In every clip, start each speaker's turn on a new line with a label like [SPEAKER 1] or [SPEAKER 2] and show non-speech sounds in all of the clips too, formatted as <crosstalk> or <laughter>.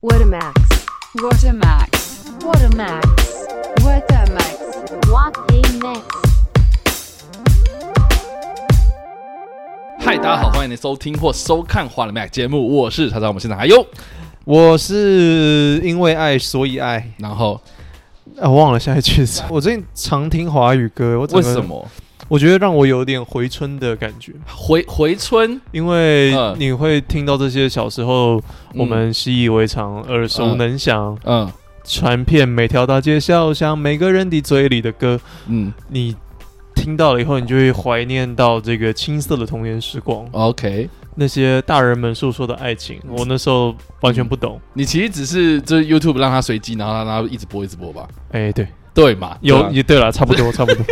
[SPEAKER 1] What a max.
[SPEAKER 2] What a max.
[SPEAKER 3] What a max.
[SPEAKER 2] What a max.
[SPEAKER 3] What a max.
[SPEAKER 4] 嗨，大家好，欢迎您收听或收看《花了 Mac》节目，我是查查，我们现场还有，
[SPEAKER 5] 我是因为爱所以爱，
[SPEAKER 4] 然后
[SPEAKER 5] 啊，忘了下一句是什么。 <laughs> 我最近常听华语歌，我整
[SPEAKER 4] 为
[SPEAKER 5] 个
[SPEAKER 4] 什？么
[SPEAKER 5] 我觉得让我有点回春的感觉，
[SPEAKER 4] 回回春？
[SPEAKER 5] 因为
[SPEAKER 4] 嗯
[SPEAKER 5] 你会听到这些小时候我们习以为常、耳熟
[SPEAKER 4] 嗯
[SPEAKER 5] 能详、
[SPEAKER 4] 嗯
[SPEAKER 5] 传遍每条大街小巷、每个人的嘴里的歌，
[SPEAKER 4] 嗯
[SPEAKER 5] 你听到了以后，你就会怀念到这个青涩的童年时光，
[SPEAKER 4] 嗯，OK，
[SPEAKER 5] 那些大人们诉说的爱情，我那时候完全不懂。
[SPEAKER 4] 你其实只是就是 YouTube 让它随机，然后让它一直播一直播吧，
[SPEAKER 5] 哎、对，
[SPEAKER 4] 对啊嘛？
[SPEAKER 5] 有
[SPEAKER 4] 对吧
[SPEAKER 5] 也对了，差不多，差不多。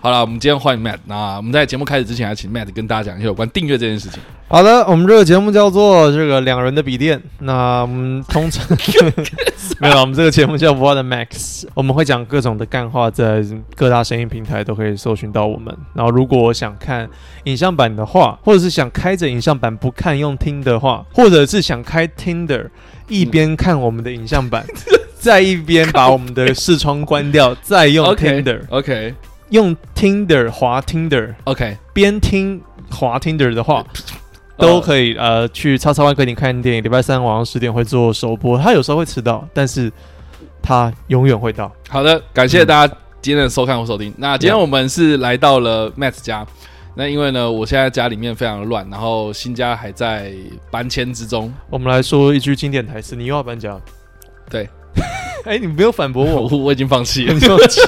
[SPEAKER 4] 好了，我们今天欢迎 Matt。那我们在节目开始之前，要请 Matt 跟大家讲一下有关订阅这件事情。
[SPEAKER 5] 好的，我们这个节目叫做这个两人的笔电。那我们通常没有啦，我们这个节目叫 What a Max，我们会讲各种的干话，在各大声音平台都可以搜寻到我们。然后，如果想看影像版的话，或者是想开着影像版不看用听的话，或者是想开 Tinder 一边看我们的影像版，再一边把我们的视窗关掉，再
[SPEAKER 4] <laughs>
[SPEAKER 5] 用 Tinder，
[SPEAKER 4] OK
[SPEAKER 5] 用 Tinder 滑 Tinder，
[SPEAKER 4] OK，
[SPEAKER 5] 边听滑 Tinder 的话。
[SPEAKER 4] 哦
[SPEAKER 5] 都可以呃去叉叉 Y 歌厅看电影，礼拜三晚上十点会做首播，他有时候会迟到，但是他永远会到。
[SPEAKER 4] 好的，感谢大家今天的收看和收听。那今天我们是来到了 Matt 家。那因为呢，我现在家里面非常的乱，然后新家还在搬迁之中。
[SPEAKER 5] 我们来说一句经典台词：你又要搬家？
[SPEAKER 4] 对，
[SPEAKER 5] <laughs> 哎、你没有反驳
[SPEAKER 4] 我
[SPEAKER 5] 我，
[SPEAKER 4] <laughs> 我已经哦放弃了
[SPEAKER 5] 你，说起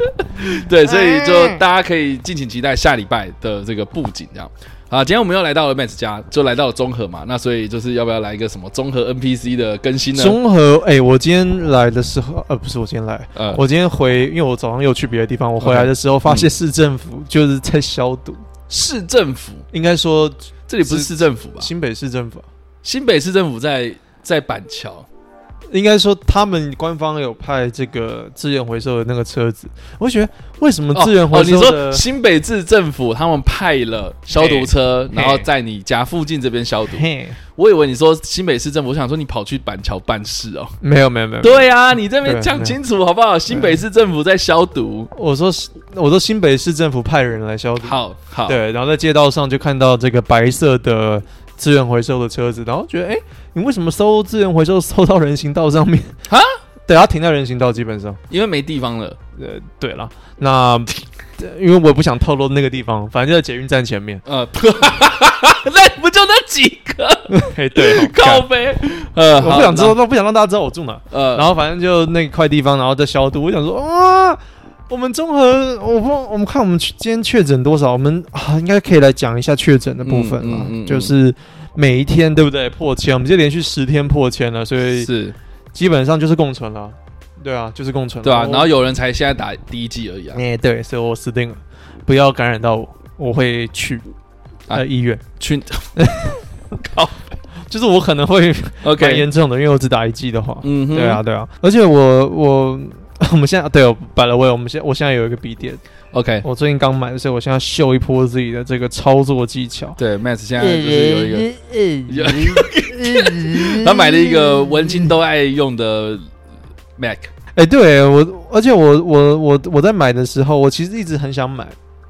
[SPEAKER 4] <laughs> 对，所以就大家可以敬请期待下礼拜的这个布景这样。啊，今天我们又来到了 Matt 家，就来到了综合嘛。那所以就是要不要来一个什么综合 NPC 的更新呢？
[SPEAKER 5] 综合哎、我今天来的时候，呃，不是我今天来，
[SPEAKER 4] 呃，
[SPEAKER 5] 我今天回，因为我早上又去别的地方，我回来的时候发
[SPEAKER 4] 嗯
[SPEAKER 5] 现市政府就是在消毒，
[SPEAKER 4] 市政府
[SPEAKER 5] 应该说
[SPEAKER 4] 这里不是市政府吧？
[SPEAKER 5] 新北市政府，
[SPEAKER 4] 新北市政府在在板桥，
[SPEAKER 5] 应该说他们官方有派这个资源回收的那个车子，我就觉得为什么资源
[SPEAKER 4] 哦
[SPEAKER 5] 回收
[SPEAKER 4] 哦。你
[SPEAKER 5] 的、
[SPEAKER 4] 说新北市政府他们派了消毒车，
[SPEAKER 5] 嘿
[SPEAKER 4] 然后在你家附近这边消毒。
[SPEAKER 5] 嘿，
[SPEAKER 4] 我以为你说新北市政府，我想说你跑去板桥办事
[SPEAKER 5] <laughs>
[SPEAKER 4] 哦。
[SPEAKER 5] 没有没有没有，
[SPEAKER 4] 对啊，你这边
[SPEAKER 5] 对
[SPEAKER 4] 讲清楚好不好？新北市政府在消毒。
[SPEAKER 5] 我说是我说新北市政府派人来消毒，
[SPEAKER 4] 好好，
[SPEAKER 5] 对，然后在街道上就看到这个白色的资源回收的车子，然后觉得哎、诶你为什么收资源回收收到人行道上面
[SPEAKER 4] 啊？
[SPEAKER 5] <laughs> 对，它停在人行道基本上，
[SPEAKER 4] 因为没地方了。
[SPEAKER 5] 呃，对了，那呃因为我也不想透露那个地方，反正就在捷运站
[SPEAKER 4] <laughs>
[SPEAKER 5] 前面，
[SPEAKER 4] 呃，那不就那几个
[SPEAKER 5] 嘿，对，好
[SPEAKER 4] 靠
[SPEAKER 5] 干
[SPEAKER 4] 背？呃，
[SPEAKER 5] 我
[SPEAKER 4] 好
[SPEAKER 5] 不想知道，。不想让大家知道我住哪。
[SPEAKER 4] 那呃，
[SPEAKER 5] 然后反正就那块地方，然后在消毒。我想说啊，我们综合，我不，我们看我们去今天确诊多少，我们啊应该可以来讲一下确诊的部分了，
[SPEAKER 4] 嗯嗯嗯嗯
[SPEAKER 5] 就是。每一天对不对破千，我们就连续十天破千了，所以
[SPEAKER 4] 是
[SPEAKER 5] 基本上就是共存了。对啊，就是共存了。
[SPEAKER 4] 对啊，
[SPEAKER 5] 我
[SPEAKER 4] 然后有人才现在打第一季而
[SPEAKER 5] <laughs>
[SPEAKER 4] 已啊。
[SPEAKER 5] 哎、对，所以我死定了，不要感染到我，我会去
[SPEAKER 4] 啊
[SPEAKER 5] 呃医院，
[SPEAKER 4] 去
[SPEAKER 5] 就是我可能会蛮
[SPEAKER 4] OK，
[SPEAKER 5] 严重的，因为我只打一剂的话。
[SPEAKER 4] 嗯哼
[SPEAKER 5] 对啊，对啊，而且我我 <laughs> 我们现在对哦，摆了位，我们现我现在有一个笔电，
[SPEAKER 4] ，OK，
[SPEAKER 5] 我最近刚买的，所以我现在秀一波自己的这个操作技巧。
[SPEAKER 4] 对，Matt 现在就是有一个。有他买了一个文青都爱用的 Mac，
[SPEAKER 5] <laughs> 哎、对我，而且我我我我在买的时候，我其实一直很想买，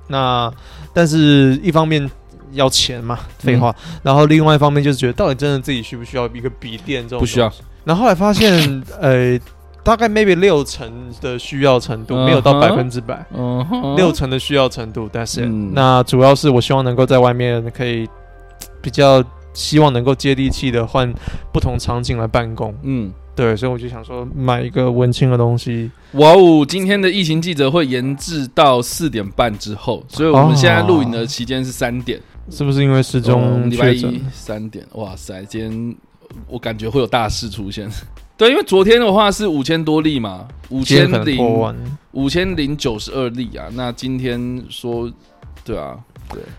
[SPEAKER 5] 那但是一方面。要钱嘛，废话。
[SPEAKER 4] 嗯
[SPEAKER 5] 然后另外一方面就是觉得，到底真的自己需不需要一个笔电这种？
[SPEAKER 4] 不需要。。
[SPEAKER 5] 然后后来发现，呃，大概 maybe 六成的需要程度，没有到
[SPEAKER 4] 嗯
[SPEAKER 5] 百
[SPEAKER 4] 哼
[SPEAKER 5] 分之百。
[SPEAKER 4] 嗯，
[SPEAKER 5] 六成的需要程度，但是、
[SPEAKER 4] 嗯
[SPEAKER 5] 那主要是我希望能够在外面可以嘖比较希望能够接地气的换不同场景来办公，
[SPEAKER 4] 嗯，
[SPEAKER 5] 对，所以我就想说买一个文青的东西，
[SPEAKER 4] 哇哦！今天的疫情记者会延至到四点半之后，所以我们现在录影的期间是三点，
[SPEAKER 5] 是不是因为时
[SPEAKER 4] 嗯
[SPEAKER 5] 钟
[SPEAKER 4] 礼拜
[SPEAKER 5] 哦确诊
[SPEAKER 4] 一？三点，哇塞！今天我感觉会有大事出现。 <laughs> 对，因为昨天的话是五千多例嘛，五
[SPEAKER 5] 今天
[SPEAKER 4] 千
[SPEAKER 5] 可能破
[SPEAKER 4] 零
[SPEAKER 5] 万，
[SPEAKER 4] 五千零九十二例啊。那今天说，对啊，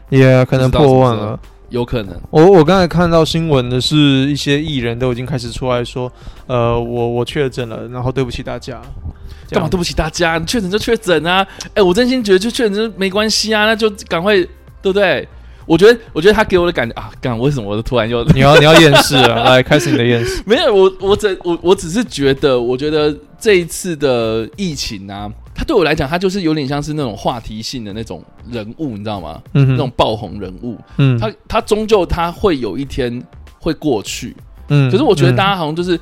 [SPEAKER 5] 也、可能
[SPEAKER 4] 不知道什么
[SPEAKER 5] 破万
[SPEAKER 4] 时候
[SPEAKER 5] 了。
[SPEAKER 4] 有可能，
[SPEAKER 5] 我我刚才看到新闻的是一些艺人都已经开始出来说，呃，我我确诊了，然后对不起大家，这
[SPEAKER 4] 干
[SPEAKER 5] 样
[SPEAKER 4] 嘛对不起大家？你确诊就确诊啊！哎、我真心觉得就确诊就没关系啊，那就赶快，对不对？我觉得，我觉得他给我的感觉啊，干，为什么我突然又 <laughs>
[SPEAKER 5] 你要你要厌世了，来开始你的厌世。
[SPEAKER 4] 没有，我我只我我只是觉得，我觉得这一次的疫情啊，它对我来讲，它就是有点像是那种话题性的那种人物，你知道吗？
[SPEAKER 5] 嗯哼
[SPEAKER 4] <laughs> 那种爆红人物，
[SPEAKER 5] 嗯
[SPEAKER 4] 它它终究它会有一天会过去。
[SPEAKER 5] 嗯
[SPEAKER 4] 可是我觉得大
[SPEAKER 5] 家
[SPEAKER 4] 家好像就是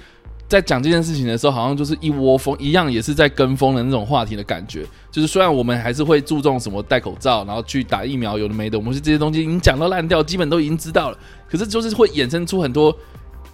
[SPEAKER 4] 在讲这件事情的时候，好像就是一窝蜂，一样也是在跟风的那种话题的感觉。就是虽然我们还是会注重什么戴口罩，然后去打疫苗，有的没的，我们是这些东西已经讲到烂掉，基本都已经知道了。可是就是会衍生出很多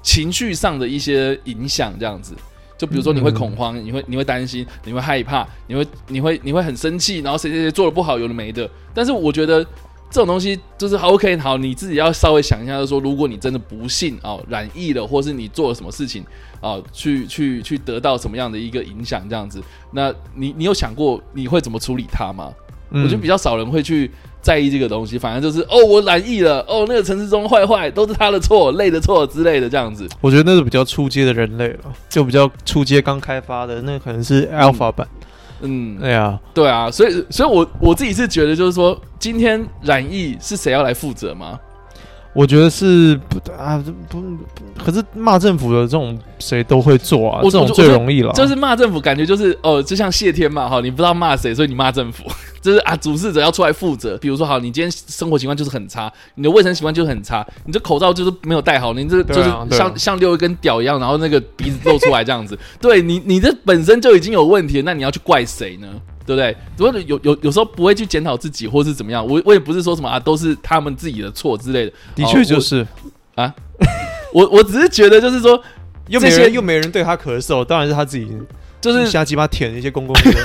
[SPEAKER 4] 情绪上的一些影响，这样子。就比如说你会恐慌，你会你会担心，你会害怕，你会你会你会很生气，然后谁谁谁做的不好，有的没的。但是我觉得这种东西就是好 OK，好，你自己要稍微想一下，就是说如果你真的不幸哦染疫了，或是你做了什么事情哦，去去去得到什么样的一个影响，这样子，那你你有想过你会怎么处理它吗？
[SPEAKER 5] 嗯
[SPEAKER 4] 我觉得比较少人会去在意这个东西，反正就是哦，我染疫了，哦，那个陈世忠坏坏，都是他的错，累的错之类的这样子。
[SPEAKER 5] 我觉得那是比较初阶的人类了，就比较初阶刚开发的，那可能是 Alpha 版。
[SPEAKER 4] 嗯，
[SPEAKER 5] 哎呀，
[SPEAKER 4] 对啊，所以所以我我自己是觉得，就是说今天染疫是谁要来负责吗？
[SPEAKER 5] 我觉得是不啊不不，可是骂政府的这种谁都会做啊，
[SPEAKER 4] 我
[SPEAKER 5] 这种最容易了。
[SPEAKER 4] 就是骂政府，感觉就是哦，就像谢天嘛，哈，你不知道骂谁，所以你骂政府， <laughs> 就是啊，主事者要出来负责。比如说，好，你今天生活习惯就是很差，你的卫生习惯就是很差，你这口罩就是没有戴好，你这
[SPEAKER 5] 对
[SPEAKER 4] 就是
[SPEAKER 5] 啊对啊
[SPEAKER 4] 像、像溜一根屌一样，然后那个鼻子露出来这样子， <laughs> 对你你这本身就已经有问题了，那你要去怪谁呢？对不对？如果有有有时候不会去检讨自己，或是怎么样，我我也不是说什么啊，都是他们自己的错之类的。
[SPEAKER 5] 的
[SPEAKER 4] 哦
[SPEAKER 5] 确就是，
[SPEAKER 4] 我我只是觉得就是说，
[SPEAKER 5] 又
[SPEAKER 4] 这
[SPEAKER 5] 没
[SPEAKER 4] 些
[SPEAKER 5] 人又没人对他咳嗽，当然是他自己
[SPEAKER 4] 就是
[SPEAKER 5] 瞎鸡巴舔一些公共卫生
[SPEAKER 4] <laughs>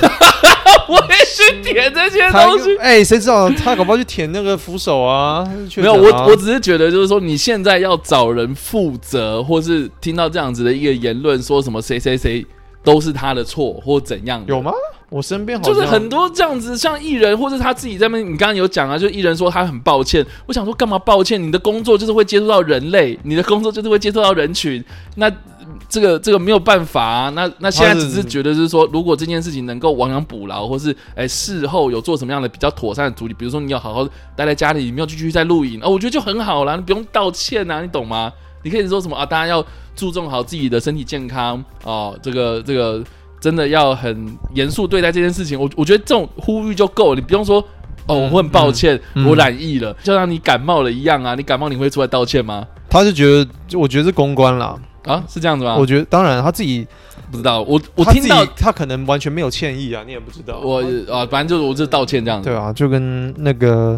[SPEAKER 4] 我也去舔这些
[SPEAKER 5] 他
[SPEAKER 4] 东西。
[SPEAKER 5] 哎，谁知道他搞不好去舔那个扶手啊？确
[SPEAKER 4] 没有，
[SPEAKER 5] 诊啊
[SPEAKER 4] 我我只是觉得，就是说你现在要找人负责，或是听到这样子的一个言论，说什么谁谁谁都是他的错，或怎样的
[SPEAKER 5] 有？吗？我身边好
[SPEAKER 4] 就
[SPEAKER 5] 像
[SPEAKER 4] 是很多这样子，像艺人或是他自己在那边，你刚刚有讲啊，就艺人说他很抱歉。我想说，干嘛抱歉？你的工作就是会接触到人类，你的工作就是会接触到人群。那嗯这个这个没有办法啊。那那现在
[SPEAKER 5] 他是
[SPEAKER 4] 只是觉得就是说，如果这件事情能够亡羊补牢，或是哎事后有做什么样的比较妥善的处理，比如说你有好好待在家里，你没有继续在露营啊、我觉得就很好啦，你不用道歉啊，你懂吗？你可以说什么啊？大家要注重好自己的身体健康哦，这个这个真的要很严肃对待这件事情。我我觉得这种呼吁就够了，你不用说哦，
[SPEAKER 5] 嗯
[SPEAKER 4] 我很抱歉，
[SPEAKER 5] 嗯
[SPEAKER 4] 我染疫了，就像你感冒了一样啊。你感冒你会出来道歉吗？
[SPEAKER 5] 他是觉得，就我觉得是公关啦。
[SPEAKER 4] 啊，是这样子吗？
[SPEAKER 5] 我觉得当然他自己，
[SPEAKER 4] 不知道，我我
[SPEAKER 5] 他
[SPEAKER 4] 听
[SPEAKER 5] 自
[SPEAKER 4] 到
[SPEAKER 5] 己他可能完全没有歉意啊，你也不知道。
[SPEAKER 4] 我啊，反正就是我就道歉这样子。
[SPEAKER 5] 对啊，就跟那个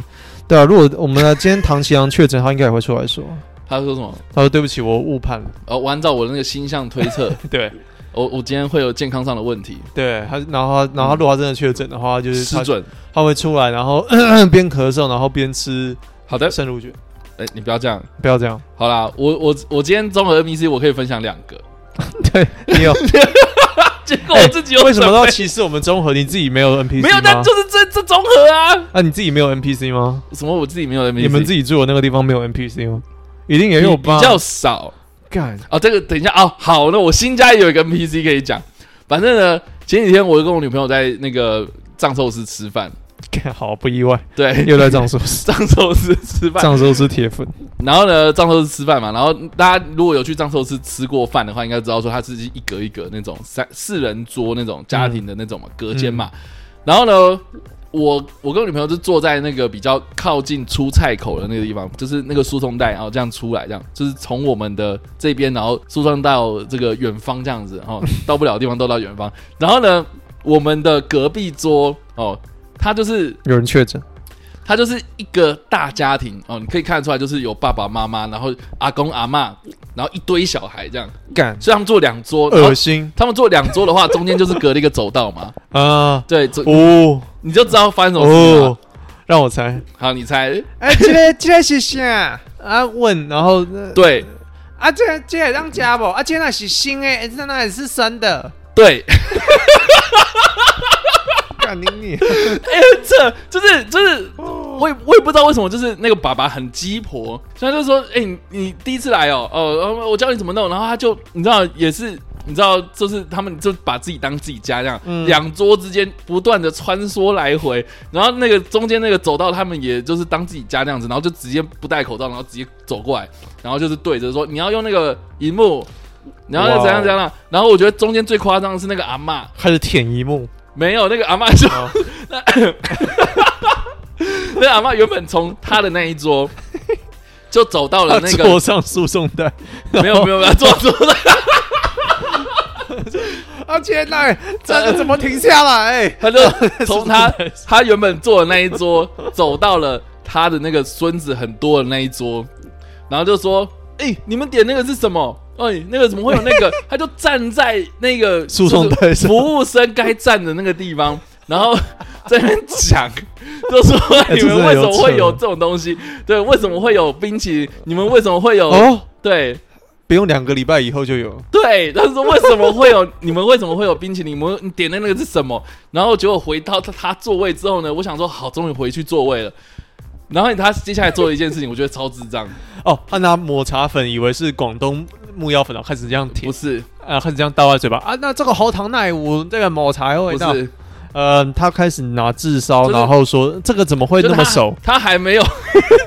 [SPEAKER 5] 对啊，如果我们的今天唐奇阳确诊，他应该也会出来说，
[SPEAKER 4] 他说什么？
[SPEAKER 5] 他说对不起，我误判了。
[SPEAKER 4] 呃，我按照我的那个星象推
[SPEAKER 5] <laughs>
[SPEAKER 4] 测，
[SPEAKER 5] 对
[SPEAKER 4] 我我今天会有健康上的问题，
[SPEAKER 5] 对，他然后他然后他如果他真的确诊的话，就是
[SPEAKER 4] 失
[SPEAKER 5] 他
[SPEAKER 4] 准。
[SPEAKER 5] 他会出来，然后 <coughs> 咳咳边咳嗽，然后边吃
[SPEAKER 4] 好的，
[SPEAKER 5] 生乳卷。
[SPEAKER 4] 哎，你不要这样。
[SPEAKER 5] 不要这样，
[SPEAKER 4] 好啦，我我我今天综合 MC 我可以分享两个，
[SPEAKER 5] 对 <laughs>
[SPEAKER 4] <laughs>
[SPEAKER 5] 你有
[SPEAKER 4] 结果我自己有
[SPEAKER 5] 哎为什么都要
[SPEAKER 4] 准备
[SPEAKER 5] 歧视我们综合？你自己没有 NPC
[SPEAKER 4] 没有？但
[SPEAKER 5] 吗？
[SPEAKER 4] 就是这这综合啊，
[SPEAKER 5] 啊，你自己没有 NPC 吗？
[SPEAKER 4] 什么我自己没有 MC，
[SPEAKER 5] 你们自己住的那个地方没有 NPC 吗？一定也有
[SPEAKER 4] 比
[SPEAKER 5] 吧？
[SPEAKER 4] 比较少
[SPEAKER 5] 干，
[SPEAKER 4] 哦。这个等一下哦，好，那我新家也有一个 NPC 可以讲。反正呢，前几天我就跟我女朋友在那个藏寿司吃饭，
[SPEAKER 5] 干好不意
[SPEAKER 4] <laughs>
[SPEAKER 5] 外，
[SPEAKER 4] 对，
[SPEAKER 5] 又在藏寿
[SPEAKER 4] <laughs>
[SPEAKER 5] 司，
[SPEAKER 4] 藏寿司吃饭，
[SPEAKER 5] 藏寿司铁粉，
[SPEAKER 4] 然后呢，藏寿司吃饭嘛，然后大家如果有去藏寿司吃过饭的话，应该知道说它是一格一格那种三四人桌那种家庭的那种嘛、隔间嘛。然后呢，我我跟我女朋友就坐在那个比较靠近出菜口的那个地方，就是那个输送带，然后这样出来，这样就是从我们的这边，然后输送到这个远方这样子哦，到不了的地方都到远方。然后呢，我们的隔壁桌哦，它就是
[SPEAKER 5] 有人确诊，
[SPEAKER 4] 它就是一个大家庭哦，你可以看得出来，就是有爸爸妈妈，然后阿公阿嬷，然后一堆小孩这样，
[SPEAKER 5] 干，
[SPEAKER 4] 所以他们坐两桌，然后
[SPEAKER 5] 恶心
[SPEAKER 4] 他们坐两桌的话，中间就是隔了一个走道嘛，
[SPEAKER 5] 啊！
[SPEAKER 4] 对，这
[SPEAKER 5] 哦
[SPEAKER 4] 你就知道发生什么事了
[SPEAKER 5] 哦。，让我猜，
[SPEAKER 4] 好，你猜，
[SPEAKER 5] 哎，这个这个是啥？啊问，然后呃
[SPEAKER 4] 对
[SPEAKER 5] 啊，这个这个当家不？啊，这那是新哎，这那也是生的。
[SPEAKER 4] 对，
[SPEAKER 5] 干你你，
[SPEAKER 4] 哎、这就是就是，我也我也不知道为什么，就是那个爸爸很鸡哦婆，所以他就说，哎、你你第一次来哦，哦，呃我教你怎么弄，然后他就你知道也是。你知道，就是他们就把自己当自己家这样，
[SPEAKER 5] 嗯
[SPEAKER 4] 两、桌之间不断的穿梭来回，然后那个中间那个走道，他们也就是当自己家那样子，然后就直接不戴口罩，然后直接走过来，然后就是对着说你要用那个荧幕，然后
[SPEAKER 5] 哇哦
[SPEAKER 4] 怎样怎样啦，然后我觉得中间最夸张的是那个阿嬷，
[SPEAKER 5] 开始舔一幕，
[SPEAKER 4] 没有那个阿嬷就
[SPEAKER 5] 哦
[SPEAKER 4] <laughs> 那个阿嬷原本从她的那一桌就走到了
[SPEAKER 5] 他
[SPEAKER 4] 呃那个
[SPEAKER 5] 坐啊上输送带，
[SPEAKER 4] 没有没有没有坐坐的，
[SPEAKER 5] 啊天哪，这怎么停下来？哎
[SPEAKER 4] 她
[SPEAKER 5] <laughs>
[SPEAKER 4] 就从她她原本坐的那一桌走到了她的那个孙子很多的那一桌，然后就说：“哎、你们点那个是什么？”哎、那个怎么会有那个？ <laughs> 她就站在那个
[SPEAKER 5] 输送带
[SPEAKER 4] 就是
[SPEAKER 5] 上
[SPEAKER 4] 服务生该站的那个地方，然后在那边讲，就说
[SPEAKER 5] 哎
[SPEAKER 4] 你
[SPEAKER 5] 这真
[SPEAKER 4] 们
[SPEAKER 5] 的
[SPEAKER 4] 为什
[SPEAKER 5] 有
[SPEAKER 4] 么会
[SPEAKER 5] 扯
[SPEAKER 4] 有这种东西？对，为什么会有冰淇淋？你们为什么会有？
[SPEAKER 5] 哦，
[SPEAKER 4] 对
[SPEAKER 5] 不用两个礼拜以后就有，
[SPEAKER 4] 对，他说为什么会有你们为什么会有冰淇淋？你们你点的那个是什么？然后结果回到他他座位之后呢，我想说好，终于回去座位了。然后他接下来做了一件事情，我觉得超智障，
[SPEAKER 5] 哦，他拿抹茶粉以为是广东木药粉，哦然后开始这样舔
[SPEAKER 4] 不，是
[SPEAKER 5] 啊，开始这样倒在嘴巴啊，那这个喉糖奶我这个抹茶的
[SPEAKER 4] 不
[SPEAKER 5] 味道，
[SPEAKER 4] 是，
[SPEAKER 5] 呃，他开始拿炙烧，
[SPEAKER 4] 就是
[SPEAKER 5] 然后说这个怎么会那么熟？
[SPEAKER 4] 他还没有，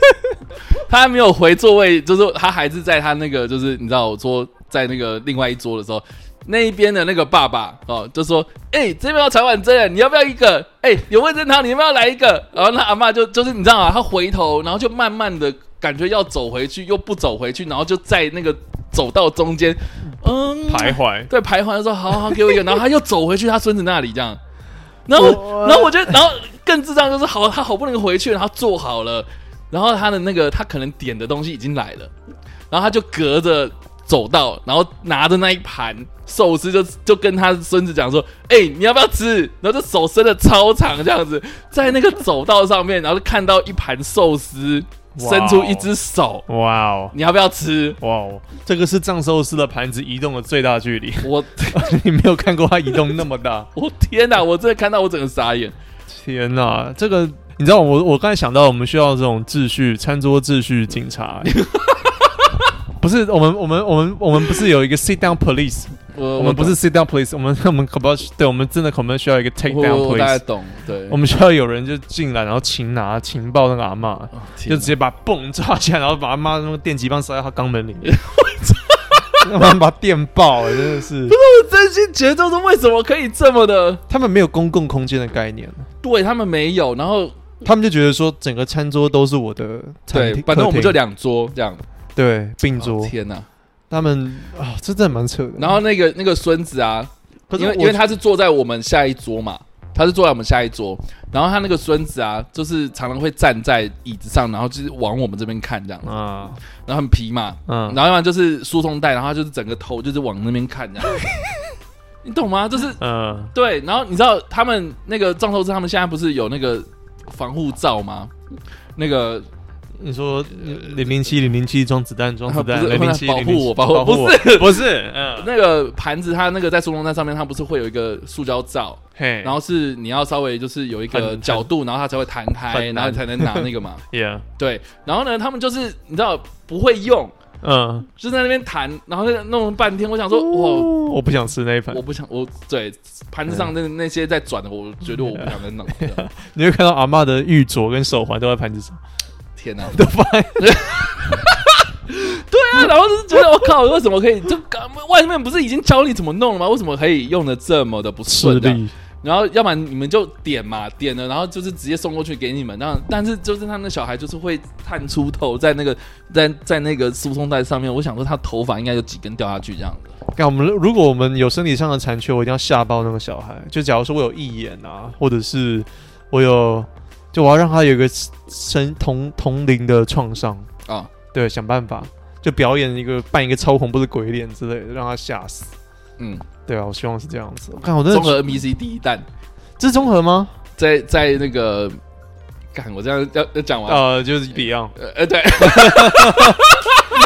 [SPEAKER 4] <laughs> 他还没有回座位，就是他还是在他那个，就是你知道，我说在那个另外一桌的时候，那一边的那个爸爸哦，就说：“哎、这边要茶碗蒸了，你要不要一个？哎、有味噌汤，你要不要来一个？”然后那阿嬷就就是你知道啊，他回头，然后就慢慢的感觉要走回去，又不走回去，然后就在那个走道中间，嗯，
[SPEAKER 5] 徊，
[SPEAKER 4] 对徘徊的时候，好好给我一个，然后他又走回去他孙子那里这样，然后我然后我觉得，然后更智障就是好，他好不容易回去，然后做好了，然后他的那个他可能点的东西已经来了，然后他就隔着走道，然后拿着那一盘寿司就就跟他孙子讲说，哎、你要不要吃？然后就手伸的超长这样子，在那个走道上面，然后就看到一盘寿司，
[SPEAKER 5] 哇哦
[SPEAKER 4] 伸出一只手，
[SPEAKER 5] 哇哦。
[SPEAKER 4] 你要不要吃？
[SPEAKER 5] 哇哦，这个是藏寿司的盘子移动的最大距离， <laughs>
[SPEAKER 4] 我
[SPEAKER 5] 你没有看过它移动那么大。
[SPEAKER 4] 我天哪！我真的看到我整个傻眼。
[SPEAKER 5] 天哪、这个你知道我我刚才想到，我们需要这种秩序，餐桌秩序警察、 <laughs> 欸不是我们我们我们我们不是有一个 sit down police，
[SPEAKER 4] 我
[SPEAKER 5] 我们不是 sit down police，我们 <laughs> 我们可不要，对我们真的可能需要一个 take
[SPEAKER 4] 我我
[SPEAKER 5] down
[SPEAKER 4] 哦我大概
[SPEAKER 5] police，
[SPEAKER 4] 懂，对，
[SPEAKER 5] 我们需要有人就进来，然后擒拿情报那个阿嬷，
[SPEAKER 4] 哦
[SPEAKER 5] 就
[SPEAKER 4] 天
[SPEAKER 5] 直接把蹦抓起来，然后把他妈那个电击棒塞到他肛门里面， <laughs> 他妈把他电爆、欸，真的是。
[SPEAKER 4] 我真心觉得就是为什么可以这么的，
[SPEAKER 5] 他们没有公共空间的概念，
[SPEAKER 4] 对他们没有，然后
[SPEAKER 5] 他们就觉得说整个餐桌都是我的餐
[SPEAKER 4] 对
[SPEAKER 5] 厅，，
[SPEAKER 4] 反正我们
[SPEAKER 5] 客
[SPEAKER 4] 就
[SPEAKER 5] 厅
[SPEAKER 4] 两桌这样，
[SPEAKER 5] 对并
[SPEAKER 4] 哦
[SPEAKER 5] 桌，
[SPEAKER 4] 天哪！
[SPEAKER 5] 他们啊，这真的蛮扯的。
[SPEAKER 4] 然后那个那个孙子啊，
[SPEAKER 5] 可是
[SPEAKER 4] 因为
[SPEAKER 5] 我
[SPEAKER 4] 因为他是坐在我们下一桌嘛，他是坐在我们下一桌，然后他那个孙子啊，就是常常会站在椅子上，然后就是往我们这边看这样，
[SPEAKER 5] 啊
[SPEAKER 4] 然后很皮嘛，
[SPEAKER 5] 嗯，
[SPEAKER 4] 然后要不然就是输送带，然后他就是整个头就是往那边看这样，
[SPEAKER 5] <laughs>
[SPEAKER 4] 你懂吗？就是
[SPEAKER 5] 嗯
[SPEAKER 4] 对，然后你知道他们那个藏寿司，他们现在不是有那个防护罩吗？那个
[SPEAKER 5] 你说零零七零零七装子弹装子
[SPEAKER 4] 呃
[SPEAKER 5] 弹
[SPEAKER 4] 啊不是
[SPEAKER 5] 零零七
[SPEAKER 4] 保护我保护我
[SPEAKER 5] 护
[SPEAKER 4] 不是
[SPEAKER 5] 不是嗯
[SPEAKER 4] 那个盘子，它那个在塑封袋上面，它不是会有一个塑胶罩，
[SPEAKER 5] 嘿，
[SPEAKER 4] 然后是你要稍微就是有一个
[SPEAKER 5] 很
[SPEAKER 4] 角度，然后它才会弹 <laughs> 开，
[SPEAKER 5] 很
[SPEAKER 4] 然
[SPEAKER 5] 难
[SPEAKER 4] 后才能拿那个嘛。
[SPEAKER 5] yeah
[SPEAKER 4] 对，然后呢，他们就是你知道不会用，
[SPEAKER 5] 嗯
[SPEAKER 4] 就在那边弹，然后就弄了半天。我想说，哇，
[SPEAKER 5] 哦，我不想吃那一盘
[SPEAKER 4] 我，不想，我对盘子上那那些在转的，我觉得我不想再弄了。 <laughs>
[SPEAKER 5] 你会看到阿嬷的玉镯跟手环都在盘子上，
[SPEAKER 4] 天哪、
[SPEAKER 5] 都放
[SPEAKER 4] <laughs>
[SPEAKER 5] 在
[SPEAKER 4] 啊，然后就是觉得我靠，为什么可以？就刚外面不是已经教你怎么弄了吗？为什么可以用的这么的不顺
[SPEAKER 5] 吃
[SPEAKER 4] 的？
[SPEAKER 5] 力，
[SPEAKER 4] 然后要不然你们就点嘛，点了，然后就是直接送过去给你们。那但是就是他们的小孩就是会探出头在那个在在那个输送带上面，我想说他头发应该有几根掉下去这样子。
[SPEAKER 5] 看我们，如果我们有身体上的残缺，我一定要吓爆那个小孩。就假如说我有义眼啊，或者是我有，就我要让他有一个身同同龄的创伤
[SPEAKER 4] 啊。
[SPEAKER 5] 对，想办法就表演一个扮一个超恐怖的鬼脸之类的，让他吓死。
[SPEAKER 4] 嗯，
[SPEAKER 5] 对啊，我希望是这样子。我看我真的
[SPEAKER 4] 综合 MBC 第一弹，
[SPEAKER 5] 这是综合吗？
[SPEAKER 4] 在在那个，看我这样要要讲完，
[SPEAKER 5] 呃，就是 Beyond，
[SPEAKER 4] 呃呃对，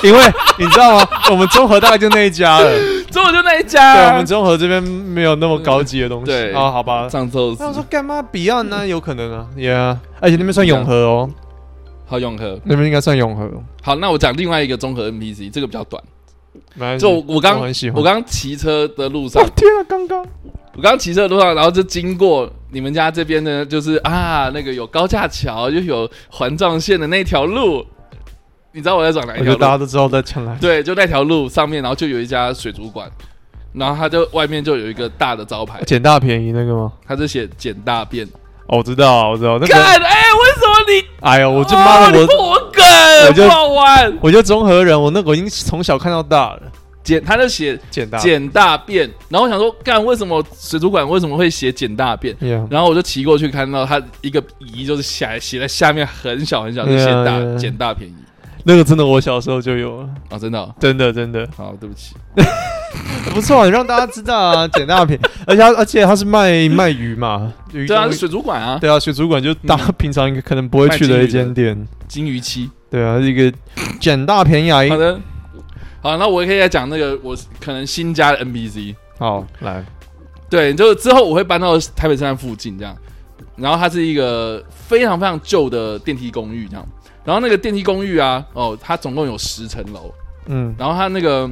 [SPEAKER 4] <laughs>
[SPEAKER 5] 因为你知道吗？我们综合大概就那一家了。
[SPEAKER 4] 所以我就那一
[SPEAKER 5] <laughs> 对，我
[SPEAKER 4] 家
[SPEAKER 5] 们，综合这边没有那么高级的东西。
[SPEAKER 4] 对
[SPEAKER 5] 啊，好 <laughs> 吧。
[SPEAKER 4] 上周
[SPEAKER 5] 那我说干嘛 Beyond 呢？有可能啊，Yeah，而且那边算永和哦，
[SPEAKER 4] 好永和。
[SPEAKER 5] 那边应该算永和。
[SPEAKER 4] 好，那我讲另外一个综合 NPC，这个比较短。
[SPEAKER 5] 没关系
[SPEAKER 4] 就我我刚
[SPEAKER 5] 我很喜欢。
[SPEAKER 4] 我刚骑车的路上
[SPEAKER 5] <laughs> 哦，天啊，刚刚
[SPEAKER 4] 我刚骑车的路上，然后就经过你们家这边呢，就是啊，那个有高架桥又有环状线的那条路，哎你知道我在讲哪
[SPEAKER 5] 我
[SPEAKER 4] 一
[SPEAKER 5] 觉得
[SPEAKER 4] 条
[SPEAKER 5] 大家
[SPEAKER 4] 路？
[SPEAKER 5] 都知道在抢来。
[SPEAKER 4] 对，就那条路上面，然后就有一家水族馆，然后它就外面就有一个大的招牌，
[SPEAKER 5] <laughs> 捡大便宜那个吗？
[SPEAKER 4] 它就写“捡大便
[SPEAKER 5] 哦，我知道，我知道那”。个。
[SPEAKER 4] 干，哎，为什么你？
[SPEAKER 5] 哎呦，我就
[SPEAKER 4] 哦
[SPEAKER 5] 妈
[SPEAKER 4] 你
[SPEAKER 5] 的我，
[SPEAKER 4] 破我梗，
[SPEAKER 5] 我就
[SPEAKER 4] 不好玩。
[SPEAKER 5] 我就综合人，我那个我已经从小看到大了。
[SPEAKER 4] 捡，他就写
[SPEAKER 5] 捡大
[SPEAKER 4] 捡大便，然后我想说，干，为什么水族馆为什么会写捡大便？
[SPEAKER 5] Yeah
[SPEAKER 4] 然后我就骑过去，看到他一个姨就是写写在下面很小很小，就
[SPEAKER 5] 对啊
[SPEAKER 4] 写大
[SPEAKER 5] 对啊
[SPEAKER 4] 捡大便宜
[SPEAKER 5] 那个真的我小时候就有了，
[SPEAKER 4] 啊，真的哦、
[SPEAKER 5] 真的真的
[SPEAKER 4] 好，对不起，
[SPEAKER 5] 不错，你让大家知道啊，捡大便宜，而且它而且他是卖卖鱼嘛，鱼
[SPEAKER 4] 对啊，
[SPEAKER 5] 东
[SPEAKER 4] 是
[SPEAKER 5] 西
[SPEAKER 4] 水族馆啊，
[SPEAKER 5] <laughs> 对啊，水族馆就大家平常应该可能不会去的一间店，
[SPEAKER 4] 金鱼期。
[SPEAKER 5] 对啊，一 <laughs> 个捡大便宜
[SPEAKER 4] 好。的，好，那我也可以再讲那个我可能新加的 NPC，
[SPEAKER 5] 好，来，
[SPEAKER 4] 对，就之后我会搬到台北车站附近这样。然后它是一个非常非常旧的电梯公寓这样。然后那个电梯公寓啊，哦，它总共有十层楼。
[SPEAKER 5] 嗯，
[SPEAKER 4] 然后它那个，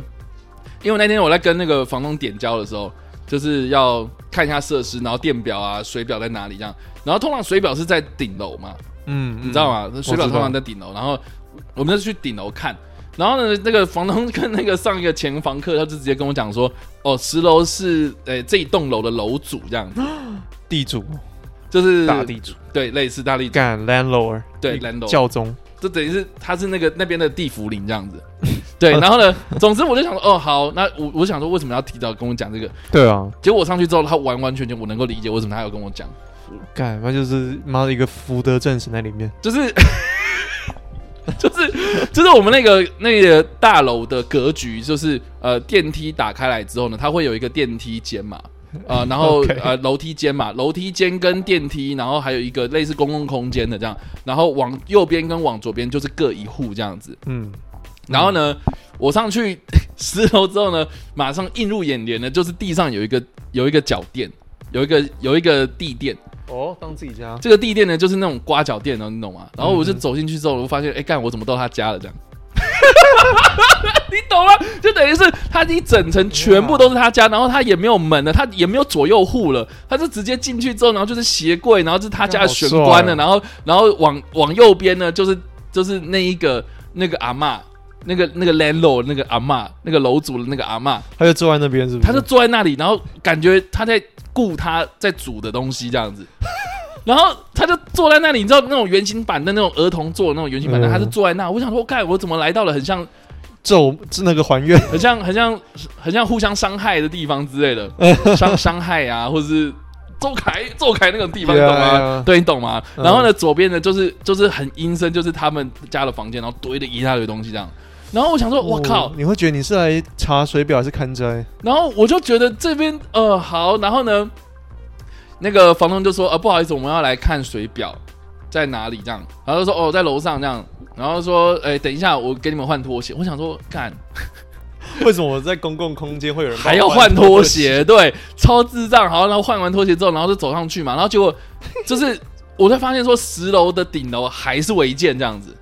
[SPEAKER 4] 因为那天我在跟那个房东点交的时候，就是要看一下设施，然后电表啊、水表在哪里这样。然后通常水表是在顶楼嘛，
[SPEAKER 5] 嗯，你
[SPEAKER 4] 你知道？吗？水表通常在顶楼，然后我们就去顶楼看。然后呢，那个房东跟那个上一个前房客，他就直接跟我讲说，哦，十楼是诶、这一栋楼的楼主这样子，
[SPEAKER 5] 地主，
[SPEAKER 4] 就是
[SPEAKER 5] 大地主，
[SPEAKER 4] 对类似大力
[SPEAKER 5] 干 landlord，
[SPEAKER 4] 对 landlord
[SPEAKER 5] 教宗，
[SPEAKER 4] 就等于是他是那个那边的地府灵这样子。
[SPEAKER 5] <laughs>
[SPEAKER 4] 对，然后呢，总之我就想说，哦，好，那我我想说为什么要提早跟我讲这个？
[SPEAKER 5] 对啊，
[SPEAKER 4] 结果我上去之后，他完完全全我能够理解为什么他要跟我讲，
[SPEAKER 5] 干，那就是妈的一个福德正神在里面，
[SPEAKER 4] 就是 <laughs> 就是就是我们那个那个大楼的格局，就是呃电梯打开来之后呢，它会有一个电梯间嘛。呃，然后
[SPEAKER 5] OK
[SPEAKER 4] 呃，楼梯间嘛，楼梯间跟电梯，然后还有一个类似公共空间的这样，然后往右边跟往左边就是各一户这样子。
[SPEAKER 5] 嗯，
[SPEAKER 4] 然后呢，我上去 <laughs> 十楼之后呢，马上映入眼帘的就是地上有一个有一个脚垫，有一个有一个地垫，
[SPEAKER 5] 哦，当自己家，
[SPEAKER 4] 这个地垫呢，就是那种刮脚垫哦，你懂吗？然后我就走进去之后，我就发现，哎、干，我怎么到他家了？这样，你懂吗？就等于是他一整层全部都是他家，然后他也没有门了，他也没有左右户了，他就直接进去之后，然后就是鞋柜，然后就是他家的玄关了，然后然后往往右边呢，就是就是那一个那个阿嬷，那个那个 landlord 那个阿嬷，那个楼主的那个阿嬷。
[SPEAKER 5] 他就坐在那边，是不是？
[SPEAKER 4] 他就坐在那里，然后感觉他在顾他在煮的东西这样子。 <laughs> 然后他就坐在那里，你知道那种圆形板凳，那种儿童坐的那种圆形板凳，
[SPEAKER 5] 嗯
[SPEAKER 4] 他就坐在那。我想说，看我怎么来到了很像、
[SPEAKER 5] 咒是那个还愿，
[SPEAKER 4] 很像、很像、很像互相伤害的地方之类
[SPEAKER 5] <laughs>
[SPEAKER 4] 的，伤伤害啊，或者是周凯周凯那种地方，你
[SPEAKER 5] Yeah,
[SPEAKER 4] 懂吗
[SPEAKER 5] yeah.？
[SPEAKER 4] 对，你懂吗？
[SPEAKER 5] 嗯
[SPEAKER 4] 然后呢，左边呢就是就是很阴森，就是他们家的房间，然后堆了一大堆东西这样。然后我想说， <laughs> 我靠
[SPEAKER 5] 哦，你会觉得你是来查水表还是看斋？
[SPEAKER 4] 然后我就觉得这边呃好，然后呢，那个房东就说呃不好意思，我们要来看水表在哪里这样，然后就说哦在楼上这样，然后说哎等一下我给你们换拖鞋，我想说哎干
[SPEAKER 5] 为什么我在公共空间会有人
[SPEAKER 4] 还要换拖？鞋，对，超智障。好，然后换完拖鞋之后，然后就走上去嘛，然后结果就是我才发现说十楼的顶楼还是违建这样子，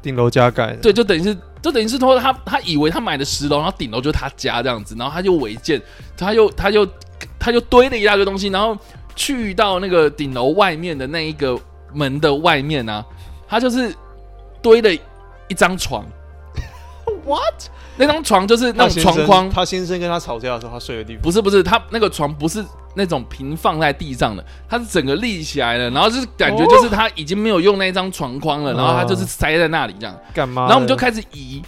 [SPEAKER 5] 顶楼加盖，
[SPEAKER 4] 对，就等于是，就等于是说他他以为他买的十楼，然后顶楼就是他家这样子，然后他就违建，他又他又他又堆了一大堆东西，然后去到那个顶楼外面的那一个门的外面呢、啊，他就是堆了一张床，what？那张床就是那
[SPEAKER 5] 他
[SPEAKER 4] 种
[SPEAKER 5] 先
[SPEAKER 4] 床
[SPEAKER 5] 生
[SPEAKER 4] 框，
[SPEAKER 5] 他先生跟他吵架的时候，他睡的地方。
[SPEAKER 4] 不是不是，他那个床不是那种平放在地上的，它是整个立起来的，然后就是感觉就是他已经没有用那张床框了，然后他就是塞在那里这样。
[SPEAKER 5] 干嘛？
[SPEAKER 4] 然后我们就开始移，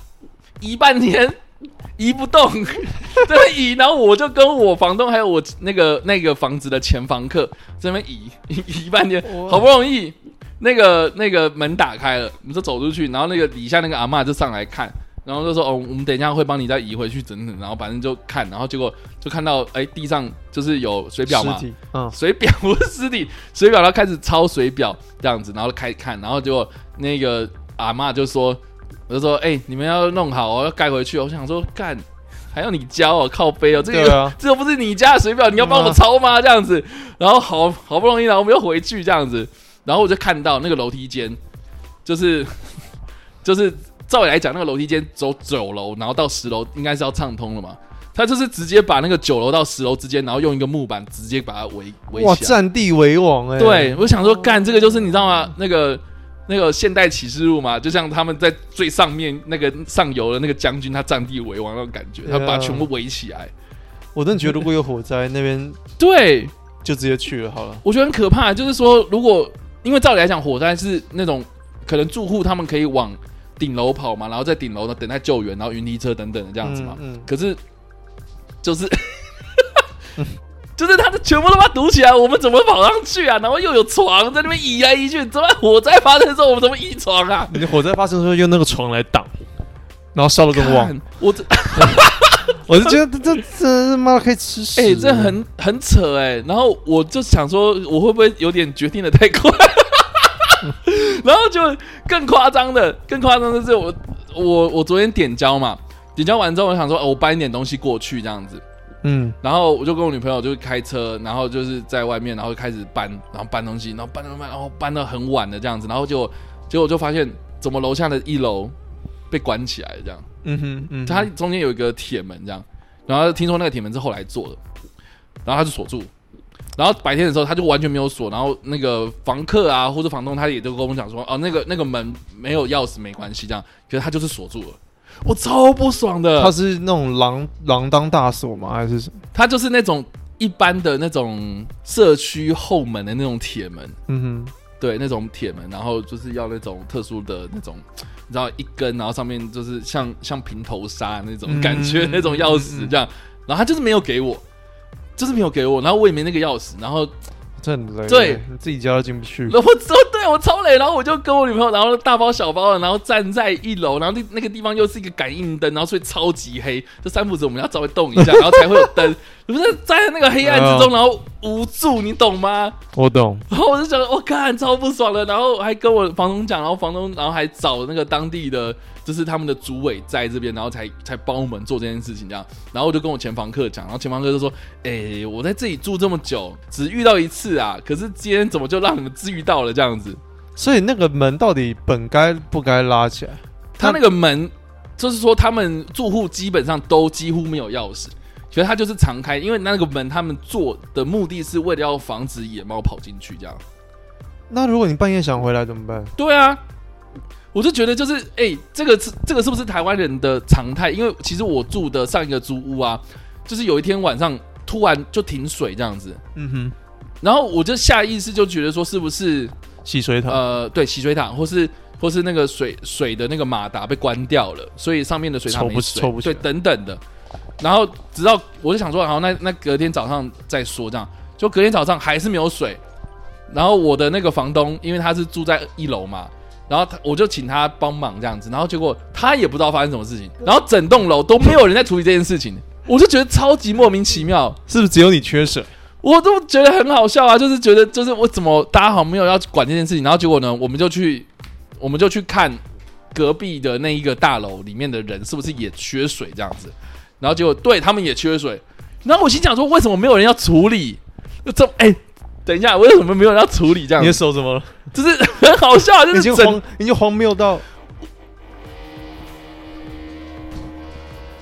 [SPEAKER 4] 移半天，移不
[SPEAKER 5] <laughs>
[SPEAKER 4] 动，这边移，然后我就跟我房东还有我那个那个房子的前房客这边移 <laughs> 移移半天，
[SPEAKER 5] 哇
[SPEAKER 4] 好不容易那个那个门打开了，我们就走出去，然后那个底下那个阿嬷就上来看。然后就说哦，我们等一下会帮你再移回去整整，然后反正就看，然后结果就看到哎地上就是有水表嘛，
[SPEAKER 5] 尸体，
[SPEAKER 4] <laughs>
[SPEAKER 5] 嗯，
[SPEAKER 4] 水表不是尸体，水表，然后开始抄水表这样子，然后开始看，然后结果那个阿嬷就说，我就说，哎、你们要弄好哦，要盖回去哦。我想说，干，还要你教哦，靠背哦，这个
[SPEAKER 5] 对啊
[SPEAKER 4] <laughs> 这又不是你家的水表，你要帮我抄吗？这样子，然后好好不容易，然后我们又回去这样子，然后我就看到那个楼梯间，就是就是照理来讲，那个楼梯间走九楼，然后到十楼应该是要畅通了嘛。他就是直接把那个九楼到十楼之间，然后用一个木板直接把它围围
[SPEAKER 5] 哇，
[SPEAKER 4] 起来。
[SPEAKER 5] 占地为王哎、
[SPEAKER 4] 对，我想说，干这个就是你知道吗？那个那个现代启示录嘛，就像他们在最上面那个上游的那个将军，他占地为王那种感觉，他把
[SPEAKER 5] Yeah
[SPEAKER 4] 全部围起来。
[SPEAKER 5] 我真的觉得如果有火灾，那边
[SPEAKER 4] 对，
[SPEAKER 5] 就直接去了好了。
[SPEAKER 4] 我觉得很可怕，就是说，如果因为照理来讲，火灾是那种可能住户他们可以往顶楼跑嘛，然后在顶楼呢等待救援，然后云梯车等等的这样子嘛。
[SPEAKER 5] 嗯嗯
[SPEAKER 4] 可是就是 <laughs> 就是他的全部都把它堵起来，我们怎么跑上去啊？然后又有床在那边移来移去，怎么火灾发生的时候我们怎么移床啊？
[SPEAKER 5] 你火灾发生的时候用那个床来挡，然后烧的更
[SPEAKER 4] <laughs>
[SPEAKER 5] 旺。
[SPEAKER 4] 看我这
[SPEAKER 5] 我就觉得这这这他妈可以吃屎！
[SPEAKER 4] 哎、这很很扯哎、然后我就想说，我会不会有点决定的太快？ <laughs> 然后就更夸张的，更夸张的是我我我昨天点交嘛，点交完之后我想说，哦，我搬一点东西过去这样子，
[SPEAKER 5] 嗯，
[SPEAKER 4] 然后我就跟我女朋友就开车，然后就是在外面，然后开始搬，然后搬东西，然后搬搬搬，然后搬到很晚的这样子，然后就结果我就发现怎么楼下的一楼被关起来了这样。
[SPEAKER 5] 嗯哼嗯哼，
[SPEAKER 4] 它中间有一个铁门这样，然后听说那个铁门是后来做的，然后它就锁住，然后白天的时候它就完全没有锁，然后那个房客啊或者房东他也都跟我们讲说，哦那个那个门没有钥匙没关系这样，可是它就是锁住了，我超不爽的，
[SPEAKER 5] 它是那种锒锒铛大锁吗？还是什么？
[SPEAKER 4] 它就是那种一般的那种社区后门的那种铁门，
[SPEAKER 5] 嗯哼，
[SPEAKER 4] 对，那种铁门，然后就是要那种特殊的那种，你知道一根，然后上面就是像像平头纱那种
[SPEAKER 5] 嗯
[SPEAKER 4] 感觉，那种钥匙这样，然后他就是没有给我，就是没有给我，然后我也没那个钥匙，然后
[SPEAKER 5] 这很累。
[SPEAKER 4] 对，
[SPEAKER 5] 你自己家都进不去。
[SPEAKER 4] 然后我之后对我超累，然后我就跟我女朋友，然后大包小包的，然后站在一楼，然后那那个地方又是一个感应灯，然后所以超级黑，这三步子我们要稍微动一下，然后才会有灯， <laughs> 不是站在那个黑暗之中，然后无助，你懂吗？
[SPEAKER 5] 我懂，
[SPEAKER 4] 然后我就想，我、看超不爽的，然后还跟我房东讲，然后房东然后还找那个当地的，就是他们的主委在这边，然后才 <laughs> 才帮我们做这件事情这样。然后我就跟我前房客讲，然后前房客就说：“哎、我在这里住这么久，只遇到一次啊，可是今天怎么就让你们治愈到了这样子？
[SPEAKER 5] 所以那个门到底本该不该拉起来？
[SPEAKER 4] 他那个门，就是说他们住户基本上都几乎没有钥匙。”觉得他就是常开，因为那个门他们做的目的是为了要防止野猫跑进去，这样。
[SPEAKER 5] 那如果你半夜想回来怎么办？
[SPEAKER 4] 对啊，我就觉得就是，哎、这个是这个是不是台湾人的常态？因为其实我住的上一个租屋啊，就是有一天晚上突然就停水这样子，
[SPEAKER 5] 嗯
[SPEAKER 4] 然后我就下意识就觉得说，是不是
[SPEAKER 5] 哼，洗水塔。
[SPEAKER 4] 呃，对，洗水塔或是或是那个水水的那个马达被关掉了，所以上面的水塔
[SPEAKER 5] 抽
[SPEAKER 4] 没
[SPEAKER 5] 不
[SPEAKER 4] 水
[SPEAKER 5] 抽不起
[SPEAKER 4] 对，
[SPEAKER 5] 来
[SPEAKER 4] 等等的。然后直到我就想说，好，那那隔天早上再说，这样就隔天早上还是没有水。然后我的那个房东，因为他是住在一楼嘛，然后他我就请他帮忙这样子，然后结果他也不知道发生什么事情，然后整栋楼都没有人在处理这件事情，我就觉得超级莫名其妙。
[SPEAKER 5] 是不是只有你缺水？
[SPEAKER 4] 我都觉得很好笑啊，就是觉得就是我怎么大家好像没有要管这件事情，然后结果呢，我们就去我们就去看隔壁的那一个大楼里面的人是不是也缺水这样子，然后结果对他们也缺水，然后我心想说为什么没有人要处理？这哎、等一下，为什么没有人要处理这样
[SPEAKER 5] 你的
[SPEAKER 4] 子？
[SPEAKER 5] 手怎么了？
[SPEAKER 4] 就是很好笑啊，就
[SPEAKER 5] <laughs> 已
[SPEAKER 4] 是
[SPEAKER 5] 经
[SPEAKER 4] 整
[SPEAKER 5] 荒，已经荒谬到。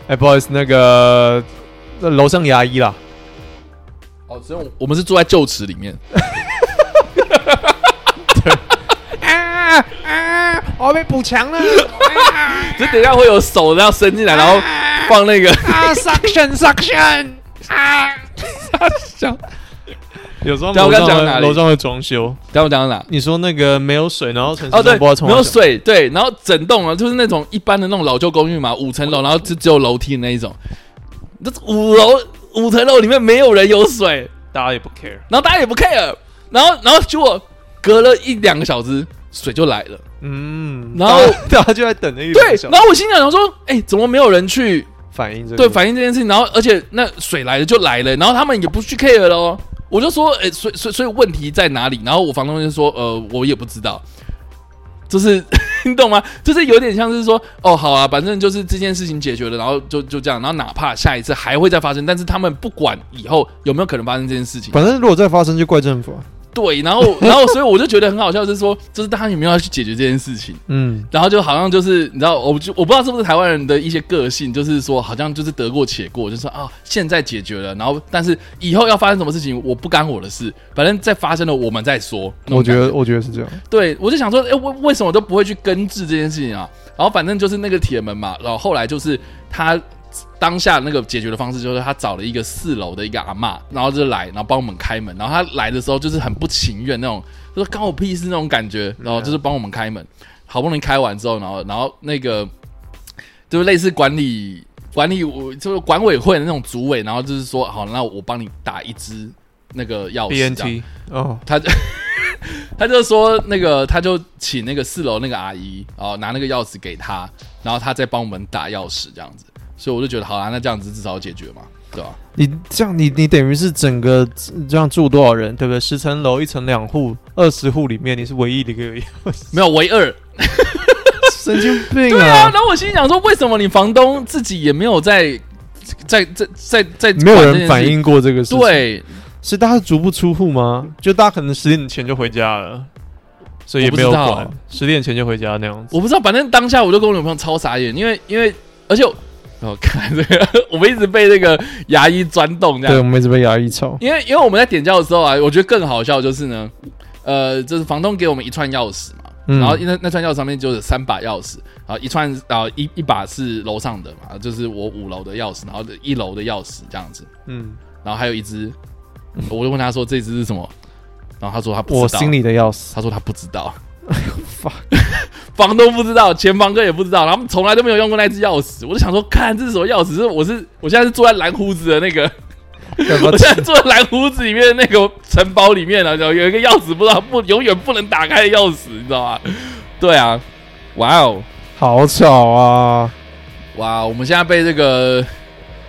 [SPEAKER 5] 哎，不好意思，那个那楼上牙医啦，
[SPEAKER 4] 哦，所以我我们是住在旧池里面，
[SPEAKER 5] 啊啊！我被补强 <laughs> 了
[SPEAKER 4] 就等一下会有手要伸进来，然后放那个 <laughs>
[SPEAKER 5] 啊！Suction suction 啊！
[SPEAKER 4] 像，
[SPEAKER 5] 有时候
[SPEAKER 4] 对我
[SPEAKER 5] 楼
[SPEAKER 4] 刚
[SPEAKER 5] 上
[SPEAKER 4] 讲
[SPEAKER 5] 会
[SPEAKER 4] 哪里
[SPEAKER 5] 楼上会装修。
[SPEAKER 4] 等一下我讲到哪？
[SPEAKER 5] 你说那个没有水，然后城市
[SPEAKER 4] 哦，对，
[SPEAKER 5] 不知道从
[SPEAKER 4] 没有水，对，然后整栋啊，就是那种一般的那种老旧公寓嘛，五层楼，然后就只有楼梯的那一种。这五楼五层楼里面没有人有水，
[SPEAKER 5] 大家也不 care。
[SPEAKER 4] 然后大家也不 care，然后然后结果隔了一两个小时水就来了，
[SPEAKER 5] 嗯，
[SPEAKER 4] 然后
[SPEAKER 5] 大家大家就在等那一
[SPEAKER 4] 对
[SPEAKER 5] 两小，时
[SPEAKER 4] 然后我心想说，哎，怎么没有人去
[SPEAKER 5] 反应这个
[SPEAKER 4] 对反映这件事情？然后而且那水来了就来了，然后他们也不去 care 了哦。我就说，哎，所以所以所以问题在哪里？然后我房东就说，呃，我也不知道。就是 <laughs> 你懂吗？就是有点像是说，哦，好啊，反正就是这件事情解决了，然后就就这样，然后哪怕下一次还会再发生，但是他们不管以后有没有可能发生这件事情，
[SPEAKER 5] 反正如果再发生就怪政府啊。
[SPEAKER 4] 对，然后然后所以我就觉得很好笑，就是说，就是大家有没有要去解决这件事情？
[SPEAKER 5] 嗯，
[SPEAKER 4] 然后就好像就是你知道，我就我不知道是不是台湾人的一些个性，就是说好像就是得过且过，就是说啊现在解决了，然后但是以后要发生什么事情我不干我的事，反正再发生了我们再说。那种
[SPEAKER 5] 我觉
[SPEAKER 4] 感
[SPEAKER 5] 得我觉得是这样，
[SPEAKER 4] 对，我就想说，哎、为为什么都不会去根治这件事情啊？然后反正就是那个铁门嘛，然后后来就是他当下那个解决的方式，就是他找了一个四楼的一个阿嬷，然后就来，然后帮我们开门。然后他来的时候就是很不情愿那种，就说关我屁事那种感觉，然后就是帮我们开门。好不容易开完之后，然后然后那个就是类似管理管理我就是管委会的那种组委，然后就是说好，那我帮你打一支那个钥匙这样
[SPEAKER 5] 哦，
[SPEAKER 4] 他就 <laughs> 他就说那个，他就请那个四楼那个阿姨哦，拿那个钥匙给他，然后他再帮我们打钥匙这样子，所以我就觉得好啦，那这样子至少有解决嘛，对吧？
[SPEAKER 5] 你这样你你等于是整个这样住多少人，对不对？十层楼，一层两户，二十户里面你是唯一的一个有，
[SPEAKER 4] 没有唯二，
[SPEAKER 5] <laughs> 神经病
[SPEAKER 4] 对啊。
[SPEAKER 5] 啊！
[SPEAKER 4] 然后我心里想说，为什么你房东自己也没有在在在在在
[SPEAKER 5] 没有
[SPEAKER 4] 管这件
[SPEAKER 5] 人
[SPEAKER 4] 事
[SPEAKER 5] 反？应过这个事情，，
[SPEAKER 4] 对，
[SPEAKER 5] 是大家足不出户吗？就大家可能十点前就回家了，所以也没有
[SPEAKER 4] 我不知道
[SPEAKER 5] 管，十点前就回家那样子。
[SPEAKER 4] 我不知道，反正当下我就跟我女朋友超傻眼，因为因为而且我我看这个， <laughs> 我们一直被那个牙医钻洞这样
[SPEAKER 5] 对，我，们一直被牙医吵。
[SPEAKER 4] 因为因为我们在点交的时候啊，我觉得更好笑就是呢，呃，就是房东给我们一串钥匙嘛，
[SPEAKER 5] 嗯
[SPEAKER 4] 然后那那串钥匙上面就是三把钥匙，然后一串然后一一把是楼上的嘛，就是我五楼的钥匙，然后一楼的钥匙这样子，
[SPEAKER 5] 嗯，
[SPEAKER 4] 然后还有一只，我就问他说这只是什么，然后他说他不知道，
[SPEAKER 5] 我心里的钥匙， <laughs>
[SPEAKER 4] 他说他不知道。 <laughs> 房东不知道，前房客也不知道，然后他们从来都没有用过那只钥匙。我就想说，看这是什么钥匙？是我是我现在是坐在蓝胡子的那个
[SPEAKER 5] 干嘛
[SPEAKER 4] 我 <laughs> 现在坐在蓝胡子里面的那个城堡里面了，然后有一个钥匙不知道不永远不能打开的钥匙，你知道吗？对啊，哇哦
[SPEAKER 5] 好吵啊！
[SPEAKER 4] 哇，哦我们现在被这个，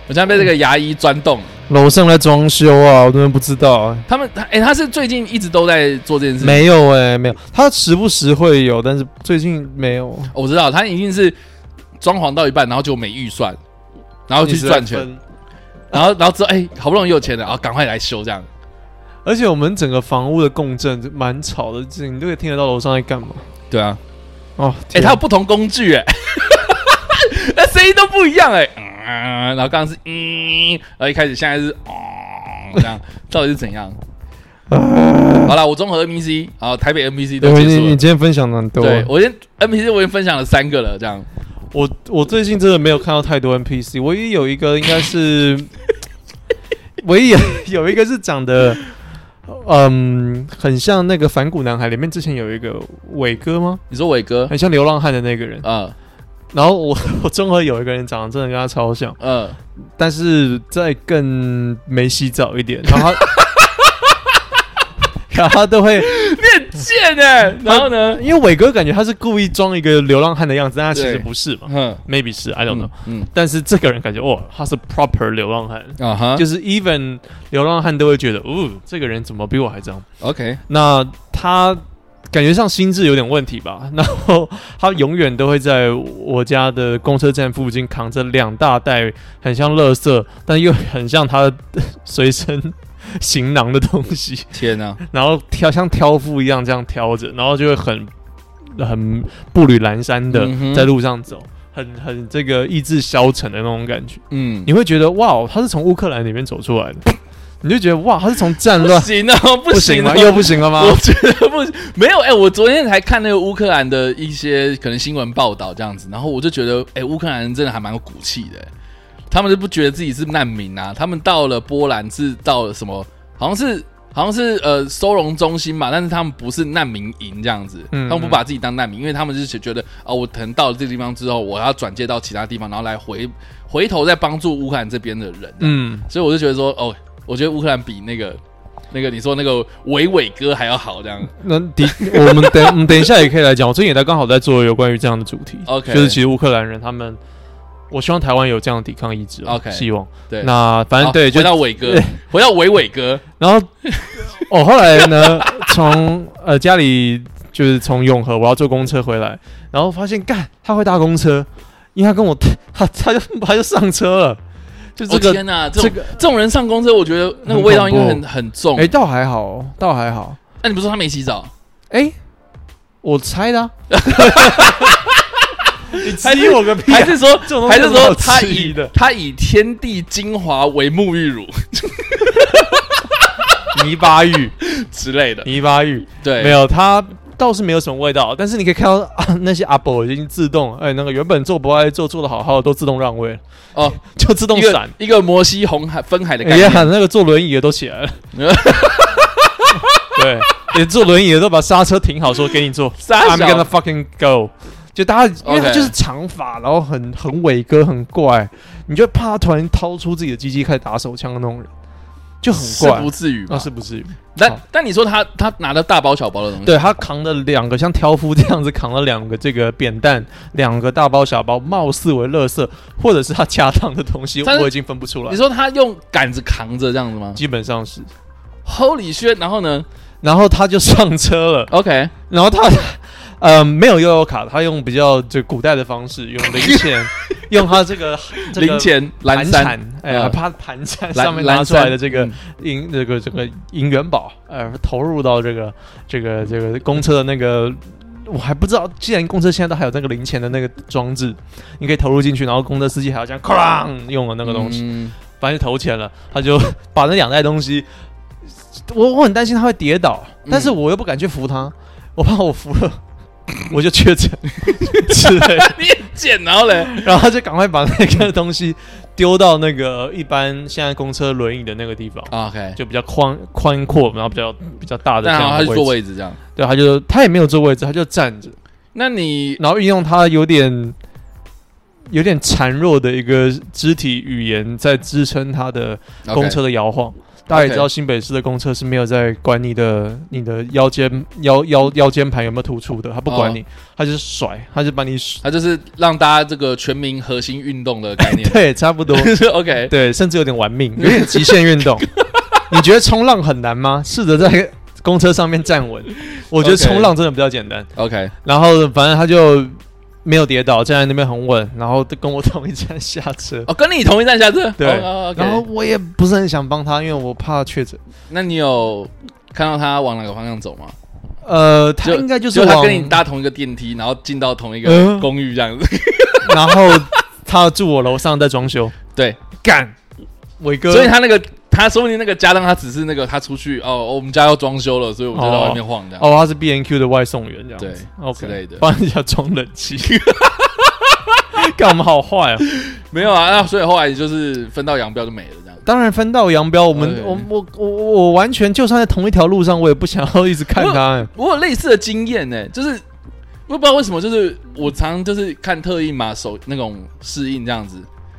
[SPEAKER 4] 我现在被这个牙医钻洞。
[SPEAKER 5] 楼上在装修啊，我真的不知道啊、
[SPEAKER 4] 他们他哎、他是最近一直都在做这件事情，哦
[SPEAKER 5] 没有哎、没有，他时不时会有，但是最近没有。
[SPEAKER 4] 我知道他一定是装潢到一半，然后就没预算，然后去赚钱，，然后然后之后哎、好不容易有钱了，然后赶快来修这样。
[SPEAKER 5] 而且我们整个房屋的共振蛮吵的，就是你都可以听得到楼上在干嘛。
[SPEAKER 4] 对啊，
[SPEAKER 5] 哦，
[SPEAKER 4] 哎、
[SPEAKER 5] 天
[SPEAKER 4] 它有不同工具哎、 <laughs> 那声音都不一样哎、嗯，然后刚刚是嗯，然后一开始现在是哦，这样到底是怎样？
[SPEAKER 5] 啊
[SPEAKER 4] 好啦，我综合 NPC，好，台北 NPC 都
[SPEAKER 5] 对
[SPEAKER 4] 结
[SPEAKER 5] 你
[SPEAKER 4] 束
[SPEAKER 5] 你
[SPEAKER 4] 了。
[SPEAKER 5] 今天分享的很多。
[SPEAKER 4] 对我先 NPC 我已经分享了三个了，这样
[SPEAKER 5] 我我最近真的没有看到太多 NPC，唯一有一个应该
[SPEAKER 4] <laughs>
[SPEAKER 5] 是，唯一有有一个是长得，嗯，很像那个《反骨男孩》里面之前有一个伟哥吗？
[SPEAKER 4] 你说伟哥，
[SPEAKER 5] 很像流浪汉的那个人。
[SPEAKER 4] 呃
[SPEAKER 5] 然后我 <laughs> 我综合有一个人长得真的跟他超像，
[SPEAKER 4] 呃， <laughs>
[SPEAKER 5] 但是再更没洗澡一点，然后他。
[SPEAKER 4] <laughs>
[SPEAKER 5] 然后他都会，
[SPEAKER 4] 贱哎、然
[SPEAKER 5] <laughs>
[SPEAKER 4] 后呢？
[SPEAKER 5] 因为伟哥感觉他是故意装一个流浪汉的样子，但他其实
[SPEAKER 4] 对
[SPEAKER 5] 不是嘛
[SPEAKER 4] 哼，
[SPEAKER 5] ，maybe 是 I
[SPEAKER 4] 还
[SPEAKER 5] don't know、
[SPEAKER 4] 嗯
[SPEAKER 5] 但是这个人感觉，哦，他是 proper 流浪汉，
[SPEAKER 4] 嗯啊哈，
[SPEAKER 5] 就是 even 流浪汉都会觉得，哦，这个人怎么比我还脏？
[SPEAKER 4] OK，
[SPEAKER 5] 那他感觉上心智有点问题吧？ <laughs> 然后他永远都会在我家的公车站附近扛着两大袋很像垃圾，但又很像他随身行囊的东西， <laughs>
[SPEAKER 4] 天哪、
[SPEAKER 5] 然后挑像挑夫一样这样挑着，然后就会很很步履蹒跚的
[SPEAKER 4] 嗯哼
[SPEAKER 5] 在路上走。很很这个意志消沉的那种感觉，
[SPEAKER 4] 嗯，
[SPEAKER 5] 你会觉得哇，他是从乌克兰里面走出来的，你就觉得哇，他是从战
[SPEAKER 4] 不
[SPEAKER 5] 乱
[SPEAKER 4] 行哦， <laughs> 不行
[SPEAKER 5] 吗？
[SPEAKER 4] 哦，
[SPEAKER 5] 又不行了吗？
[SPEAKER 4] 我觉得不没有哎、我昨天才看那个乌克兰的一些可能新闻报道这样子，然后我就觉得，哎、乌克兰人真的还蛮有骨气的、哎他们就不觉得自己是难民啊，他们到了波兰是到了什么，好像是好像是呃收容中心嘛，但是他们不是难民营这样子，
[SPEAKER 5] 嗯
[SPEAKER 4] 他们不把自己当难民，因为他们就是觉得啊、我可能到了这个地方之后，我要转介到其他地方，然后来回回头再帮助乌克兰这边的人，
[SPEAKER 5] 嗯，
[SPEAKER 4] 所以我就觉得说，哦，我觉得乌克兰比那个。那个你说那个伟伟哥还要好这样，
[SPEAKER 5] 那的我们等我们等一下也可以来讲。我最近也在刚好在做有关于这样的主题
[SPEAKER 4] OK
[SPEAKER 5] 就是其实乌克兰人他们，我希望台湾有这样的抵抗意志啊
[SPEAKER 4] OK
[SPEAKER 5] 希望。
[SPEAKER 4] 对，
[SPEAKER 5] 那反正
[SPEAKER 4] 好
[SPEAKER 5] 对，
[SPEAKER 4] 回
[SPEAKER 5] 就
[SPEAKER 4] 到伟哥
[SPEAKER 5] <laughs> 对，
[SPEAKER 4] 回到伟伟哥，
[SPEAKER 5] 然后我、后来呢，从呃家里就是从永和，我要坐公车回来，然后发现干他会搭公车，因为他跟我 <laughs> 他他就他就上车了，就 <laughs> 这
[SPEAKER 4] 这
[SPEAKER 5] 个、
[SPEAKER 4] 哦个天哪，这
[SPEAKER 5] 这
[SPEAKER 4] 种
[SPEAKER 5] 个
[SPEAKER 4] 这种人上公车，我觉得那个味道应该很很重
[SPEAKER 5] 哎哎、。倒还好哦，倒还好。
[SPEAKER 4] 那你不是说他没洗
[SPEAKER 5] <laughs>
[SPEAKER 4] 澡？
[SPEAKER 5] 哎、我猜
[SPEAKER 4] <laughs>
[SPEAKER 5] 的、啊，你
[SPEAKER 4] 还是
[SPEAKER 5] 激我个屁、啊
[SPEAKER 4] 还是说
[SPEAKER 5] 这种东西
[SPEAKER 4] 还是
[SPEAKER 5] 有什么
[SPEAKER 4] 说
[SPEAKER 5] 好
[SPEAKER 4] 他
[SPEAKER 5] 质疑
[SPEAKER 4] 以 <laughs>
[SPEAKER 5] 的
[SPEAKER 4] 他以天地精华为沐浴乳 <laughs>
[SPEAKER 5] 泥巴浴，
[SPEAKER 4] 之类的？
[SPEAKER 5] 泥巴浴，
[SPEAKER 4] 对，
[SPEAKER 5] 没有，它倒是没有什么味道，但是你可以看到、啊、那些阿伯已经自动，哎、那个原本做不爱做做的好好的都自动让位了，
[SPEAKER 4] 哦，
[SPEAKER 5] 就自动
[SPEAKER 4] 一
[SPEAKER 5] 闪
[SPEAKER 4] 个，一个摩西红海分海的概
[SPEAKER 5] 哎呀，
[SPEAKER 4] 念，
[SPEAKER 5] 那个坐轮椅的都起来
[SPEAKER 4] <laughs>
[SPEAKER 5] 了，对，连坐轮椅的都把刹车停好，说给你坐
[SPEAKER 4] 傻
[SPEAKER 5] ，I'm
[SPEAKER 4] 小
[SPEAKER 5] gonna fucking go。就大家，因为他
[SPEAKER 4] OK
[SPEAKER 5] 就是长发，然后很很伟哥，很怪，你就怕他突然掏出自己的鸡鸡开始打手枪的那种人，就很
[SPEAKER 4] 是
[SPEAKER 5] 怪
[SPEAKER 4] 不。至于
[SPEAKER 5] 那、
[SPEAKER 4] 吧？
[SPEAKER 5] 是不至于，
[SPEAKER 4] 但
[SPEAKER 5] 好
[SPEAKER 4] 但你说他他拿了大包小包的东西，
[SPEAKER 5] 对他扛了两个像挑夫这样子扛了两个这个扁担，两个大包小包，貌似为垃圾或者是他家当的东西，
[SPEAKER 4] 但是
[SPEAKER 5] 我已经分不出来
[SPEAKER 4] 你，说他用杆子扛着这样子吗
[SPEAKER 5] 基本上是。
[SPEAKER 4] ？Holy shit！然后呢
[SPEAKER 5] 然后他就上车了，
[SPEAKER 4] ？OK，
[SPEAKER 5] 然后他，呃，没有悠游卡，他用比较就古代的方式，用零
[SPEAKER 4] <laughs>
[SPEAKER 5] 钱，用他这个这个
[SPEAKER 4] 零钱蓝
[SPEAKER 5] 盘
[SPEAKER 4] 山
[SPEAKER 5] 缠，哎
[SPEAKER 4] 呃
[SPEAKER 5] 呀，他盘缠
[SPEAKER 4] 蓝
[SPEAKER 5] 上面
[SPEAKER 4] 蓝
[SPEAKER 5] 拿出来
[SPEAKER 4] 山
[SPEAKER 5] 的这个
[SPEAKER 4] 嗯
[SPEAKER 5] 银这个这个银元宝，呃，投入到这个这个这个公车的那个。我还不知道，既然公车现在都还有那个零钱的那个装置，你可以投入进去，然后公车司机还要这样哐
[SPEAKER 4] 嗯
[SPEAKER 5] 用了那个东西，
[SPEAKER 4] 西，
[SPEAKER 5] 反正投钱了，他就 <laughs> 把那两袋东西，我我很担心他会跌倒，
[SPEAKER 4] 嗯
[SPEAKER 5] 但是我又不敢去扶他，我怕我扶了我就确诊 <laughs> 之类的，
[SPEAKER 4] 你也捡，然后嘞，
[SPEAKER 5] 然后他就赶快把那个东西丢到那个一般现在公车轮椅的那个地方。
[SPEAKER 4] OK，
[SPEAKER 5] 就比较宽宽阔，然后比较比较大的啊这
[SPEAKER 4] 但然
[SPEAKER 5] 样
[SPEAKER 4] 后
[SPEAKER 5] 的
[SPEAKER 4] 他就坐
[SPEAKER 5] 位置，
[SPEAKER 4] 位置这样。
[SPEAKER 5] 对，他就他也没有坐位置，他就站着，
[SPEAKER 4] 那你
[SPEAKER 5] 然后运用他有点有点孱弱的一个肢体语言在支撑他的
[SPEAKER 4] OK
[SPEAKER 5] 嗯公车的摇晃。大家也
[SPEAKER 4] OK
[SPEAKER 5] 知道，新北市的公车是没有在管你的你的腰间腰腰腰间盘有没有突出的，他不
[SPEAKER 4] 哦
[SPEAKER 5] 管你，他就是甩，他就把你甩。 <laughs>
[SPEAKER 4] 他就是让大家这个全民核心运动的概念。
[SPEAKER 5] <laughs> 对，差不多，
[SPEAKER 4] <laughs> OK，
[SPEAKER 5] 对，甚至有点玩命，有点极限
[SPEAKER 4] <laughs>
[SPEAKER 5] 运动。你觉得冲浪很难吗？试着在公车上面站稳，我觉得
[SPEAKER 4] OK
[SPEAKER 5] 冲浪真的比较简单。
[SPEAKER 4] OK，
[SPEAKER 5] 然后反正他就没有跌倒，站在那边很稳，然后跟我同一站下车。
[SPEAKER 4] 哦，跟你同一站下车。
[SPEAKER 5] 对
[SPEAKER 4] 哦，OK
[SPEAKER 5] 然后我也不是很想帮他，因为我怕确诊。
[SPEAKER 4] 那你有看到他往哪个方向走吗？
[SPEAKER 5] 呃，他应该就是
[SPEAKER 4] 就他
[SPEAKER 5] 往
[SPEAKER 4] 跟你，搭同一个电梯，然后进到同一个
[SPEAKER 5] 嗯
[SPEAKER 4] 公寓这样
[SPEAKER 5] <laughs>
[SPEAKER 4] 子。
[SPEAKER 5] 然后他住我楼上在装修，
[SPEAKER 4] 对，
[SPEAKER 5] 干，伟哥，
[SPEAKER 4] 所以他那个他说不定那个家当他只是那个他出去哦，我们家要装修了，所以我们就到外面晃这样。
[SPEAKER 5] 哦，他是 B N Q 的外送员这样子，
[SPEAKER 4] 对之类
[SPEAKER 5] ，OK
[SPEAKER 4] 的
[SPEAKER 5] 帮人家装冷气， <laughs> 干我们好坏啊！
[SPEAKER 4] 没有啊，那所以后来就是分道扬镳就没了这样。
[SPEAKER 5] 当然分道扬镳，我们
[SPEAKER 4] OK
[SPEAKER 5] 我我我我完全就算在同一条路上，我也不想要一直看他、 <laughs> 哎
[SPEAKER 4] 我有类似的经验呢、欸就是我也不知道为什么，就是我常就是看特映嘛，手那种适应这样子，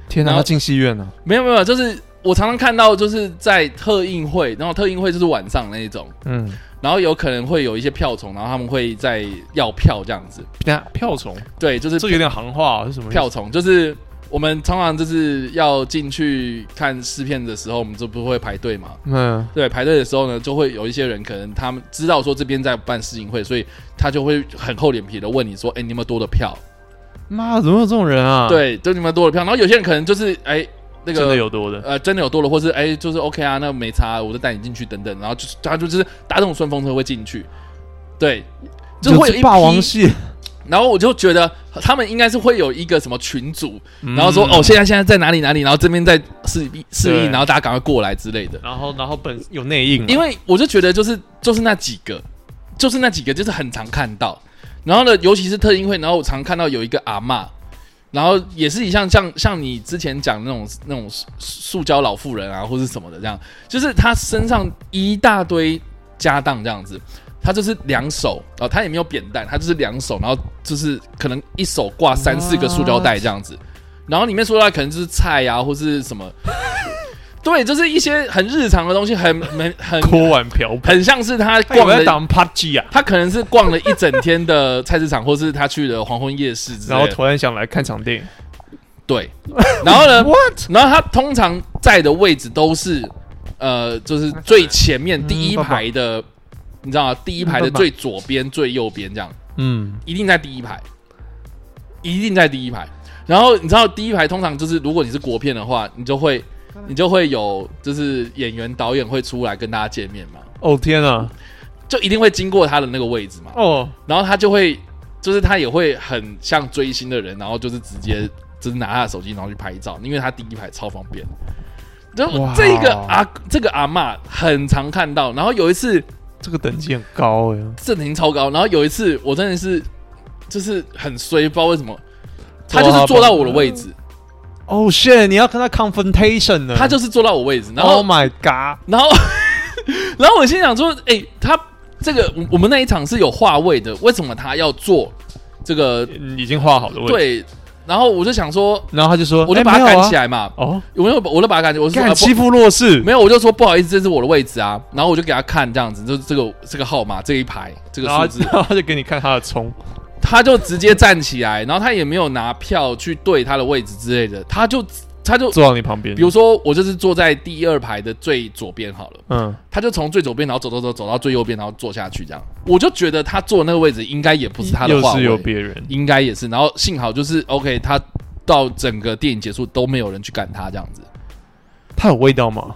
[SPEAKER 5] 天哪，
[SPEAKER 4] 然后
[SPEAKER 5] 他进戏院啊了、
[SPEAKER 4] 没有没有，就是我常常看到就是在特映会，然后特映会就是晚上那一种，
[SPEAKER 5] 嗯，
[SPEAKER 4] 然后有可能会有一些票虫，然后他们会在要票这样子，
[SPEAKER 5] 等下票虫，
[SPEAKER 4] 对，就是
[SPEAKER 5] 这个有点行话、啊、是什么意思？
[SPEAKER 4] 票虫，就是我们常常就是要进去看试片的时候，我们就不会排队嘛。
[SPEAKER 5] 嗯，
[SPEAKER 4] 对，排队的时候呢，就会有一些人可能他们知道说这边在办试映会，所以他就会很厚脸皮的问你说：“哎、你有没有多的票？”
[SPEAKER 5] 妈，怎么有这种人啊？，
[SPEAKER 4] 对，就你们多的票。然后有些人可能就是哎、那个
[SPEAKER 5] 真的有多的，
[SPEAKER 4] 呃真的有多了，或是哎、就是 OK 啊，那没差，我就带你进去等等。然后就是他就就是搭这种顺风车会进去，对，就会有一批
[SPEAKER 5] 霸王。系，
[SPEAKER 4] 然后我就觉得他们应该是会有一个什么群组， <laughs> 然后说哦现在现在在哪里哪里，然后这边在示意示意，
[SPEAKER 5] 嗯对
[SPEAKER 4] 然后大家赶快过来之类的。
[SPEAKER 5] 然后然后本有内应啊，
[SPEAKER 4] 因为我就觉得就是就是那几个，就是那几个，就是很常看到。然后呢，尤其是特映会，然后我常看到有一个阿嬷，然后也是一像像像你之前讲那种那种塑塑胶老妇人啊，或是什么的这样，就是她身上一大堆家当这样子。她就是两手啊、呃，她也没有扁担，她就是两手，然后就是可能一手挂三四个塑胶袋这样子，然后里面塑料袋可能就是菜呀、或是什么， <laughs> 对，就是一些很日常的东西，很很很
[SPEAKER 5] 锅碗瓢盆，
[SPEAKER 4] 很像是他
[SPEAKER 5] 他有
[SPEAKER 4] 逛
[SPEAKER 5] 没
[SPEAKER 4] 了，
[SPEAKER 5] 有在打 PUBG 啊？
[SPEAKER 4] 他可能是逛了一整天的菜市场，或是他去了黄昏夜市之
[SPEAKER 5] 然后
[SPEAKER 4] 类的。
[SPEAKER 5] 突然想来看场电影，
[SPEAKER 4] 对，然后
[SPEAKER 5] <laughs>
[SPEAKER 4] 呢然后他通常在的位置都是，呃，就是最前面
[SPEAKER 5] 嗯
[SPEAKER 4] 第一
[SPEAKER 5] 爸爸
[SPEAKER 4] 排的，你知道吗？第一排的
[SPEAKER 5] 嗯爸爸
[SPEAKER 4] 最左边、最右边这样，
[SPEAKER 5] 嗯，
[SPEAKER 4] 一定在第一排，一定在第一排。然后你知道第一排通常就是，如果你是国片的话，你就会你就会有就是演员导演会出来跟大家见面嘛。
[SPEAKER 5] 哦天啊，
[SPEAKER 4] 就一定会经过他的那个位置嘛，
[SPEAKER 5] 哦，
[SPEAKER 4] 然后他就会，就是他也会很像追星的人，然后就是直接就是拿他的手机然后去拍照，因为他第一排超方便。然后
[SPEAKER 5] 哇
[SPEAKER 4] 这个阿这个阿嬷很常看到，然后有一次
[SPEAKER 5] 这个等级很高哎，
[SPEAKER 4] 正停超高，然后有一次我真的是就是很衰，不知道为什么，他就是坐到我的位置，
[SPEAKER 5] 哦、shit，你要跟他 confrontation 呢？
[SPEAKER 4] 他就是坐到我位置，然后
[SPEAKER 5] Oh my god，
[SPEAKER 4] 然后， <laughs> 然后我心想说，哎、他这个我我们那一场是有话位的，为什么他要做这个？
[SPEAKER 5] 已经画好的位置，
[SPEAKER 4] 对，然后我就想说，
[SPEAKER 5] 然后他就说，
[SPEAKER 4] 我就
[SPEAKER 5] 哎
[SPEAKER 4] 把他
[SPEAKER 5] 没有
[SPEAKER 4] 赶
[SPEAKER 5] 啊
[SPEAKER 4] 起来嘛，
[SPEAKER 5] 哦，
[SPEAKER 4] 我就把我就把他赶起来，我就说、
[SPEAKER 5] 干
[SPEAKER 4] 啊
[SPEAKER 5] 欺
[SPEAKER 4] 不
[SPEAKER 5] 负弱势，
[SPEAKER 4] 没有，我就说不好意思，这是我的位置啊，然后我就给他看这样子，就是这个这个号码这一排这个
[SPEAKER 5] 然后
[SPEAKER 4] 数字，
[SPEAKER 5] <laughs> 然后他就给你看他的 <laughs> 葱，
[SPEAKER 4] 他就直接站起来，然后他也没有拿票去对他的位置之类的，他就他就
[SPEAKER 5] 坐到你旁边，
[SPEAKER 4] 比如说我就是坐在第二排的最左边好了。
[SPEAKER 5] 嗯，
[SPEAKER 4] 他就从最左边，然后走走走走到最右边，然后坐下去这样。我就觉得他坐那个位置应该也不是他的
[SPEAKER 5] 又
[SPEAKER 4] 话
[SPEAKER 5] 是
[SPEAKER 4] 位，
[SPEAKER 5] 有别人，
[SPEAKER 4] 应该也是。然后幸好就是 OK，他到整个电影结束都没有人去赶他这样子，
[SPEAKER 5] 他有味道吗？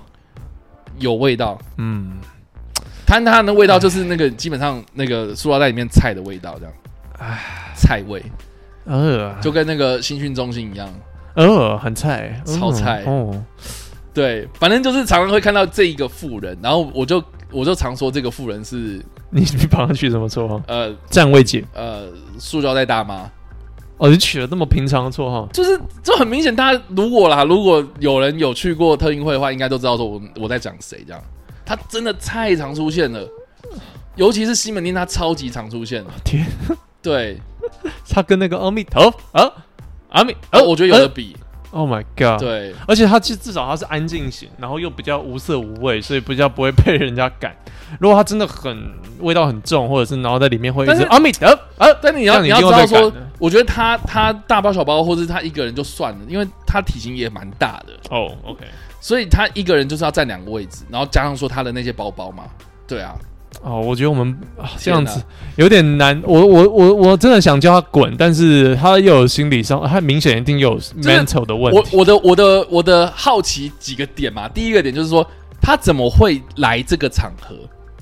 [SPEAKER 4] 有味道。
[SPEAKER 5] 嗯，
[SPEAKER 4] 他他的味道就是那个基本上那个塑料袋里面菜的味道这样，菜味
[SPEAKER 5] 呃，
[SPEAKER 4] 就跟那个新训中心一样。
[SPEAKER 5] 呃，很菜，嗯
[SPEAKER 4] 超菜
[SPEAKER 5] 哦，
[SPEAKER 4] 对，反正就是常常会看到这一个富人，然后我就我就常说这个富人是
[SPEAKER 5] 你你帮他取什么绰号？
[SPEAKER 4] 呃
[SPEAKER 5] 站位姐，
[SPEAKER 4] 呃塑料袋大妈。
[SPEAKER 5] 哦，你取了那么平常的绰号，
[SPEAKER 4] 就是就很明显，大家如果啦，如果有人有去过特映会的话，应该都知道说我我在讲谁这样。他真的太常出现了，尤其是西门町，他超级常出现。
[SPEAKER 5] 天，
[SPEAKER 4] 对，
[SPEAKER 5] 他跟那个阿弥陀佛，啊阿弥，
[SPEAKER 4] 呃，我觉得有的比，
[SPEAKER 5] ，Oh my god，。
[SPEAKER 4] 对
[SPEAKER 5] 而且他其实至少他是安静型，然后又比较无色无味，所以比较不会被人家赶。如果他真的很味道很重，或者是然后在里面会一
[SPEAKER 4] 但
[SPEAKER 5] 直
[SPEAKER 4] 是
[SPEAKER 5] 阿弥陀啊，
[SPEAKER 4] 但你要
[SPEAKER 5] 这样
[SPEAKER 4] 你
[SPEAKER 5] 你
[SPEAKER 4] 要知
[SPEAKER 5] 一定
[SPEAKER 4] 道
[SPEAKER 5] 会被
[SPEAKER 4] 说
[SPEAKER 5] 赶的，
[SPEAKER 4] 我觉得他他大包小包，或是他一个人就算了，因为他体型也蛮大的，
[SPEAKER 5] 哦，OK，
[SPEAKER 4] 所以他一个人就是要占两个位置，然后加上说他的那些包包嘛，对啊，
[SPEAKER 5] 哦，我觉得我们、啊、这
[SPEAKER 4] 天
[SPEAKER 5] 样
[SPEAKER 4] 哪
[SPEAKER 5] 子有点难，我我我我真的想叫他滚，但是他又有心理上，他明显一定有 mental 的问
[SPEAKER 4] 我
[SPEAKER 5] 题。
[SPEAKER 4] 我的我的我的好奇几个点嘛，第一个点就是说他怎么会来这个场合，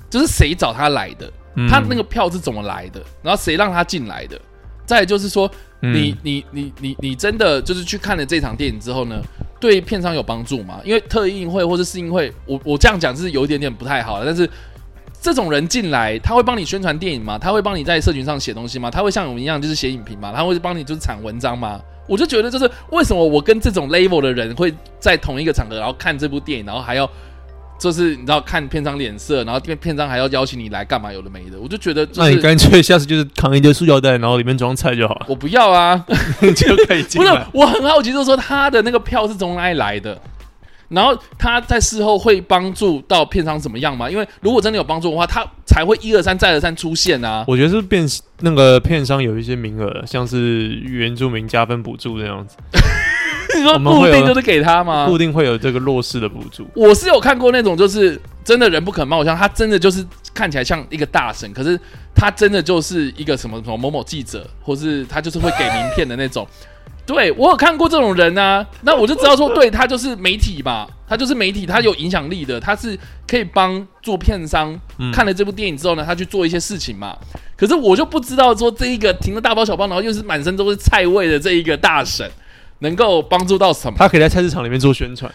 [SPEAKER 4] 就是谁找他来的，
[SPEAKER 5] 嗯
[SPEAKER 4] 他那个票是怎么来的，然后谁让他进来的，再来就是说
[SPEAKER 5] 嗯
[SPEAKER 4] 你、你你你你真的就是去看了这场电影之后呢，对片商有帮助吗？因为特映会或者试映会，我我这样讲是有一点点不太好了，但是。这种人进来，他会帮你宣传电影吗？他会帮你在社群上写东西吗？他会像我们一样就是写影评吗？他会帮你就是产文章吗？我就觉得就是为什么我跟这种 level 的人会在同一个场合，然后看这部电影，然后还要就是你知道看片商脸色，然后片片商还要邀请你来干嘛？有的没的，我就觉得就
[SPEAKER 5] 那你
[SPEAKER 4] 是
[SPEAKER 5] 干脆下次就是扛一堆塑料袋，然后里面装菜就好 <laughs> 了，
[SPEAKER 4] 我不要啊，
[SPEAKER 5] 就可以进
[SPEAKER 4] 不是
[SPEAKER 5] 来。，
[SPEAKER 4] 我很好奇，就是说他的那个票是从哪里来的？然后他在事后会帮助到片商怎么样吗？因为如果真的有帮助的话，他才会一而三再而三出现啊。
[SPEAKER 5] 我觉得是变那个片商有一些名额，像是原住民加分补助这样子，
[SPEAKER 4] 你说
[SPEAKER 5] 我们
[SPEAKER 4] 固
[SPEAKER 5] 会有
[SPEAKER 4] 定就是给他吗？
[SPEAKER 5] 固定会有这个弱势的补助。
[SPEAKER 4] 我是有看过那种，就是真的人不可貌相，他真的就是看起来像一个大神，可是他真的就是一个什么什么某某记者，或是他就是会给名片的那种。对我有看过这种人啊，那我就知道说，对他就是媒体吧，他就是媒体，他有影响力的，他是可以帮助片商、
[SPEAKER 5] 嗯
[SPEAKER 4] 看了这部电影之后呢，他去做一些事情嘛。可是我就不知道说，这一个停了大包小包，然后又是满身都是菜味的这一个大神，能够帮助到什么？
[SPEAKER 5] 他可以在菜市场里面做宣传，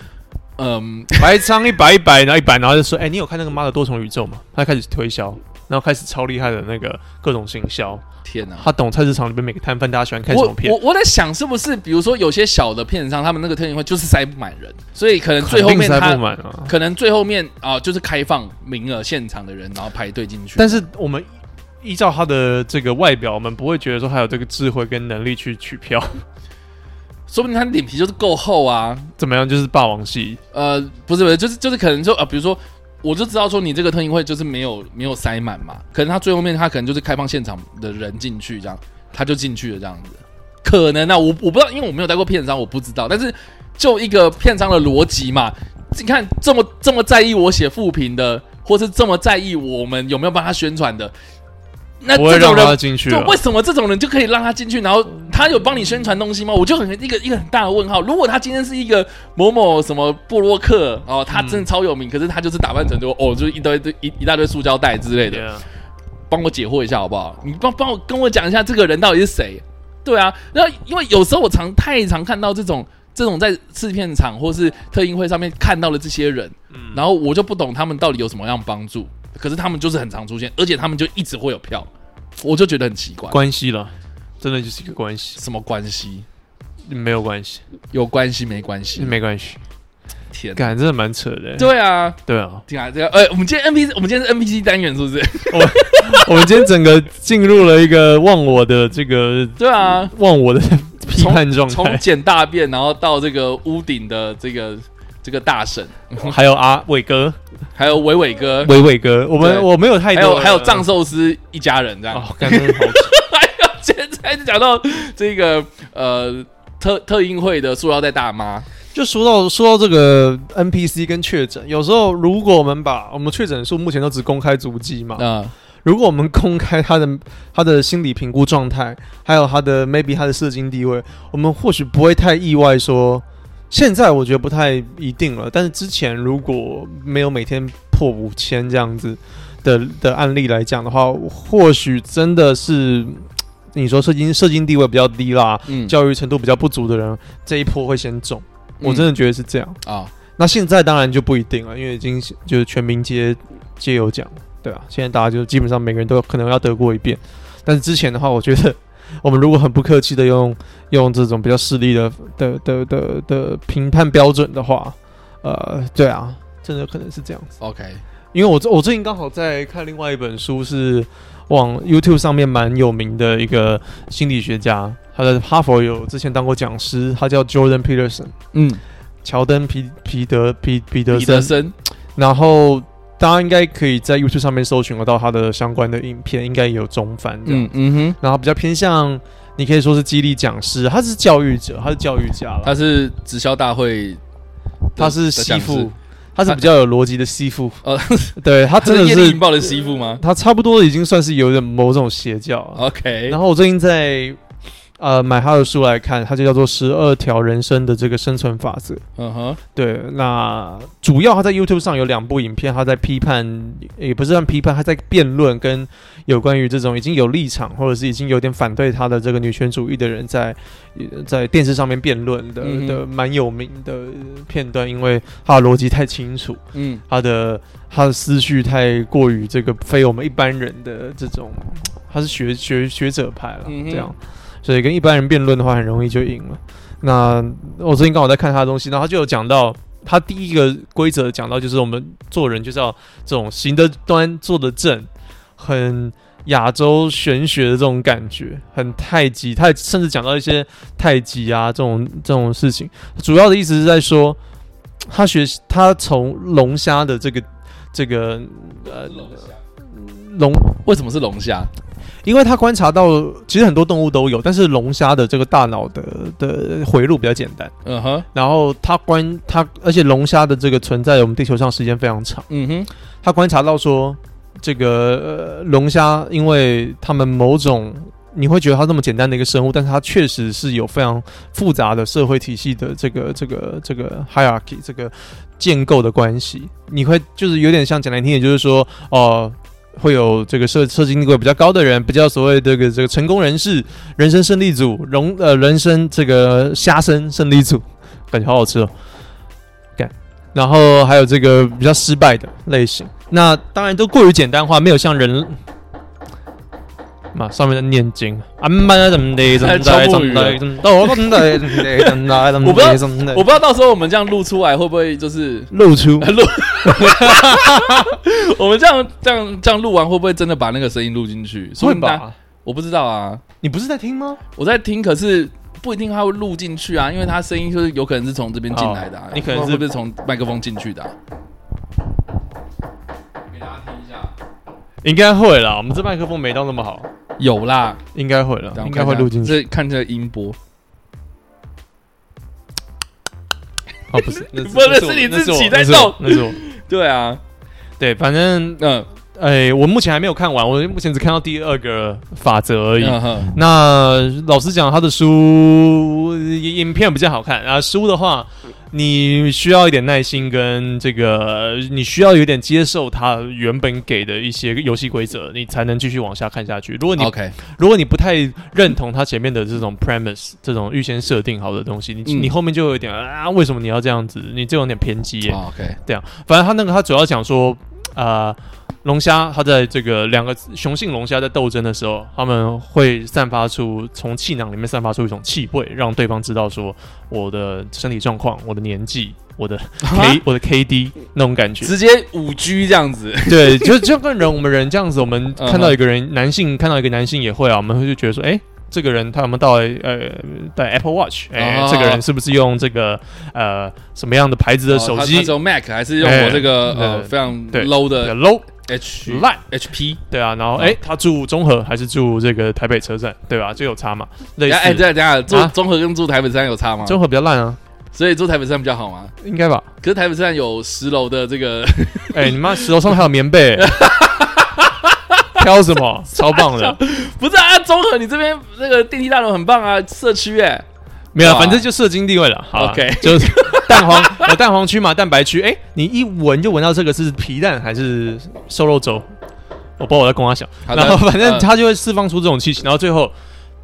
[SPEAKER 4] 嗯，
[SPEAKER 5] 白仓一百一百，然后一百，然后就说：“哎、你有看那个《妈的多重宇宙》吗？”他开始推销，然后开始超厉害的那个各种行销，
[SPEAKER 4] 天哪、啊
[SPEAKER 5] 他懂菜市场里面每个摊贩大家喜欢看什
[SPEAKER 4] 我
[SPEAKER 5] 么片
[SPEAKER 4] 我，我在想，是不是比如说有些小的片商，他们那个特映会就是塞不满人，所以可能最后面
[SPEAKER 5] 肯定塞不
[SPEAKER 4] 他
[SPEAKER 5] 满啊。
[SPEAKER 4] 可能最后面啊、就是开放名额现场的人，然后排队进去。
[SPEAKER 5] 但是我们依照他的这个外表，我们不会觉得说他有这个智慧跟能力去取票，
[SPEAKER 4] 说不定他脸皮就是够厚啊。
[SPEAKER 5] 怎么样？就是霸王系，
[SPEAKER 4] 呃，不是不是，就是就是可能就啊、呃比如说。我就知道说你这个特映会就是没有没有塞满嘛，可能他最后面他可能就是开放现场的人进去这样，他就进去了这样子，可能啊，我我不知道，因为我没有待过片商，我不知道，但是就一个片商的逻辑嘛，你看这么这么在意我写复评的，或是这么在意我们有没有帮他宣传的，那
[SPEAKER 5] 不会
[SPEAKER 4] 哎这
[SPEAKER 5] 让
[SPEAKER 4] 种
[SPEAKER 5] 他
[SPEAKER 4] 人，
[SPEAKER 5] 进去啊
[SPEAKER 4] 就
[SPEAKER 5] 了。嗯
[SPEAKER 4] 为什么这种人就可以让他进去？然后他有帮你宣传东西吗？我就很一个一个很大的问号。如果他今天是一个某某什么布洛克哦，他真的超有名，可是他就是打扮成就哦，就是一堆堆一一大堆塑胶袋之类的，
[SPEAKER 5] Yeah
[SPEAKER 4] 帮我解惑一下好不好？你帮帮我跟我讲一下这个人到底是谁？对啊，然后因为有时候我常太常看到这种这种在制片厂或是特映会上面看到的这些人，
[SPEAKER 5] 嗯
[SPEAKER 4] 然后我就不懂他们到底有什么样帮助，可是他们就是很常出现，而且他们就一直会有票，我就觉得很奇怪，
[SPEAKER 5] 关系了，真的就是一个关系，
[SPEAKER 4] 什么关系？
[SPEAKER 5] 没有关系，
[SPEAKER 4] 有关系没关系？
[SPEAKER 5] 没关系。
[SPEAKER 4] 天，
[SPEAKER 5] 感真的蛮扯的。
[SPEAKER 4] 嗯
[SPEAKER 5] 欸
[SPEAKER 4] 对啊，
[SPEAKER 5] 对啊，
[SPEAKER 4] 对啊，这个呃，我们今天 NPC，我们今天是 NPC 单元是
[SPEAKER 5] <laughs>
[SPEAKER 4] 不是？
[SPEAKER 5] 我们今天整个进入了一个忘我的这个
[SPEAKER 4] 对啊，
[SPEAKER 5] 忘我的批判状
[SPEAKER 4] 从
[SPEAKER 5] 态，
[SPEAKER 4] 捡大便，然后到这个屋顶的这个这个大
[SPEAKER 5] <laughs>
[SPEAKER 4] 婶，
[SPEAKER 5] 还有阿伟哥、
[SPEAKER 4] 还有伟伟哥，
[SPEAKER 5] 伟伟哥，我
[SPEAKER 4] 对
[SPEAKER 5] 们我没有
[SPEAKER 4] 还
[SPEAKER 5] 太多
[SPEAKER 4] 有
[SPEAKER 5] 了，
[SPEAKER 4] 还有藏寿司一家人这样。 <laughs>
[SPEAKER 5] 哦，感真的好扯。
[SPEAKER 4] 现在就讲到这个呃特特映会的塑料袋大妈，
[SPEAKER 5] 就说到说到这个 NPC 跟确诊，有时候如果我们把我们确诊数目前都只公开足迹嘛，
[SPEAKER 4] 嗯
[SPEAKER 5] 如果我们公开他的他的心理评估状态，还有他的 maybe 他的社经地位，我们或许不会太意外说，现在我觉得不太一定了。但是之前如果没有每天破五千这样子的的案例来讲的话，或许真的是你说社经社经地位比较低啦，
[SPEAKER 4] 嗯
[SPEAKER 5] 教育程度比较不足的人，这一波会先中。我真的觉得是这样。
[SPEAKER 4] 啊，
[SPEAKER 5] 那现在当然就不一定了，因为已经就是全民皆皆有奖，对啊，现在大家就基本上每个人都可能要得过一遍，但是之前的话，我觉得我们如果很不客气的用用这种比较势利的的的的的评判标准的话，呃，对啊，真的可能是这样子。
[SPEAKER 4] OK，
[SPEAKER 5] 因为我最我最近刚好在看另外一本书，是往 YouTube 上面蛮有名的一个心理学家，他在哈佛有之前当过讲师，他叫 Jordan Peterson。
[SPEAKER 4] 嗯，
[SPEAKER 5] 乔登皮皮德皮皮德
[SPEAKER 4] 彼
[SPEAKER 5] 森
[SPEAKER 4] 得，森，
[SPEAKER 5] 然后大家应该可以在 YouTube 上面搜寻得到他的相关的影片，应该也有中翻这样。
[SPEAKER 4] 嗯嗯哼，
[SPEAKER 5] 然后比较偏向，你可以说是激励讲师，他是教育者，他是教育家
[SPEAKER 4] 他
[SPEAKER 5] 了，
[SPEAKER 4] 是直销大会的，
[SPEAKER 5] 他是
[SPEAKER 4] 的
[SPEAKER 5] 吸
[SPEAKER 4] 讲师
[SPEAKER 5] 附，，他是比较有逻辑的吸附，
[SPEAKER 4] 哦，
[SPEAKER 5] 对 <laughs> 他
[SPEAKER 4] 他 <laughs>
[SPEAKER 5] 真
[SPEAKER 4] 是
[SPEAKER 5] 的
[SPEAKER 4] 业力引
[SPEAKER 5] 是，
[SPEAKER 4] 爆的媳妇吗
[SPEAKER 5] 他差不多已经算是有点某种邪教
[SPEAKER 4] 哦
[SPEAKER 5] 了。
[SPEAKER 4] ？OK，
[SPEAKER 5] 然后我最近在呃买他的书来看，他就叫做《十二条人生的这个生存法则》。
[SPEAKER 4] 嗯哼，
[SPEAKER 5] 对，那主要他在 YouTube 上有两部影片，他在批判，也不是算批判，他在辩论跟有关于这种已经有立场或者是已经有点反对他的这个女权主义的人在呃在电视上面辩论的、
[SPEAKER 4] 嗯哼
[SPEAKER 5] 的蛮有名的呃片段，因为他的逻辑太清楚，
[SPEAKER 4] 嗯
[SPEAKER 5] 他的他的思绪太过于这个非我们一般人的这种，他是学学学者派了，
[SPEAKER 4] 嗯哼
[SPEAKER 5] 这样，所以跟一般人辩论的话，很容易就赢了。那我最近刚好在看他的东西，然后他就有讲到，他第一个规则讲到就是我们做人就是要这种行得端，坐得正，很亚洲玄学的这种感觉，很太极，他甚至讲到一些太极啊这种这种事情。主要的意思是在说，他学习他从龙虾的这个这个呃龙，
[SPEAKER 4] 为什么是龙虾？
[SPEAKER 5] 因为他观察到其实很多动物都有，但是龙虾的这个大脑的的回路比较简单。
[SPEAKER 4] 嗯哼，
[SPEAKER 5] 然后他观他，而且龙虾的这个存在我们地球上时间非常长。
[SPEAKER 4] 嗯哼，
[SPEAKER 5] 他观察到说，这个呃龙虾，因为它们某种你会觉得它那么简单的一个生物，但是它确实是有非常复杂的社会体系的这个这个这个 hierarchy 这个建构的关系。你会就是有点像讲难听点，就是说哦。会有这个社社经地位比较高的人，比较所谓这个这个成功人士、人生胜利组、荣呃人生这个虾生胜利组，感觉好好吃哦。然后还有这个比较失败的类型。那当然都过于简单化，没有像人。嘛，上面在念经，啊妈怎么的，怎么的，怎么的，怎么的，怎么 <laughs> 的，怎
[SPEAKER 4] 我
[SPEAKER 5] 么的，怎么的，怎么的，怎么
[SPEAKER 4] 不
[SPEAKER 5] 的，
[SPEAKER 4] 知道到时候我们这样录出来会不会就是 <laughs>
[SPEAKER 5] <laughs> 露出
[SPEAKER 4] 录，我们这样这样这样录完会不会真的把那个声音录进去？说
[SPEAKER 5] 会
[SPEAKER 4] 不定大家？
[SPEAKER 5] 吧？
[SPEAKER 4] 我不知道啊，
[SPEAKER 5] 你不是在听吗？
[SPEAKER 4] 我在听，可是不一定它会录进去啊，因为它声音就是有可能是从这边进来的、啊
[SPEAKER 5] 哦你可能
[SPEAKER 4] 不知道会
[SPEAKER 5] 是
[SPEAKER 4] 不是从麦克风进去的、啊？给大家听一下，
[SPEAKER 5] 应该会啦，我们这麦克风没到那么好，
[SPEAKER 4] 有啦，
[SPEAKER 5] 应该会了
[SPEAKER 4] 等，一下
[SPEAKER 5] 应该
[SPEAKER 4] 我看一
[SPEAKER 5] 会
[SPEAKER 4] 下
[SPEAKER 5] 录进
[SPEAKER 4] 这
[SPEAKER 5] 去。
[SPEAKER 4] 看这个音波，
[SPEAKER 5] 哦， <laughs> 不是，那
[SPEAKER 4] 不是是你自己在
[SPEAKER 5] 那是我
[SPEAKER 4] 动
[SPEAKER 5] 那是我。
[SPEAKER 4] 对啊，
[SPEAKER 5] 对，反正
[SPEAKER 4] 嗯
[SPEAKER 5] 哎，我目前还没有看完，我目前只看到第二个法则而已。
[SPEAKER 4] 嗯哼
[SPEAKER 5] 那老实讲，他的书影片比较好看啊。书的话，你需要一点耐心，跟这个你需要有点接受他原本给的一些游戏规则，你才能继续往下看下去。如果你
[SPEAKER 4] OK，
[SPEAKER 5] 如果你不太认同他前面的这种 premise，这种预先设定好的东西，你、
[SPEAKER 4] 嗯
[SPEAKER 5] 你后面就有一点啊，为什么你要这样子？你这有点偏激耶。
[SPEAKER 4] 哦 OK，
[SPEAKER 5] 反正他那个他主要讲说，啊、龙虾它在这个两个雄性龙虾在斗争的时候，他们会散发出从气囊里面散发出一种气味，让对方知道说我的身体状况、我的年纪、我
[SPEAKER 4] <laughs>
[SPEAKER 5] 的
[SPEAKER 4] 啊
[SPEAKER 5] K、我的 KD 那种感觉。
[SPEAKER 4] 直接五 G 这样子，
[SPEAKER 5] 对，就就跟人我们人这样子，我们
[SPEAKER 4] 嗯哼
[SPEAKER 5] 看到一个人，男性看到一个男性也会啊，我们会就觉得说，哎、这个人他有没有到呃戴 Apple Watch？哎、
[SPEAKER 4] 哦
[SPEAKER 5] 这个人是不是用这个呃什么样的牌子的
[SPEAKER 4] 哦
[SPEAKER 5] 手
[SPEAKER 4] 他
[SPEAKER 5] 机
[SPEAKER 4] 他是？用 Mac 还是用
[SPEAKER 5] 哎
[SPEAKER 4] 我这个呃
[SPEAKER 5] 对
[SPEAKER 4] 非常
[SPEAKER 5] 对
[SPEAKER 4] low
[SPEAKER 5] 呃
[SPEAKER 4] 的
[SPEAKER 5] low
[SPEAKER 4] H
[SPEAKER 5] 烂，
[SPEAKER 4] HP？
[SPEAKER 5] 对啊，然后
[SPEAKER 4] 嗯
[SPEAKER 5] 哎、他住中和还是住这个台北车站，对吧？就有差嘛，类似。
[SPEAKER 4] 哎，等一下等一下，住
[SPEAKER 5] 啊
[SPEAKER 4] 综合跟住台北山有差吗？
[SPEAKER 5] 中和比较烂啊，
[SPEAKER 4] 所以住台北山比较好吗？
[SPEAKER 5] 应该吧？
[SPEAKER 4] 可是台北山有十楼的这个， <laughs>
[SPEAKER 5] 哎、 <laughs> 你妈石头上还有棉被、欸挑什么？超棒 <laughs> 的，
[SPEAKER 4] 不是啊？综合你这边那个电梯大楼很棒啊，社区哎，
[SPEAKER 5] 没有啊，
[SPEAKER 4] 哇
[SPEAKER 5] 反正就射精地位了。好啊
[SPEAKER 4] OK
[SPEAKER 5] 就是蛋黄，有蛋黄区嘛，蛋白区。哎、你一闻就闻到这个是皮蛋还是瘦肉粥？我不知道我在跟他想。
[SPEAKER 4] 好的
[SPEAKER 5] 然后反正
[SPEAKER 4] 嗯
[SPEAKER 5] 它就会释放出这种气息，然后最后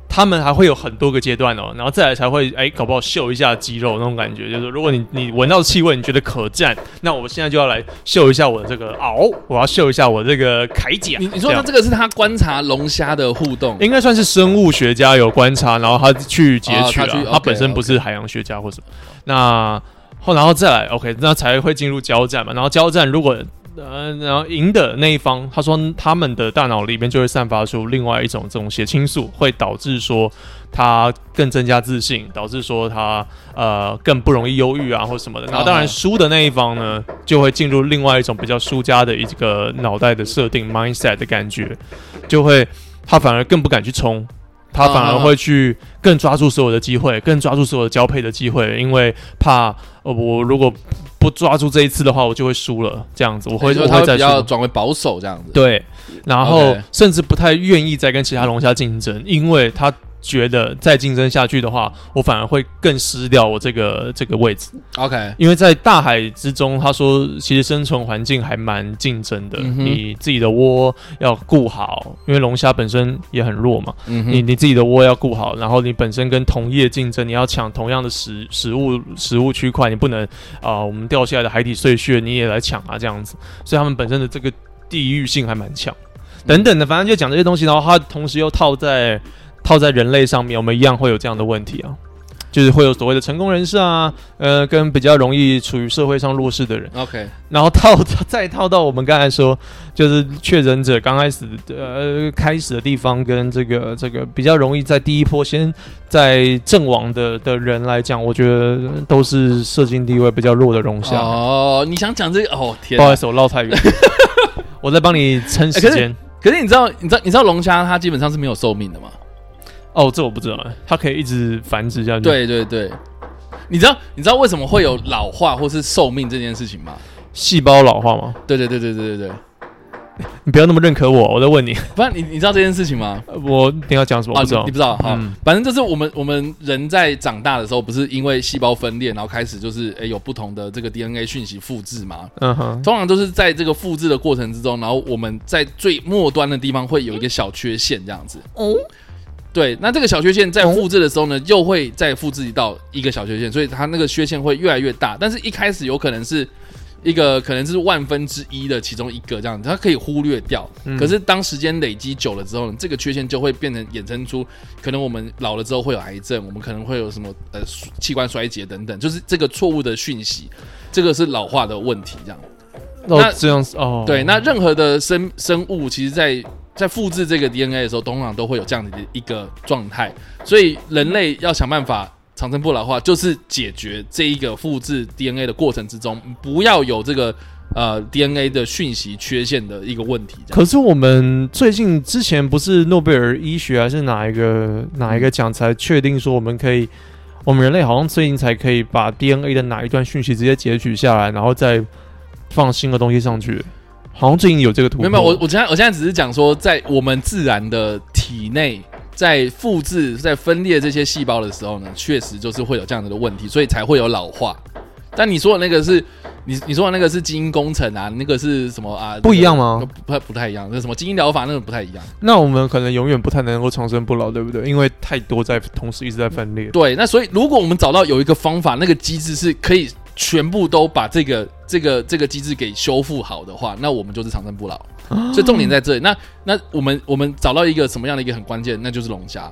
[SPEAKER 5] 他们还会有很多个阶段哦，然后再来才会哎、搞不好秀一下肌肉那种感觉。就是如果你你闻到气味，你觉得呃可战，那我现在就要来秀一下我的这个螯，我要秀一下我这个铠甲。
[SPEAKER 4] 你你说
[SPEAKER 5] 这
[SPEAKER 4] 他
[SPEAKER 5] 样
[SPEAKER 4] 这个是他观察龙虾的互动，
[SPEAKER 5] 应该算是生物学家有观察，然后他去截取
[SPEAKER 4] 哦他
[SPEAKER 5] 了、
[SPEAKER 4] 去，OK，
[SPEAKER 5] 他本身不是海洋学家或什么。那后然后再来，OK，那才会进入交战嘛。然后交战如果呃，然后赢的那一方，他说他们的大脑里面就会散发出另外一种这种血清素，会导致说他更增加自信，导致说他呃更不容易忧郁啊或什么的。然后当然
[SPEAKER 4] 哦
[SPEAKER 5] 输的那一方呢，就会进入另外一种比较输家的一个脑袋的设定 mindset 的感觉，就会他反而更不敢去冲，他反
[SPEAKER 4] 嗯
[SPEAKER 5] 而会去更抓住所有的机会，更抓住所有的交配的机会，因为怕呃我如果不抓住这一次的话，我就会输了，这样子我
[SPEAKER 4] 所
[SPEAKER 5] 会
[SPEAKER 4] 以说
[SPEAKER 5] 我
[SPEAKER 4] 他
[SPEAKER 5] 会
[SPEAKER 4] 会
[SPEAKER 5] 再
[SPEAKER 4] 比较
[SPEAKER 5] 输。
[SPEAKER 4] 转为保守这样子。
[SPEAKER 5] 对，然后
[SPEAKER 4] OK
[SPEAKER 5] 甚至不太愿意再跟其他龙虾竞争，因为他觉得再竞争下去的话，我反而会更失掉我这个这个位置。
[SPEAKER 4] OK，
[SPEAKER 5] 因为在大海之中，他说其实生存环境还蛮竞争的，
[SPEAKER 4] 嗯哼
[SPEAKER 5] 你自己的窝要顾好，因为龙虾本身也很弱嘛，
[SPEAKER 4] 嗯
[SPEAKER 5] 你
[SPEAKER 4] 哼，
[SPEAKER 5] 你自己的窝要顾好，然后你本身跟同业竞争，你要抢同样的食食物食物区块，你不能啊、我们掉下来的海底碎屑你也来抢啊这样子，所以他们本身的这个地域性还蛮强，
[SPEAKER 4] 嗯
[SPEAKER 5] 等等的，反正就讲这些东西，然后它同时又套在套在人类上面，我们一样会有这样的问题啊。就是会有所谓的成功人士啊，呃，跟比较容易处于社会上弱势的人，
[SPEAKER 4] OK，
[SPEAKER 5] 然后套再套到我们刚才说，就是确诊者刚开始的呃开始的地方，跟这个这个比较容易在第一波先在阵亡的的人来讲，我觉得都是社经地位比较弱的龙虾。
[SPEAKER 4] 哦，你想讲这个？哦，天
[SPEAKER 5] 不
[SPEAKER 4] 啊、
[SPEAKER 5] 好意思，我绕太
[SPEAKER 4] <laughs>
[SPEAKER 5] 远，我在帮你撑时间。
[SPEAKER 4] 哎可是你知道，你知道，你知道龙虾它基本上是没有寿命的嘛？
[SPEAKER 5] 哦，这我不知道，它可以一直繁殖下去。，
[SPEAKER 4] 对对对。你知道你知道为什么会有老化或是寿命这件事情吗？
[SPEAKER 5] 细胞老化吗？
[SPEAKER 4] 对对对对对对对。
[SPEAKER 5] 你不要那么认可我，我在问你，
[SPEAKER 4] 不然你你知道这件事情吗？
[SPEAKER 5] 我你要讲什么？我不知
[SPEAKER 4] 呃啊、
[SPEAKER 5] 道
[SPEAKER 4] 你你不。知道哈、好
[SPEAKER 5] 嗯
[SPEAKER 4] 反正就是我们我们人在长大的时候，不是因为细胞分裂，然后开始就是诶、有不同的这个 DNA 讯息复制嘛？
[SPEAKER 5] 嗯哼，
[SPEAKER 4] 通常都是在这个复制的过程之中，然后我们在最末端的地方会有一个小缺陷，这样子。哦，对，那这个小缺陷在复制的时候呢，又会再复制到一个小缺陷，所以它那个缺陷会越来越大。但是一开始有可能是一个可能是万分之一的其中一个这样子，它可以忽略掉。
[SPEAKER 5] 嗯
[SPEAKER 4] 可是当时间累积久了之后呢，这个缺陷就会变成衍生出，可能我们老了之后会有癌症，我们可能会有什么呃器官衰竭等等，就是这个错误的讯息，这个是老化的问题这样。那
[SPEAKER 5] 哦，这样子哦。
[SPEAKER 4] 对，那任何的生生物，其实在，在复制这个 DNA 的时候，通常都会有这样的一个状态，所以人类要想办法长生不老的话，就是解决这一个复制 DNA 的过程之中，不要有这个呃 DNA 的讯息缺陷的一个问题。这样
[SPEAKER 5] 可是我们最近之前不是诺贝尔医学还是哪一
[SPEAKER 4] 嗯
[SPEAKER 5] 个哪一个奖才确定说我们可以，我们人类好像最近才可以把 DNA 的哪一段讯息直接截取下来，然后再放新的东西上去。好像最近有这个突
[SPEAKER 4] 没
[SPEAKER 5] 破。
[SPEAKER 4] 有没有，我我现在我现在只是讲说，在我们自然的体内，在复制、在分裂这些细胞的时候呢，确实就是会有这样子的问题，所以才会有老化。但你说的那个是，你你说的那个是基因工程啊，那个是什么啊？
[SPEAKER 5] 不一样吗
[SPEAKER 4] 那个？不太不太一样，那什么基因疗法那个不太一样。
[SPEAKER 5] 那我们可能永远不太能够长生不老，对不对？因为太多在同时一直在分裂。
[SPEAKER 4] 对，那所以如果我们找到有一个方法，那个机制是可以全部都把这个这个这个机制给修复好的话，那我们就是长生不老。所以重点在这里。那那我们我们找到一个什么样的一个很关键，那就是龙虾。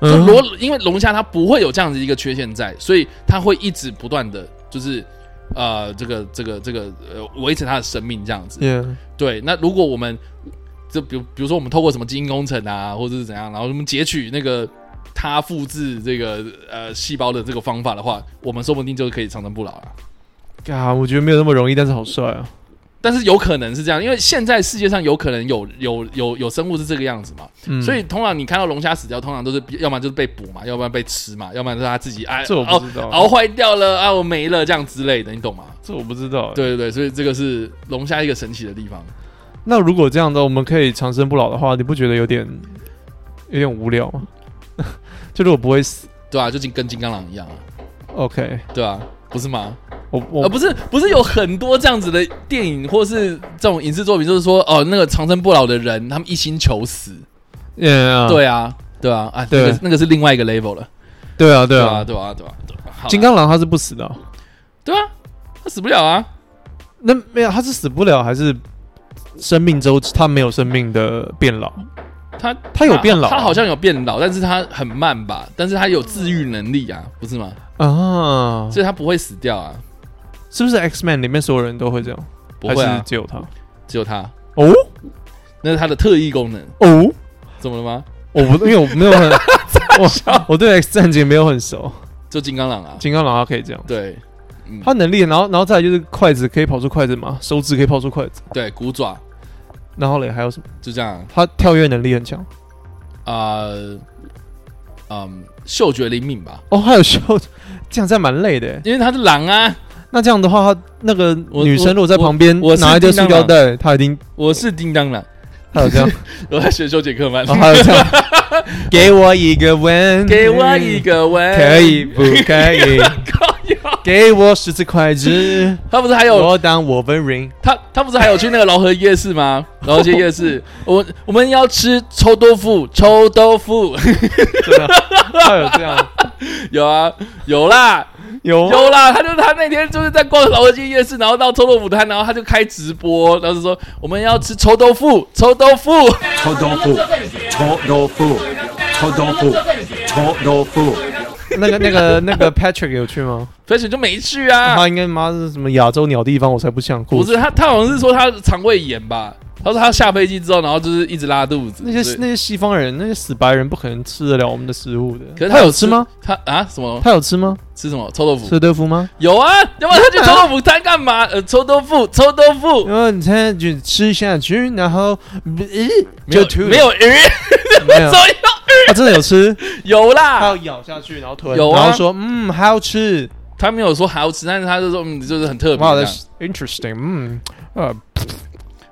[SPEAKER 4] 就
[SPEAKER 5] 嗯
[SPEAKER 4] 罗，因为龙虾它不会有这样子一个缺陷在，所以它会一直不断的就是呃这个这个这个呃维持它的生命这样子。
[SPEAKER 5] Yeah
[SPEAKER 4] 对，那如果我们就比如比如说我们透过什么基因工程啊，或者是怎样，然后我们截取那个它复制这个呃细胞的这个方法的话，我们说不定就可以长生不老啊。
[SPEAKER 5] 啊，我觉得没有那么容易，但是好帅啊！
[SPEAKER 4] 但是有可能是这样，因为现在世界上有可能有有有有生物是这个样子嘛，
[SPEAKER 5] 嗯
[SPEAKER 4] 所以通常你看到龙虾死掉，通常都是要么就是被捕嘛，要不然被吃嘛，要不然就是它自己哎
[SPEAKER 5] 这我
[SPEAKER 4] 熬
[SPEAKER 5] 不知道，嗯
[SPEAKER 4] 熬坏掉了啊，我没了这样之类的，你懂吗？
[SPEAKER 5] 这我不知道。，
[SPEAKER 4] 对对对，所以这个是龙虾一个神奇的地方。
[SPEAKER 5] 那如果这样的，我们可以长生不老的话，你不觉得有点有点无聊吗？ <laughs> 就是我不会死。
[SPEAKER 4] 对啊，就跟金刚狼一样啊，
[SPEAKER 5] OK，
[SPEAKER 4] 对啊，不是吗？
[SPEAKER 5] 我
[SPEAKER 4] 呃，
[SPEAKER 5] 我
[SPEAKER 4] 不是，不是有很多这样子的电影或是这种影视作品，就是说，哦，那个长生不老的人，他们一心求死。
[SPEAKER 5] Yeah，
[SPEAKER 4] 对啊，对啊，啊，
[SPEAKER 5] 对
[SPEAKER 4] 那个那个是另外一个 level 了。
[SPEAKER 5] 对啊对
[SPEAKER 4] 啊，
[SPEAKER 5] 啊，
[SPEAKER 4] 对啊，对啊，对啊好啦
[SPEAKER 5] 金刚狼他是不死的啊、
[SPEAKER 4] 对啊，他死不了啊。
[SPEAKER 5] 那没有他是死不了，还是生命周期他没有生命的变老？
[SPEAKER 4] 他
[SPEAKER 5] 他有变老啊
[SPEAKER 4] 他好像有变老，但是他很慢吧，但是他有治愈能力啊，不是吗？
[SPEAKER 5] 啊，
[SPEAKER 4] 所以他不会死掉啊，
[SPEAKER 5] 是不是 X Man 里面所有人都会这样？
[SPEAKER 4] 不会
[SPEAKER 5] 还
[SPEAKER 4] 啊
[SPEAKER 5] 是，只有他？
[SPEAKER 4] 只有他，
[SPEAKER 5] 哦
[SPEAKER 4] 那是他的特异功能，
[SPEAKER 5] 哦，
[SPEAKER 4] 怎么了吗？
[SPEAKER 5] 我不，因为我没
[SPEAKER 4] <laughs>
[SPEAKER 5] 有很，我我对 X 战警没有很熟。
[SPEAKER 4] 就金刚狼啊，
[SPEAKER 5] 金刚狼他可以这样，
[SPEAKER 4] 对嗯
[SPEAKER 5] 他能力，然后然后再来就是筷子可以跑出筷子嘛，手指可以跑出筷子，
[SPEAKER 4] 对，骨爪
[SPEAKER 5] 然后嘞还有什么？
[SPEAKER 4] 就这样
[SPEAKER 5] 他跳跃能力很强
[SPEAKER 4] 啊，嗯，嗅觉灵敏吧。
[SPEAKER 5] 哦，还有秀，这样这样蛮累的耶。
[SPEAKER 4] 因为他是狼啊，
[SPEAKER 5] 那这样的话，他那个
[SPEAKER 4] 我
[SPEAKER 5] 女生如果在旁边
[SPEAKER 4] 我我是
[SPEAKER 5] 拿一堆塑胶袋，他一定
[SPEAKER 4] 我是叮当狼，
[SPEAKER 5] 还有 <laughs> 这样，
[SPEAKER 4] 我在学修杰克曼，
[SPEAKER 5] 然后还有这样， <laughs> 给我一个吻，
[SPEAKER 4] 给我一
[SPEAKER 5] 个，
[SPEAKER 4] 个吻，
[SPEAKER 5] 可以不可以？
[SPEAKER 4] 靠腰。
[SPEAKER 5] <laughs> 给我十次筷子，
[SPEAKER 4] <laughs> 他不是还有
[SPEAKER 5] 我当我温人。
[SPEAKER 4] 他他不是还有去那个饶河夜市
[SPEAKER 5] <laughs>
[SPEAKER 4] 吗？饶河街夜市，我我们要吃臭豆腐，臭豆腐 <laughs>
[SPEAKER 5] 真的，他有这样，
[SPEAKER 4] 有啊有啦
[SPEAKER 5] 有
[SPEAKER 4] 有啦，他就他那天就是在逛饶河街夜市，然后到臭豆腐摊，然后他就开直播，然后就说我们要吃臭豆腐，臭豆
[SPEAKER 5] <laughs>
[SPEAKER 4] 腐，
[SPEAKER 1] 臭豆腐，臭豆腐，臭豆腐，臭豆腐。
[SPEAKER 5] 那个那个那个 Patrick 有去吗？
[SPEAKER 4] 飞雪就没去啊，
[SPEAKER 5] 他应该妈是什么亚洲鸟地方，我才不想过
[SPEAKER 4] 不
[SPEAKER 5] 去。
[SPEAKER 4] 是他，他好像是说他肠胃炎吧。他说他下飞机之后，然后就是一直拉肚子。
[SPEAKER 5] 那些
[SPEAKER 4] 所以
[SPEAKER 5] 那些西方人，那些死白人不可能吃得了我们的食物的。
[SPEAKER 4] 可是
[SPEAKER 5] 他有吃哦吗？？
[SPEAKER 4] 他啊什么
[SPEAKER 5] 他有吃吗？
[SPEAKER 4] 吃什么臭豆腐？
[SPEAKER 5] 吃豆腐吗？
[SPEAKER 4] 有啊，要不然他去臭豆腐摊干嘛？
[SPEAKER 5] <laughs>
[SPEAKER 4] 呃，臭豆腐，臭豆腐
[SPEAKER 5] 因，为你现在就吃下去，然后咦、
[SPEAKER 4] 没
[SPEAKER 5] 就
[SPEAKER 4] 有
[SPEAKER 5] 吐了，
[SPEAKER 4] 没有鱼，
[SPEAKER 5] 没 <laughs>
[SPEAKER 4] <laughs>
[SPEAKER 5] 有，
[SPEAKER 4] 所以
[SPEAKER 5] 他真的有 <laughs> 吃，
[SPEAKER 4] 有
[SPEAKER 5] 他
[SPEAKER 4] 啦
[SPEAKER 5] 要。咬下去，然后吞，
[SPEAKER 4] 有啊
[SPEAKER 5] 然后说嗯好吃，
[SPEAKER 4] 他没有说好吃，但是他就说嗯，就是很特别
[SPEAKER 5] 哇
[SPEAKER 4] 这样。
[SPEAKER 5] that's，interesting，嗯，呃，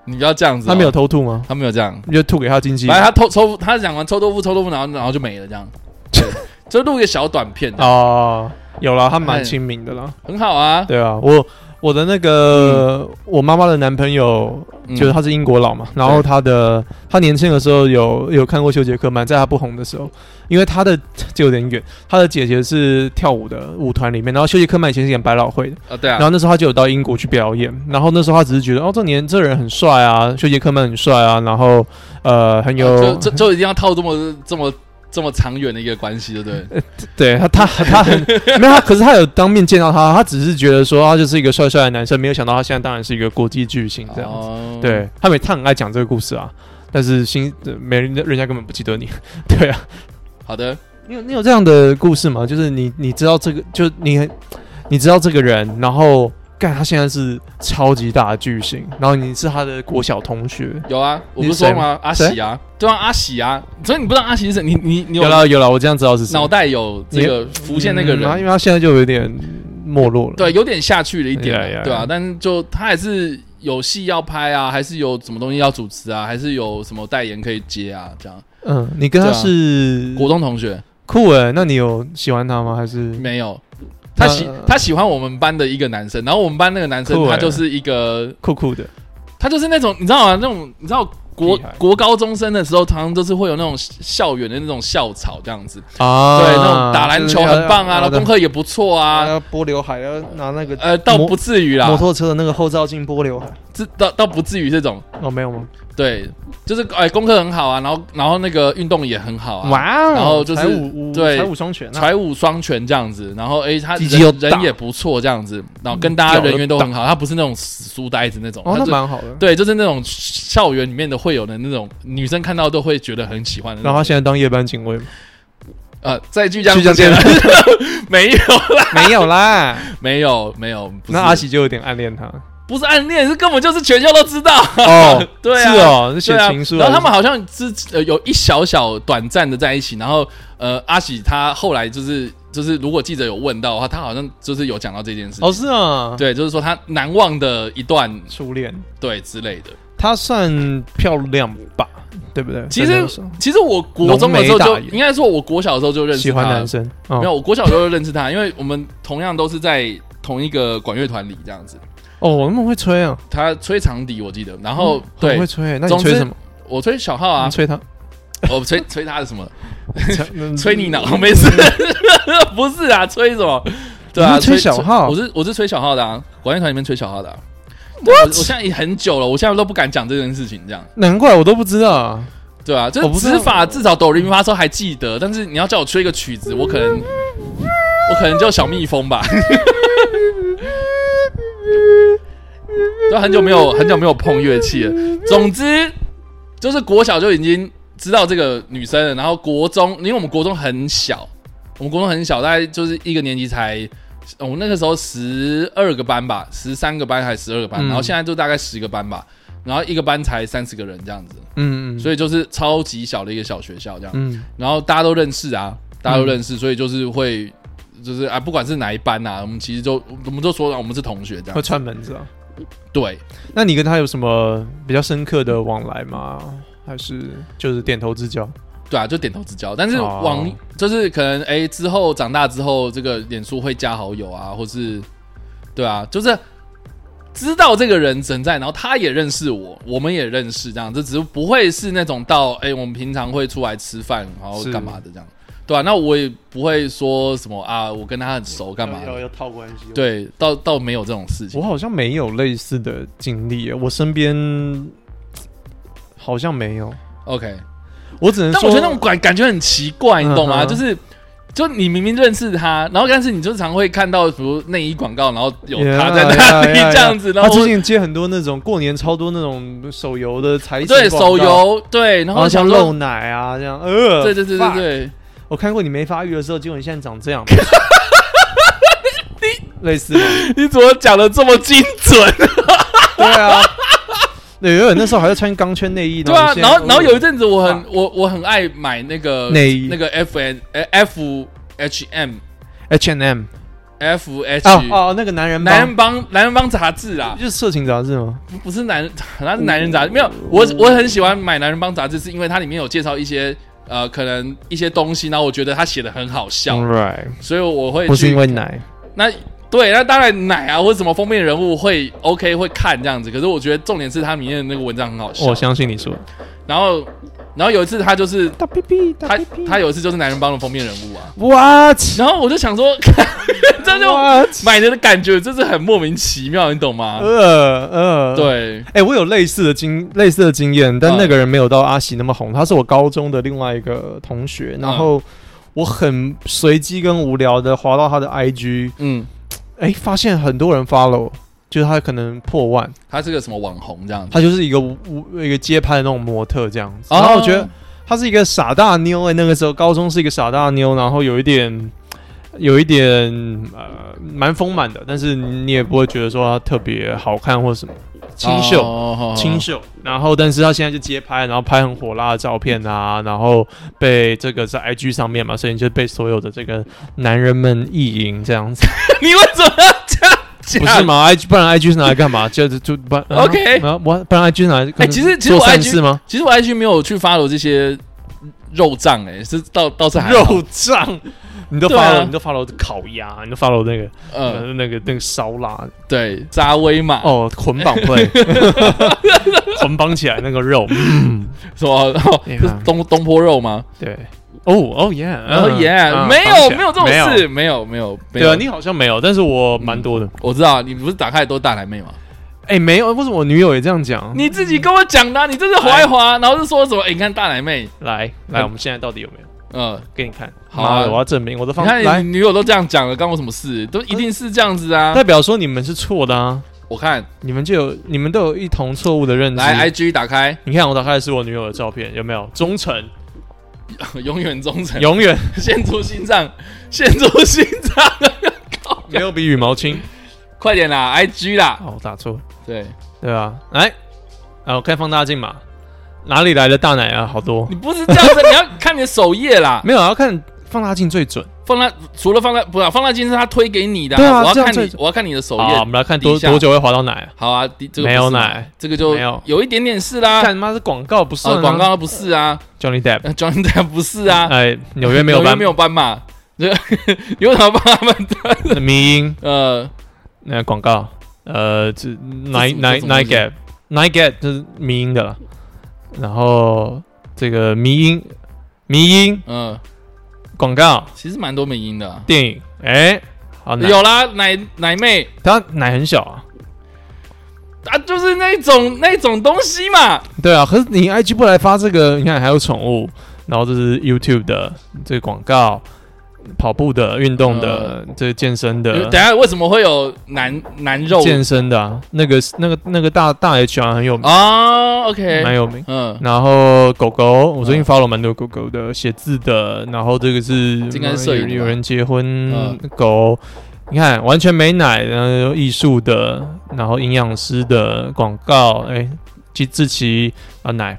[SPEAKER 4] 你不要这样子哦，
[SPEAKER 5] 他没有偷吐吗？
[SPEAKER 4] 他没有这样。
[SPEAKER 5] 你就吐给他经纪人
[SPEAKER 4] 反正他偷抽，他讲完臭豆腐，臭豆腐，然后然后就没了这
[SPEAKER 5] <laughs>
[SPEAKER 4] 样。对就录一个小短片，
[SPEAKER 5] 哦，有啦，他蛮
[SPEAKER 4] 哎
[SPEAKER 5] 亲民的啦。
[SPEAKER 4] 很好啊。
[SPEAKER 5] 对啊，我我的那个、我妈妈的男朋友，
[SPEAKER 4] 嗯
[SPEAKER 5] 就是他是英国佬嘛，然后他的他年轻的时候有有看过修杰克曼，在他不红的时候，因为他的就有点远，他的姐姐是跳舞的舞团里面，然后修杰克曼以前是演百老汇的，
[SPEAKER 4] 啊，对
[SPEAKER 5] 然
[SPEAKER 4] 啊，
[SPEAKER 5] 后那时候他就有到英国去表演，然后那时候他只是觉得哦，这年这人很帅啊，修杰克曼很帅啊，然后呃很
[SPEAKER 4] 就
[SPEAKER 5] 有，
[SPEAKER 4] 就就一定要套啊这么这么这么长远的一个关系，对不对？
[SPEAKER 5] 对他他他
[SPEAKER 4] <laughs>
[SPEAKER 5] 很没有他，可是他有当面见到他，他只是觉得说他就是一个帅帅的男生，没有想到他现在当然是一个国际巨星 <laughs> 这样子。
[SPEAKER 4] 哦，
[SPEAKER 5] 对他每他很爱讲这个故事啊，但是新呃没人人家根本不记得你。 <laughs> 对啊，
[SPEAKER 4] 好的，
[SPEAKER 5] 你有你有这样的故事吗？就是你你知道这个，就你很你知道这个人，然后干他现在是超级大的巨星，然后你是他的国小同学。
[SPEAKER 4] 有啊，我
[SPEAKER 5] 你
[SPEAKER 4] 不
[SPEAKER 5] 是
[SPEAKER 4] 是说
[SPEAKER 5] 谁
[SPEAKER 4] 吗？阿喜啊，对啊，阿喜啊，所以你不知道阿喜是谁，你你你
[SPEAKER 5] 有了有了，我这样知道是谁
[SPEAKER 4] 脑袋有这个浮现那个
[SPEAKER 5] 嗯然后因
[SPEAKER 4] 人，
[SPEAKER 5] 为他现在就有点没落了。
[SPEAKER 4] 对，有点下去了一点啊
[SPEAKER 5] Yeah, yeah, yeah.，
[SPEAKER 4] 对啊，但是就他还是有戏要拍啊，还是有什么东西要主持啊，还是有什么代言可以接啊？这样，
[SPEAKER 5] 嗯，你跟他
[SPEAKER 4] 啊
[SPEAKER 5] 是
[SPEAKER 4] 国栋同学
[SPEAKER 5] 酷哎、那你有喜欢他吗？还是
[SPEAKER 4] 没有，他喜、
[SPEAKER 5] 呃
[SPEAKER 4] 他喜欢我们班的一个男生，然后我们班那个男生
[SPEAKER 5] 酷欸
[SPEAKER 4] 他就是一个
[SPEAKER 5] 酷酷的？
[SPEAKER 4] 他就是那种你知道吗？那种你知道国
[SPEAKER 5] 厉害
[SPEAKER 4] 国高中生的时候，常常都是会有那种校园的那种校草这样子，
[SPEAKER 5] 啊
[SPEAKER 4] 对，那种打篮球很棒啊，然后功
[SPEAKER 5] 课
[SPEAKER 4] 课也不错啊，
[SPEAKER 5] 要拨刘海，要拿那个
[SPEAKER 4] 呃，倒不至于啦
[SPEAKER 5] 摩，托车的那个后照镜拨刘海。
[SPEAKER 4] 这倒倒不至于这种，
[SPEAKER 5] 哦，没有吗？
[SPEAKER 4] 对，就是哎功课很好啊，然后然后那个运动也很好啊，
[SPEAKER 5] 哇哦
[SPEAKER 4] 然后就是
[SPEAKER 5] 才五五
[SPEAKER 4] 对
[SPEAKER 5] 才五双拳啊，
[SPEAKER 4] 财务双全这样子，然后哎、他
[SPEAKER 5] 鸡鸡又
[SPEAKER 4] 人人
[SPEAKER 5] 大嗯
[SPEAKER 4] 也不错这样子，然后跟大家人缘都很好，他不是那种死书呆子那种，
[SPEAKER 5] 哦，
[SPEAKER 4] 他
[SPEAKER 5] 那
[SPEAKER 4] 就
[SPEAKER 5] 蛮好的。
[SPEAKER 4] 对，就是那种校园里面的会有的那种女生看到都会觉得很喜欢的那
[SPEAKER 5] 然后
[SPEAKER 4] 种。
[SPEAKER 5] 他现在当夜班警卫吗，
[SPEAKER 4] 呃，在巨匠
[SPEAKER 5] 巨匠
[SPEAKER 4] 之间
[SPEAKER 5] 之
[SPEAKER 4] <laughs> 没有
[SPEAKER 5] <laughs>
[SPEAKER 4] 啦，
[SPEAKER 5] <laughs> 没有 <laughs> 啦。
[SPEAKER 4] 没有没有，不是
[SPEAKER 5] 那阿喜就有点暗恋他
[SPEAKER 4] 不是暗恋，是根本就是全校都知道。
[SPEAKER 5] 哦，
[SPEAKER 4] 对啊，
[SPEAKER 5] 是哦， <laughs> 是
[SPEAKER 4] 对
[SPEAKER 5] 写
[SPEAKER 4] 啊
[SPEAKER 5] 情书啊。
[SPEAKER 4] 然后他们好像之呃有一小小短暂的在一起，然后呃阿喜他后来就是就是如果记者有问到的话，他好像就是有讲到这件事情。
[SPEAKER 5] 哦是啊，
[SPEAKER 4] 对，就是说他难忘的一段
[SPEAKER 5] 初恋，
[SPEAKER 4] 对之类的。
[SPEAKER 5] 她算漂亮吧，对不对？
[SPEAKER 4] 其
[SPEAKER 5] 在那
[SPEAKER 4] 实
[SPEAKER 5] 个时候
[SPEAKER 4] 其实我国中的时候
[SPEAKER 5] 浓
[SPEAKER 4] 就
[SPEAKER 5] 眉大眼
[SPEAKER 4] 应该说，我国小的时候就认识
[SPEAKER 5] 喜欢
[SPEAKER 4] 他了
[SPEAKER 5] 男生，哦没
[SPEAKER 4] 没有，我国小的时候就认识他，因为我们同样都是在同一个管乐团里这样子。
[SPEAKER 5] 哦，我那么会吹啊，
[SPEAKER 4] 他吹长笛我记得，然后、
[SPEAKER 5] 嗯很会
[SPEAKER 4] 对
[SPEAKER 5] 吹。那你
[SPEAKER 4] 总之
[SPEAKER 5] 吹什么？
[SPEAKER 4] 我吹小号啊
[SPEAKER 5] 你，吹他，
[SPEAKER 4] 我吹吹他的什
[SPEAKER 5] <laughs>
[SPEAKER 4] 么？
[SPEAKER 5] 吹
[SPEAKER 4] <laughs> 吹你脑？没事， <laughs> 不是啊，吹什么？对
[SPEAKER 5] 你
[SPEAKER 4] 啊，
[SPEAKER 5] 是吹小号
[SPEAKER 4] 我是我是吹小号的啊，管乐团里面吹小号的、啊。我我现在也很久了，我现在都不敢讲这件事情，这样
[SPEAKER 5] <laughs> 难怪我都不知道啊。
[SPEAKER 4] 对啊，就
[SPEAKER 5] 我不
[SPEAKER 4] 是
[SPEAKER 5] 知道
[SPEAKER 4] 指法至少哆来咪发嗦还记得，但是你要叫我吹一个曲子，我可能我可能叫小蜜蜂吧。 <laughs> 都很久没有很久没有碰乐器了。总之就是国小就已经知道这个女生了，然后国中，因为我们国中很小，我们国中很小，大概就是一个年级才。我们那个时候十二个班吧，十三个班还是十二个班，
[SPEAKER 5] 嗯
[SPEAKER 4] 然后现在就大概十个班吧，然后一个班才三十个人这样子。
[SPEAKER 5] 嗯嗯，
[SPEAKER 4] 所
[SPEAKER 5] 以
[SPEAKER 4] 以就是超级小的一个小学校这样，
[SPEAKER 5] 嗯，
[SPEAKER 4] 然后大家都认识啊，大家都认识，所以就是会就是啊，不管是哪一班啊，我们其实就我们就说啊我们是同学这
[SPEAKER 5] 会
[SPEAKER 4] 样，
[SPEAKER 5] 串门子啊。
[SPEAKER 4] 对，
[SPEAKER 5] 那你跟他有什么比较深刻的往来吗？还是就是点头之交？
[SPEAKER 4] 对啊，就点头之交。但是
[SPEAKER 5] 哦
[SPEAKER 4] 往、就是可能哎、之后长大之后，这个脸书会加好友啊，或是对啊，就是知道这个人存在，然后他也认识我，我们也认识，这样这只是不会是那种到哎、我们平常会出来吃饭，然后
[SPEAKER 5] 是
[SPEAKER 4] 干嘛的这样，对啊，那我也不会说什么啊，我跟他很熟干嘛的
[SPEAKER 6] 要套关系？，
[SPEAKER 4] 对，倒倒没有这种事情
[SPEAKER 5] 我。好像没有类似的经历耶，我身边好像没有。
[SPEAKER 4] OK，
[SPEAKER 5] 我只能
[SPEAKER 4] 但
[SPEAKER 5] 说，
[SPEAKER 4] 我觉得那种感感觉很奇怪，你懂吗？
[SPEAKER 5] 嗯哼
[SPEAKER 4] 就是，就你明明认识他，然后但是你就常会看到比如内衣广告，然后有
[SPEAKER 5] Yeah，
[SPEAKER 4] 他在那里
[SPEAKER 5] yeah，yeah，
[SPEAKER 4] 这样子，然
[SPEAKER 5] 他
[SPEAKER 4] 后
[SPEAKER 5] 最
[SPEAKER 4] 我
[SPEAKER 5] 近接很多那种过年超多那种手游的财神
[SPEAKER 4] 对
[SPEAKER 5] 广告
[SPEAKER 4] 手，游对，然
[SPEAKER 5] 然
[SPEAKER 4] 后
[SPEAKER 5] 后
[SPEAKER 4] 想
[SPEAKER 5] 像露
[SPEAKER 4] 说，
[SPEAKER 5] 奶啊这样，呃，
[SPEAKER 4] 对对对对
[SPEAKER 5] fuck
[SPEAKER 4] 对，
[SPEAKER 5] 我看过你没发育的时候，结果你现在长这
[SPEAKER 4] <laughs>
[SPEAKER 5] 样。类似吗？
[SPEAKER 4] 你怎么讲的这么精准？ <laughs>
[SPEAKER 5] 对啊，对，有点那时候还在穿钢圈内衣，
[SPEAKER 4] 对啊，
[SPEAKER 5] 现在哦
[SPEAKER 4] 然后然后有一阵子我
[SPEAKER 5] 哇
[SPEAKER 4] 很我我很爱买那个
[SPEAKER 5] 内衣
[SPEAKER 4] 那个 F N F H M
[SPEAKER 5] H and M
[SPEAKER 4] F
[SPEAKER 5] 哦
[SPEAKER 4] H
[SPEAKER 5] 哦，那个男人
[SPEAKER 4] H&M，男
[SPEAKER 5] 帮
[SPEAKER 4] 人帮男人帮杂志啊，
[SPEAKER 5] 就是色情杂志吗？
[SPEAKER 4] 不是男人， <laughs> 他是
[SPEAKER 5] 嗯
[SPEAKER 4] 男人杂志。没有，我我很喜欢买《男人帮》杂志，是因为它里面有介绍一些呃，可能一些东西，然后我觉得他写的很好笑，
[SPEAKER 5] right，
[SPEAKER 4] 所以我会
[SPEAKER 5] 嗯不是
[SPEAKER 4] 去
[SPEAKER 5] 因为奶，
[SPEAKER 4] 那对，那当然奶啊或者什么封面人物会 OK 会看这样子，可是我觉得重点是它里面的那个文章很好笑。
[SPEAKER 5] 我相信你说
[SPEAKER 4] 然后，然后有一次他就是
[SPEAKER 5] 大屁屁，大
[SPEAKER 4] 他
[SPEAKER 5] 屁屁，
[SPEAKER 4] 他有一次就是《男人帮》的封面人物啊，
[SPEAKER 5] what？
[SPEAKER 4] 然后我就想说， <laughs> 这就
[SPEAKER 5] What？
[SPEAKER 4] 买的感觉就是很莫名其妙，你懂吗？
[SPEAKER 5] 呃呃，。
[SPEAKER 4] 嗯对，
[SPEAKER 5] 哎、我有类似的经类似的经验，但
[SPEAKER 4] 嗯
[SPEAKER 5] 那个人没有到阿喜那么红，他是我高中的另外一个同学。然
[SPEAKER 4] 嗯
[SPEAKER 5] 后我很随机跟无聊的滑到他的 IG，
[SPEAKER 4] 嗯，
[SPEAKER 5] 哎、发现很多人 follow，就是他可能破万，
[SPEAKER 4] 他是个什么网红这样子。
[SPEAKER 5] 他就是一个无无一个街拍的那种模特这样子。然后我觉得
[SPEAKER 4] 哦
[SPEAKER 5] 他是一个傻大妞、哎，那个时候高中是一个傻大妞，然后有一点。有一点呃，蛮丰满的，但是你也不会觉得说他特别好看或什么清秀，
[SPEAKER 4] 哦
[SPEAKER 5] 清秀，然后但是他现在就街拍，然后拍很火辣的照片啊，然后被这个在 IG 上面嘛， <laughs> 所以你就被所有的这个男人们意淫这样子。
[SPEAKER 4] 你为什么要这样假 <laughs>
[SPEAKER 5] 不是吗？I G 不然 I G 是拿来干嘛？就是就不然
[SPEAKER 4] OK
[SPEAKER 5] 啊，我不然 I G 拿来
[SPEAKER 4] 哎其实其实
[SPEAKER 5] 做
[SPEAKER 4] 我
[SPEAKER 5] 善
[SPEAKER 4] IG <laughs>
[SPEAKER 5] 事吗？
[SPEAKER 4] 其实我 IG 没有去 follow 这些肉账，哎，是倒倒是还好
[SPEAKER 5] 肉酱，你都
[SPEAKER 4] 对啊
[SPEAKER 5] follow，你都 follow 烤鸭，你都 follow 那个
[SPEAKER 4] 呃，
[SPEAKER 5] 呃那个那个烧腊
[SPEAKER 4] 啊对，扎威嘛，
[SPEAKER 5] 哦，捆
[SPEAKER 4] <laughs>
[SPEAKER 5] 绑 play，捆绑起来那个肉，嗯，
[SPEAKER 4] 什么
[SPEAKER 5] 对啊
[SPEAKER 4] 不是 <laughs> 东东坡肉吗？
[SPEAKER 5] 对，哦哦 yeah，
[SPEAKER 4] 然后
[SPEAKER 5] 嗯
[SPEAKER 4] 耶，
[SPEAKER 5] 嗯
[SPEAKER 4] 没
[SPEAKER 5] 绑
[SPEAKER 4] 有
[SPEAKER 5] 起来
[SPEAKER 4] 没有这种
[SPEAKER 5] 没有
[SPEAKER 4] 事，嗯没有没有没
[SPEAKER 5] 对
[SPEAKER 4] 有
[SPEAKER 5] 啊，，你好像没有，但是我蛮多的。
[SPEAKER 4] 我知道啊你不是打开都大奶妹吗？
[SPEAKER 5] 哎，没有，为什么我女友也这样讲？
[SPEAKER 4] 你自己跟我讲的啊，你这是划一划，然后就说什么？哎，你看大奶妹，
[SPEAKER 5] 来来，我们现在到底有没有？
[SPEAKER 4] 嗯，
[SPEAKER 5] 给你看，
[SPEAKER 4] 好啊
[SPEAKER 5] 妈的我要证明我的
[SPEAKER 4] 你
[SPEAKER 5] 方
[SPEAKER 4] 看
[SPEAKER 5] 来
[SPEAKER 4] 你，女友都这样讲了，关我什么事？都一定是这样子啊
[SPEAKER 5] 代！表说你们是错的啊，
[SPEAKER 4] 我看
[SPEAKER 5] 你们就有你们都有一同错误的认知。
[SPEAKER 4] 来 IG 打开， <laughs>
[SPEAKER 5] 你看我打开的是我女友的照片，有没有？忠诚，
[SPEAKER 4] 永远忠诚，
[SPEAKER 5] 永远
[SPEAKER 4] 献出心脏，献出心脏，
[SPEAKER 5] 没有比羽毛轻。
[SPEAKER 4] 快点啦！IG 啦，
[SPEAKER 5] 哦，我打错，
[SPEAKER 4] 对
[SPEAKER 5] 对啊，来，啊，我看放大镜嘛，哪里来的大奶啊？好多
[SPEAKER 4] 你，不是这样
[SPEAKER 5] <laughs>
[SPEAKER 4] 子，你要看你的首页啦。
[SPEAKER 5] 没有，要看放大镜最准。
[SPEAKER 4] 放大除了放大不是啊放大镜是他推给你的啊，
[SPEAKER 5] 对啊
[SPEAKER 4] 我要
[SPEAKER 5] 这样
[SPEAKER 4] 看你
[SPEAKER 5] 最
[SPEAKER 4] 我要看你的首
[SPEAKER 5] 好，我
[SPEAKER 4] 页。
[SPEAKER 5] 们来看多
[SPEAKER 4] 底下
[SPEAKER 5] 多久会滑到奶啊？
[SPEAKER 4] 好啊，第这个
[SPEAKER 5] 没有
[SPEAKER 4] 不是嘛
[SPEAKER 5] 奶，
[SPEAKER 4] 这个就
[SPEAKER 5] 没有
[SPEAKER 4] 有一点点事啦。呃
[SPEAKER 5] 看妈是广告不是
[SPEAKER 4] 呃，广告不是啊
[SPEAKER 5] Johnny Depp，
[SPEAKER 4] 呃，Johnny Depp 不是
[SPEAKER 5] <laughs>
[SPEAKER 4] 啊，
[SPEAKER 5] 哎，纽约没有
[SPEAKER 4] 纽约
[SPEAKER 5] 版
[SPEAKER 4] 没有斑 <laughs> 马，这你为什么帮他们？
[SPEAKER 5] <laughs> 迷音
[SPEAKER 4] <laughs> 呃，
[SPEAKER 5] 那广告，呃，这 Night
[SPEAKER 4] 这
[SPEAKER 5] Night
[SPEAKER 4] 什么
[SPEAKER 5] Night Gap Night Gap 就是迷音的了，然后这个迷音迷音
[SPEAKER 4] 嗯，
[SPEAKER 5] 广告
[SPEAKER 4] 其实蛮多美音的啊，
[SPEAKER 5] 电影，哎，好奶，
[SPEAKER 4] 有啦，奶奶妹
[SPEAKER 5] 他奶很小啊。
[SPEAKER 4] 啊，就是那种那种东西嘛。
[SPEAKER 5] 对啊，可是你 IG 不来发这个，你看还有宠物，然后这是 YouTube 的这个广告，跑步的、运动的、这个健身的
[SPEAKER 4] 等一、下为什么会有男男肉
[SPEAKER 5] 健身的、啊，那个那个那个大大 H 啊很有名，
[SPEAKER 4] 啊
[SPEAKER 5] 蛮、
[SPEAKER 4] ？OK，
[SPEAKER 5] 有名。
[SPEAKER 4] 嗯，
[SPEAKER 5] 然后狗狗，我最近
[SPEAKER 4] 嗯
[SPEAKER 5] follow 蛮多狗狗的，写字的，然后这个是
[SPEAKER 4] 这应该是摄影的吧
[SPEAKER 5] 有有人结婚、
[SPEAKER 4] 嗯
[SPEAKER 5] 狗。你看，完全没奶，然后有艺术的，然后营养师的广告，哎、吉志奇啊奶，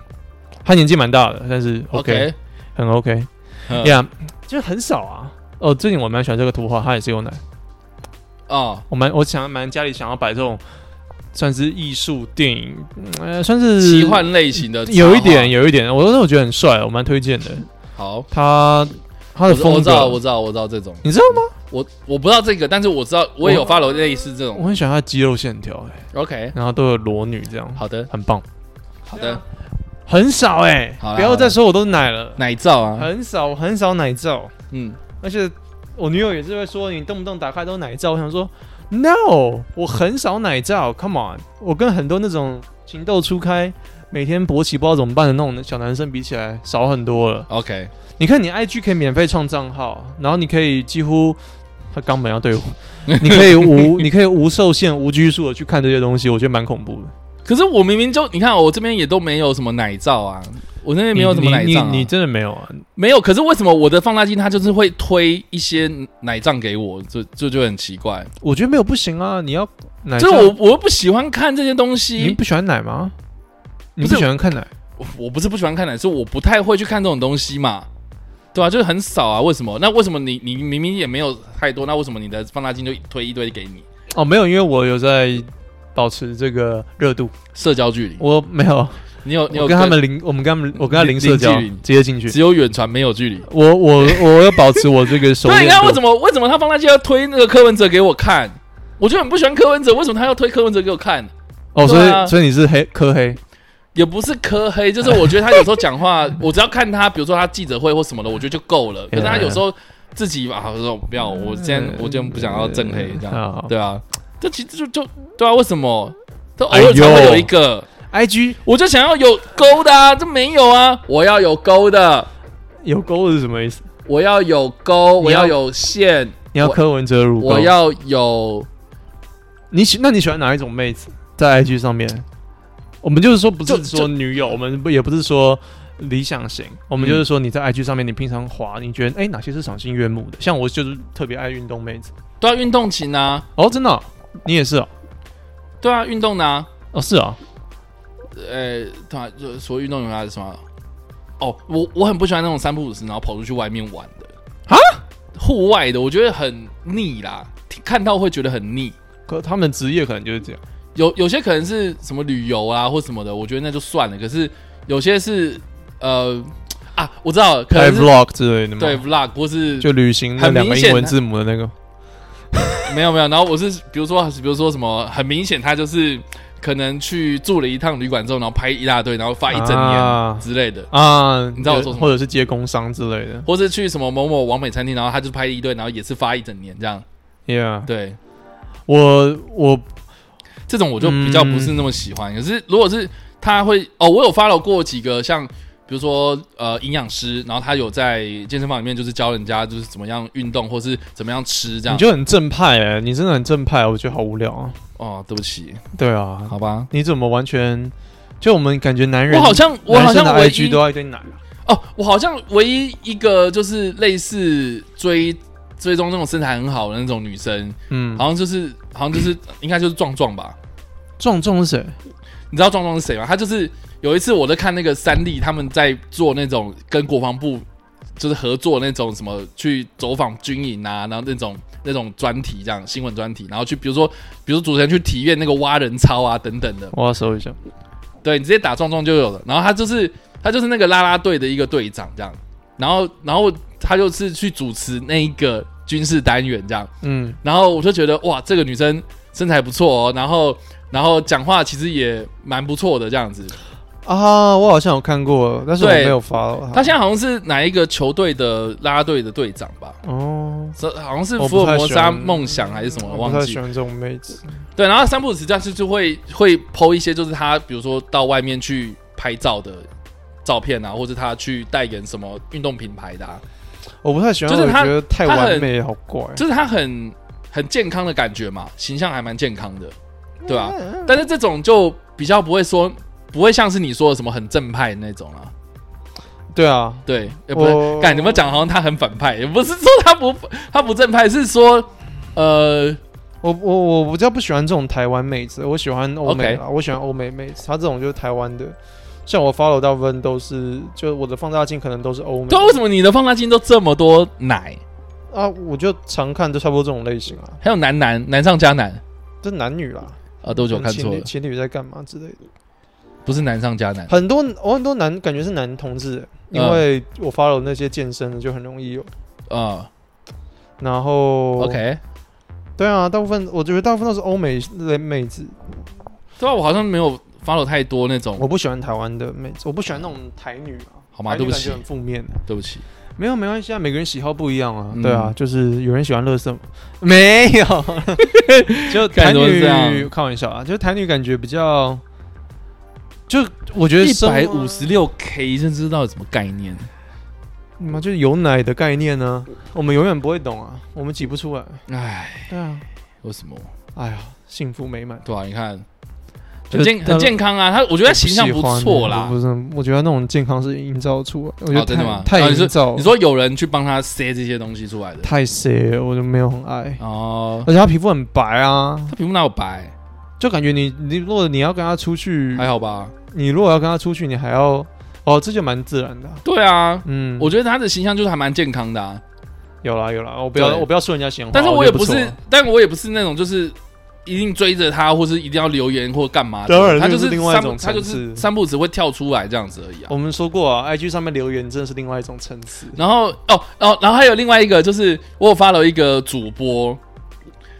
[SPEAKER 5] 他年纪蛮大的，但是 OK，
[SPEAKER 4] OK，
[SPEAKER 5] 很 OK
[SPEAKER 4] 嗯
[SPEAKER 5] 呀、就很少啊。哦，最近我蛮喜欢这个图画，它也是有奶。
[SPEAKER 4] 哦，
[SPEAKER 5] 我蛮我想蛮家里想要摆这种算是艺术电影，嗯呃，算是
[SPEAKER 4] 奇，幻类型呃的插画，
[SPEAKER 5] 有一点有一点，我我觉得很帅，我蛮推荐的。
[SPEAKER 4] 好。
[SPEAKER 5] 他他的
[SPEAKER 4] 我知我
[SPEAKER 5] 风
[SPEAKER 4] 知道，
[SPEAKER 5] 格，
[SPEAKER 4] 我知道，我知道这种，
[SPEAKER 5] 你知道吗？
[SPEAKER 4] 我我不知道这个，但是我知道我也有
[SPEAKER 5] 我
[SPEAKER 4] 发 o 类似这
[SPEAKER 5] 我
[SPEAKER 4] 种。
[SPEAKER 5] 很喜欢他的肌肉线条、哎，
[SPEAKER 4] OK，
[SPEAKER 5] 然后都有裸女这样，
[SPEAKER 4] 好的，
[SPEAKER 5] 很棒，
[SPEAKER 4] 好的，
[SPEAKER 5] 很少哎、
[SPEAKER 4] 好啦
[SPEAKER 5] 不要再说我都是奶了，
[SPEAKER 4] 奶罩啊，
[SPEAKER 5] 很少很少奶照，
[SPEAKER 4] 嗯，
[SPEAKER 5] 而且我女友也是会说你动不动打开都奶照，我想说 no，我很少奶照，come on，我跟很多那种情窦初开。每天勃起不知道怎么办的那种小男生比起来少很多了。
[SPEAKER 4] OK，
[SPEAKER 5] 你看，你 IG 可以免费创账号，然后你可以几乎他肛门要对我，你可以无你可以无受限、无拘束的去看这些东西，我觉得蛮恐怖的。
[SPEAKER 4] 可是我明明就你看我这边也都没有什么奶罩啊，我那边没有什么奶
[SPEAKER 5] 你
[SPEAKER 4] 罩啊、
[SPEAKER 5] 你你真的没有啊？
[SPEAKER 4] 没有。可是为什么我的放大镜它就是会推一些奶罩给我，这这就很奇怪。
[SPEAKER 5] 我觉得没有不行啊！你要奶
[SPEAKER 4] 就是
[SPEAKER 5] 罩
[SPEAKER 4] 我我又不喜欢看这些东
[SPEAKER 5] 你
[SPEAKER 4] 西，
[SPEAKER 5] 不喜欢奶吗？你
[SPEAKER 4] 不
[SPEAKER 5] 不
[SPEAKER 4] 是
[SPEAKER 5] 喜欢看奶？
[SPEAKER 4] 我我不是不喜欢看奶，是我不太会去看这种东西嘛。对啊，就是很少啊。为什么？那为什么你你明明也没有太多，那为什么你的放大镜就推一堆给你？
[SPEAKER 5] 哦，没有，因为我有在保持这个热度，
[SPEAKER 4] 社交距离，
[SPEAKER 5] 我没有，
[SPEAKER 4] 你有你有
[SPEAKER 5] 我跟他们零，我们跟他们，我跟他零
[SPEAKER 4] 零
[SPEAKER 5] 社交
[SPEAKER 4] 距离，
[SPEAKER 5] 直接进去。
[SPEAKER 4] 只有远传没有距离。
[SPEAKER 5] 我我我要保持我这个熟
[SPEAKER 4] 对，
[SPEAKER 5] 练
[SPEAKER 4] 你看为
[SPEAKER 5] 度
[SPEAKER 4] 什。么为什么他放大镜要推那个柯文哲给我看？我就很不喜欢柯文哲，为什么他要推柯文哲给我看？
[SPEAKER 5] 哦，所
[SPEAKER 4] 对啊
[SPEAKER 5] 以所以你是黑科黑，
[SPEAKER 4] 也不是柯黑，就是我觉得他有时候讲话，我只要看他，比如说他记者会或什么的，我觉得就够了。可是他有时候自己啊，我说不要，我今天我今天不想要正黑这样，
[SPEAKER 5] 啊
[SPEAKER 4] 对啊，哎这其实就就对啊，为什么？都偶尔才会有一个，
[SPEAKER 5] ，IG
[SPEAKER 4] 我就想要有勾的啊，这没有啊，我要有勾的，
[SPEAKER 5] 有勾是什么意思？
[SPEAKER 4] 我要有勾，我
[SPEAKER 5] 你要
[SPEAKER 4] 要有线，
[SPEAKER 5] 你要
[SPEAKER 4] 我
[SPEAKER 5] 柯文哲如
[SPEAKER 4] 我
[SPEAKER 5] 钩
[SPEAKER 4] 要有
[SPEAKER 5] 你喜那你喜欢哪一种妹子？在 IG 上面，我们就是说不
[SPEAKER 4] 就是就
[SPEAKER 5] 说女友，我们不也不是说理想型，我们
[SPEAKER 4] 嗯
[SPEAKER 5] 就是说你在 IG 上面，你平常滑，你觉得哎、哪些是赏心悦目的？像我就是特别爱运动妹子。
[SPEAKER 4] 都要运动型啊，
[SPEAKER 5] 哦，真的哦、你也是哦，
[SPEAKER 4] 对啊，运动的啊，
[SPEAKER 5] 哦是哦，
[SPEAKER 4] 呃，对啊，就所谓运动员啊什么？哦，我我很不喜欢那种三不五时然后跑出去外面玩的
[SPEAKER 5] 啊，
[SPEAKER 4] 户外的我觉得很腻啦，看到会觉得很腻。
[SPEAKER 5] 可他们职业可能就是这样。
[SPEAKER 4] 有有些可能是什么旅游啊或什么的，我觉得那就算了。可是有些是呃啊，我知道了，可
[SPEAKER 5] 开
[SPEAKER 4] 能是
[SPEAKER 5] vlog 之类的嘛，
[SPEAKER 4] 对 vlog 或是
[SPEAKER 5] 就旅行那
[SPEAKER 4] 很明
[SPEAKER 5] 两个英
[SPEAKER 4] 显
[SPEAKER 5] 文
[SPEAKER 4] 他
[SPEAKER 5] 字母的那个，
[SPEAKER 4] 没有没有。然后我是比如说比如说什么，很明显他就是可能去住了一趟旅馆之后，然后拍一大堆，然后发一整
[SPEAKER 5] 啊
[SPEAKER 4] 年之类的。
[SPEAKER 5] 啊，
[SPEAKER 4] 你知道我说什么
[SPEAKER 5] 或者是接工商之类的
[SPEAKER 4] 或是去什么某某完美餐厅，然后他就拍一堆，然后也是发一整年这样。
[SPEAKER 5] ，Yeah，
[SPEAKER 4] 对，
[SPEAKER 5] 我我
[SPEAKER 4] 这种我就比较
[SPEAKER 5] 嗯
[SPEAKER 4] 不是那么喜欢。可是如果是他会哦，我有 follow 过几个像，比如说呃营养师，然后他有在健身房里面就是教人家就是怎么样运动，或是怎么样吃这
[SPEAKER 5] 你
[SPEAKER 4] 样。
[SPEAKER 5] 就很正派哎，你真的很正派，我觉得好无聊啊。
[SPEAKER 4] 哦，对不起，
[SPEAKER 5] 对啊，
[SPEAKER 4] 好吧，
[SPEAKER 5] 你怎么完全就我们感觉男人，
[SPEAKER 4] 我好像我好像
[SPEAKER 5] 男生的
[SPEAKER 4] 唯
[SPEAKER 5] IG
[SPEAKER 4] 一
[SPEAKER 5] 都要一堆奶啊，
[SPEAKER 4] 哦，我好像唯一一个就是类似追追踪那种身材很好的那种女生，
[SPEAKER 5] 嗯，
[SPEAKER 4] 好像就是好像就是应该就是壮壮吧。
[SPEAKER 5] 壮壮是谁？
[SPEAKER 4] 你知道壮壮是谁吗？他就是有一次我在看那个三立他们在做那种跟国防部就是合作那种什么去走访军营啊，然后那种那种专题这样新闻专题，然后去比如说比如说主持人去体验那个挖人操啊等等的，
[SPEAKER 5] 我要搜一下。
[SPEAKER 4] 对你直接打壮壮就有了。然后他就是他就是那个啦啦队的一个队长这样，然后然后他就是去主持那一个军事单元这样，
[SPEAKER 5] 嗯，
[SPEAKER 4] 然后我就觉得哇，这个女生身材不错哦，然后然后讲话其实也蛮不错的这样子。
[SPEAKER 5] 啊，我好像有看过，但是我
[SPEAKER 4] 对
[SPEAKER 5] 没有发到
[SPEAKER 4] 他现在好像是哪一个球队的啦啦队的队长吧？
[SPEAKER 5] 哦，
[SPEAKER 4] 这好像是
[SPEAKER 5] 我不
[SPEAKER 4] 福尔
[SPEAKER 5] 太
[SPEAKER 4] 摩
[SPEAKER 5] 喜
[SPEAKER 4] 沙
[SPEAKER 5] 欢
[SPEAKER 4] 梦想还是什么，
[SPEAKER 5] 我
[SPEAKER 4] 忘
[SPEAKER 5] 不太
[SPEAKER 4] 记
[SPEAKER 5] 喜。欢这种妹子。
[SPEAKER 4] 对，然后三不五时这样是就会会剖一些，就是他比如说到外面去拍照的照片啊，或者他去代言什么运动品牌的、啊，
[SPEAKER 5] 我不太喜欢，
[SPEAKER 4] 就是
[SPEAKER 5] 我
[SPEAKER 4] 他
[SPEAKER 5] 觉得太
[SPEAKER 4] 他很
[SPEAKER 5] 完美，好怪。
[SPEAKER 4] 就是他很很健康的感觉嘛，形象还蛮健康的，对吧、
[SPEAKER 5] 嗯
[SPEAKER 4] 但是这种就比较不会说，不会像是你说的什么很正派的那种啊。
[SPEAKER 5] 对啊，
[SPEAKER 4] 对，也不是
[SPEAKER 5] 我
[SPEAKER 4] 干，你们讲好像他很反派，也不是说他不他不正派，是说呃，
[SPEAKER 5] 我我我比较不喜欢这种台湾妹子，我喜欢欧美
[SPEAKER 4] OK
[SPEAKER 5] 啦我喜欢欧美妹子，她这种就是台湾的。像我 follow 大部分都是，就我的放大镜可能都是欧美
[SPEAKER 4] 对，为什么你的放大镜都这么多奶，
[SPEAKER 5] 啊，我就常看就差不多这种类型啊，
[SPEAKER 4] 还有男男男上加男
[SPEAKER 5] 这男女啦，
[SPEAKER 4] 啊？对不起，我看
[SPEAKER 5] 情
[SPEAKER 4] 错
[SPEAKER 5] 侣
[SPEAKER 4] 了，
[SPEAKER 5] 情侣在干嘛之类的，
[SPEAKER 4] 不是男上加男。
[SPEAKER 5] 很多我很多男感觉是男同志，因
[SPEAKER 4] 嗯
[SPEAKER 5] 为我 follow 那些健身的就很容易有，哦
[SPEAKER 4] 啊、
[SPEAKER 5] 然后
[SPEAKER 4] o k
[SPEAKER 5] 对啊，大部分我觉得大部分都是欧美的妹子，
[SPEAKER 4] 对啊，我好像没有 follow 太多那种
[SPEAKER 5] 我，不喜欢台湾的妹子，我不喜欢那种台女啊，
[SPEAKER 4] 好吗
[SPEAKER 5] 台女
[SPEAKER 4] 对不
[SPEAKER 5] 感觉
[SPEAKER 4] 起
[SPEAKER 5] 很负面的。
[SPEAKER 4] 对不起，
[SPEAKER 5] 没有，没关系啊，每个人喜好不一样啊。
[SPEAKER 4] 嗯
[SPEAKER 5] 对啊，就是有人喜欢乐色， <laughs> 没有， <laughs> 就台
[SPEAKER 4] 感觉都是这样
[SPEAKER 5] 女开玩笑啊，就是台女感觉比较，就我觉得
[SPEAKER 4] 一
[SPEAKER 5] 生
[SPEAKER 4] 百
[SPEAKER 5] 活
[SPEAKER 4] 五十六 K，真知道什么概念？
[SPEAKER 5] 嗯啊，就是有奶的概念呢、我们永远不会懂啊，我们挤不出来。
[SPEAKER 4] 唉，
[SPEAKER 5] 对啊，
[SPEAKER 4] 为什么？
[SPEAKER 5] 哎呀，幸福美满，
[SPEAKER 4] 对啊，你看，
[SPEAKER 5] 就
[SPEAKER 4] 很
[SPEAKER 5] 是
[SPEAKER 4] 健
[SPEAKER 5] 但
[SPEAKER 4] 很健康啊，他我觉得他形象不错
[SPEAKER 5] 我
[SPEAKER 4] 啦
[SPEAKER 5] 不。喜欢不是，我觉得那种健康是营造出来，我觉得
[SPEAKER 4] 哦真的
[SPEAKER 5] 太、
[SPEAKER 4] 吗
[SPEAKER 5] 太
[SPEAKER 4] 哦你
[SPEAKER 5] 营造，
[SPEAKER 4] 你说有人去帮他塞这些东西出来的
[SPEAKER 5] 太 C 了，我就没有很爱。
[SPEAKER 4] 哦，
[SPEAKER 5] 而且她皮肤很白啊，
[SPEAKER 4] 他皮肤哪有白？
[SPEAKER 5] 就感觉你你如果你要跟她出去，
[SPEAKER 4] 还好吧？
[SPEAKER 5] 你如果要跟他出去，你还要哦，这就蛮自然的啊、
[SPEAKER 4] 对啊，
[SPEAKER 5] 嗯，
[SPEAKER 4] 我觉得他的形象就是还蛮健康的、啊，
[SPEAKER 5] 有啦有啦，我不要
[SPEAKER 4] 对
[SPEAKER 5] 我不要说人家闲话，
[SPEAKER 4] 但是
[SPEAKER 5] 我
[SPEAKER 4] 也
[SPEAKER 5] 觉
[SPEAKER 4] 不
[SPEAKER 5] 得哦错啊
[SPEAKER 4] 是，但我也不是那种就是一定追着他，或是一定要留言或干嘛的。
[SPEAKER 5] 当然
[SPEAKER 4] 他就
[SPEAKER 5] 这个是另外一
[SPEAKER 4] 三
[SPEAKER 5] 种
[SPEAKER 4] 他就
[SPEAKER 5] 层
[SPEAKER 4] 是
[SPEAKER 5] 次
[SPEAKER 4] 三步只会跳出来这样子而已啊
[SPEAKER 5] 我。们说过啊，IG 上面留言真的是另外一种层次。
[SPEAKER 4] 然后哦哦，然后还有另外一个就是我有发了一个主播，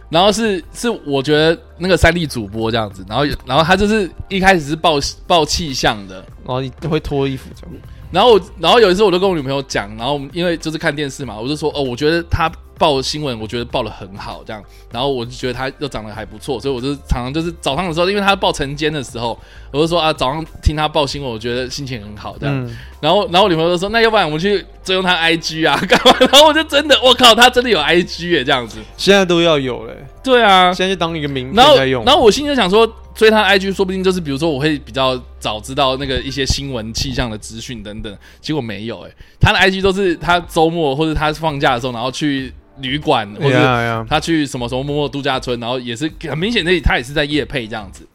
[SPEAKER 4] 然后是是我觉得那个三立主播这样子，然后然后他就是一开始是报报气象的，
[SPEAKER 5] 然后你会脱衣服这样，
[SPEAKER 4] 然后我，然后有一次我就跟我女朋友讲，然后我们因为就是看电视嘛，我就说哦，我觉得她报新闻，我觉得报的很好这样，然后我就觉得她又长得还不错，所以我就常常就是早上的时候，因为她报晨间的时候，我就说啊，早上听她报新闻，我觉得心情很好这样。
[SPEAKER 5] 嗯，
[SPEAKER 4] 然后，然后我女朋友就说，那要不然我们去追踪她 IG 啊，干嘛？然后我就真的，我靠，她真的有 IG 耶，这样子。
[SPEAKER 5] 现在都要有嘞、
[SPEAKER 4] 对啊，
[SPEAKER 5] 现在就当一个名
[SPEAKER 4] 然
[SPEAKER 5] 片
[SPEAKER 4] 后，
[SPEAKER 5] 在用。
[SPEAKER 4] 然后我心里就想说，追他的 IG，说不定就是比如说我会比较早知道那个一些新闻气象的资讯等等。结果没有、欸，他的 IG 都是他周末或者他放假的时候，然后去旅馆或
[SPEAKER 5] 呀
[SPEAKER 4] 者
[SPEAKER 5] 呀，
[SPEAKER 4] 他去什么什么某某度假村，然后也是很明显那里他也是在夜配这样子。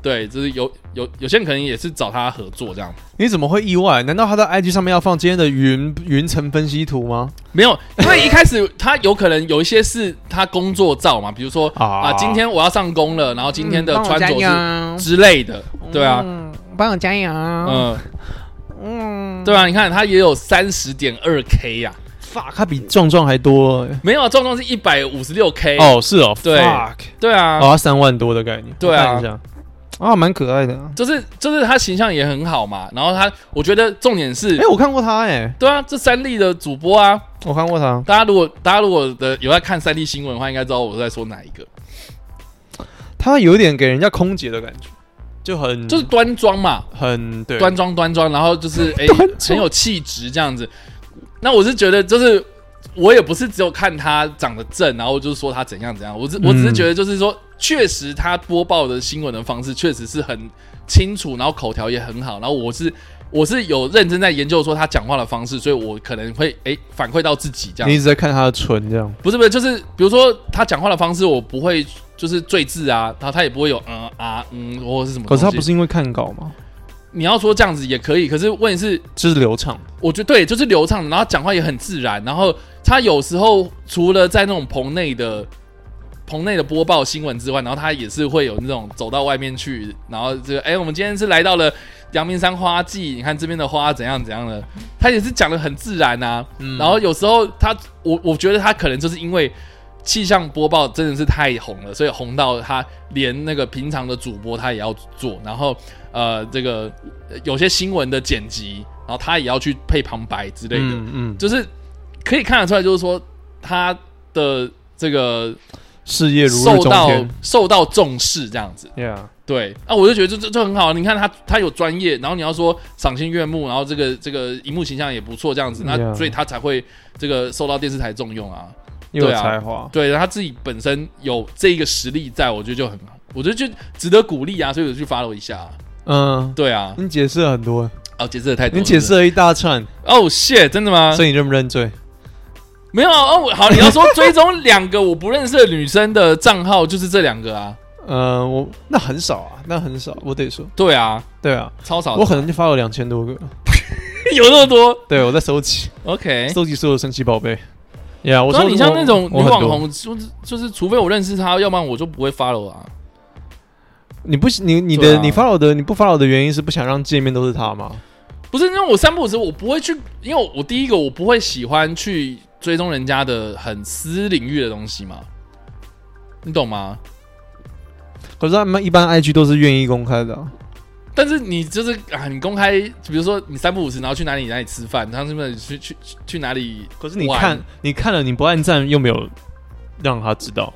[SPEAKER 4] 对，就是有有有些人可能也是找他合作这样，
[SPEAKER 5] 你怎么会意外？难道他在 IG 上面要放今天的云云层分析图吗？
[SPEAKER 4] 没有，因为一开始他有可能有一些是他工作照嘛，比如说
[SPEAKER 5] 啊
[SPEAKER 4] 啊，今天我要上工了，然后今
[SPEAKER 5] 嗯
[SPEAKER 4] 天的穿着是
[SPEAKER 5] 着
[SPEAKER 4] 之类的，对啊，
[SPEAKER 5] 嗯帮我加油。
[SPEAKER 4] 嗯嗯，对啊，你看他也有三十点二 K 呀，
[SPEAKER 5] fuck，他比壮壮还多欸。
[SPEAKER 4] 没有啊，壮壮是一百五十六 K，
[SPEAKER 5] 哦，是哦，
[SPEAKER 4] 哎对
[SPEAKER 5] fuck
[SPEAKER 4] 对啊，
[SPEAKER 5] 哦，他三万多的概念。
[SPEAKER 4] 对啊
[SPEAKER 5] 我看一下，啊，蛮可爱的啊。
[SPEAKER 4] 就是就是他形象也很好嘛，然后他我觉得重点是
[SPEAKER 5] 哎、，我看过他、哎，
[SPEAKER 4] 对啊，这三立的主播啊，
[SPEAKER 5] 我看过他。
[SPEAKER 4] 大家如果大家如果的有在看三立新闻的话，应该知道我在说哪一
[SPEAKER 5] 嗯
[SPEAKER 4] 个，
[SPEAKER 5] 他有点给人家空姐的感觉，就很
[SPEAKER 4] 就是端庄嘛，
[SPEAKER 5] 很对
[SPEAKER 4] 端庄端庄，然后
[SPEAKER 5] <laughs>
[SPEAKER 4] 就是哎、
[SPEAKER 5] 端庄
[SPEAKER 4] 很有气质这样子。那我是觉得，就是我也不是只有看他长得正，然后就是说他怎样怎样，我只
[SPEAKER 5] 嗯
[SPEAKER 4] 我只是觉得就是说，确实他播报的新闻的方式确实是很清楚，然后口条也很好，然后我是。我是有认真在研究说他讲话的方式，所以我可能会哎、反馈到自己这样
[SPEAKER 5] 你一直在看他的唇这样。
[SPEAKER 4] 不是不是，就是比如说他讲话的方式，我不会就是赘字啊，然后他也不会有嗯啊嗯或者是什么东
[SPEAKER 5] 可
[SPEAKER 4] 西。
[SPEAKER 5] 是他不是因为看稿吗？
[SPEAKER 4] 你要说这样子也可以，可是问题是，
[SPEAKER 5] 就是流畅，
[SPEAKER 4] 我觉得对，就是流畅，然后讲话也很自然，然后他有时候除了在那种棚内的棚内的播报新闻之外，然后他也是会有那种走到外面去，然后这个哎，我们今天是来到了阳明山花季，你看这边的花怎样怎样的，他也是讲的很自然啊。然后有时候他，我我觉得他可能就是因为。气象播报真的是太红了，所以红到他连那个平常的主播他也要做，然后呃，这个呃有些新闻的剪辑，然后他也要去配旁白之类的，
[SPEAKER 5] 嗯嗯，
[SPEAKER 4] 就是可以看得出来，就是说他的这个
[SPEAKER 5] 事业如日
[SPEAKER 4] 受
[SPEAKER 5] 中
[SPEAKER 4] 到
[SPEAKER 5] 天。
[SPEAKER 4] 受到重视这样子。
[SPEAKER 5] Yeah，
[SPEAKER 4] 对，啊，我就觉得这这这很好。你看他他有专业，然后你要说赏心悦目，然后这个这个荧幕形象也不错，这样子，那
[SPEAKER 5] Yeah
[SPEAKER 4] 所以他才会这个受到电视台重用啊。
[SPEAKER 5] 又有
[SPEAKER 4] 对啊
[SPEAKER 5] 才华。
[SPEAKER 4] 对，然后他自己本身有这一个实力在，我觉得就很好，我觉得就值得鼓励啊，所以我去 follow 一下啊、
[SPEAKER 5] 嗯，
[SPEAKER 4] 对啊，
[SPEAKER 5] 你解释了很多，
[SPEAKER 4] 哦，解释的太多了，
[SPEAKER 5] 你解释了一大串，
[SPEAKER 4] 哦，shit，真的吗？
[SPEAKER 5] 所以你认不认罪？
[SPEAKER 4] 没有啊哦，我好，你要说追踪两个我不认识的女生的账号，就是这两个啊。
[SPEAKER 5] 嗯，我那很少啊，那很少，我得说，
[SPEAKER 4] 对啊，
[SPEAKER 5] 对啊，
[SPEAKER 4] 超少的，
[SPEAKER 5] 我可能就发了两千多个，
[SPEAKER 4] 有那么多。
[SPEAKER 5] 对我在收集，
[SPEAKER 4] OK，
[SPEAKER 5] 收集所有神奇宝贝。呀，我
[SPEAKER 4] 然
[SPEAKER 5] 说
[SPEAKER 4] 后你像那种女
[SPEAKER 5] 我很
[SPEAKER 4] 网
[SPEAKER 5] 多
[SPEAKER 4] 红，就是就是，除非我认识她，要不然我就不会 follow 啊。
[SPEAKER 5] 你不你你
[SPEAKER 4] 对
[SPEAKER 5] 的、
[SPEAKER 4] 啊
[SPEAKER 5] 你 follow 的你不 follow 的原因是不想让界面都是他吗？
[SPEAKER 4] 不是，因为我三不五时，我不会去，因为我我第一个我不会喜欢去追踪人家的很私领域的东西嘛，你懂吗？
[SPEAKER 5] 可是他们一般 IG 都是愿意公开的啊、
[SPEAKER 4] 但是你就是啊，你公开，比如说你三不五时，然后去哪里哪里吃饭，然后是不是去去去去哪里？
[SPEAKER 5] 可是你看，你看了你不按赞又没有让他知道，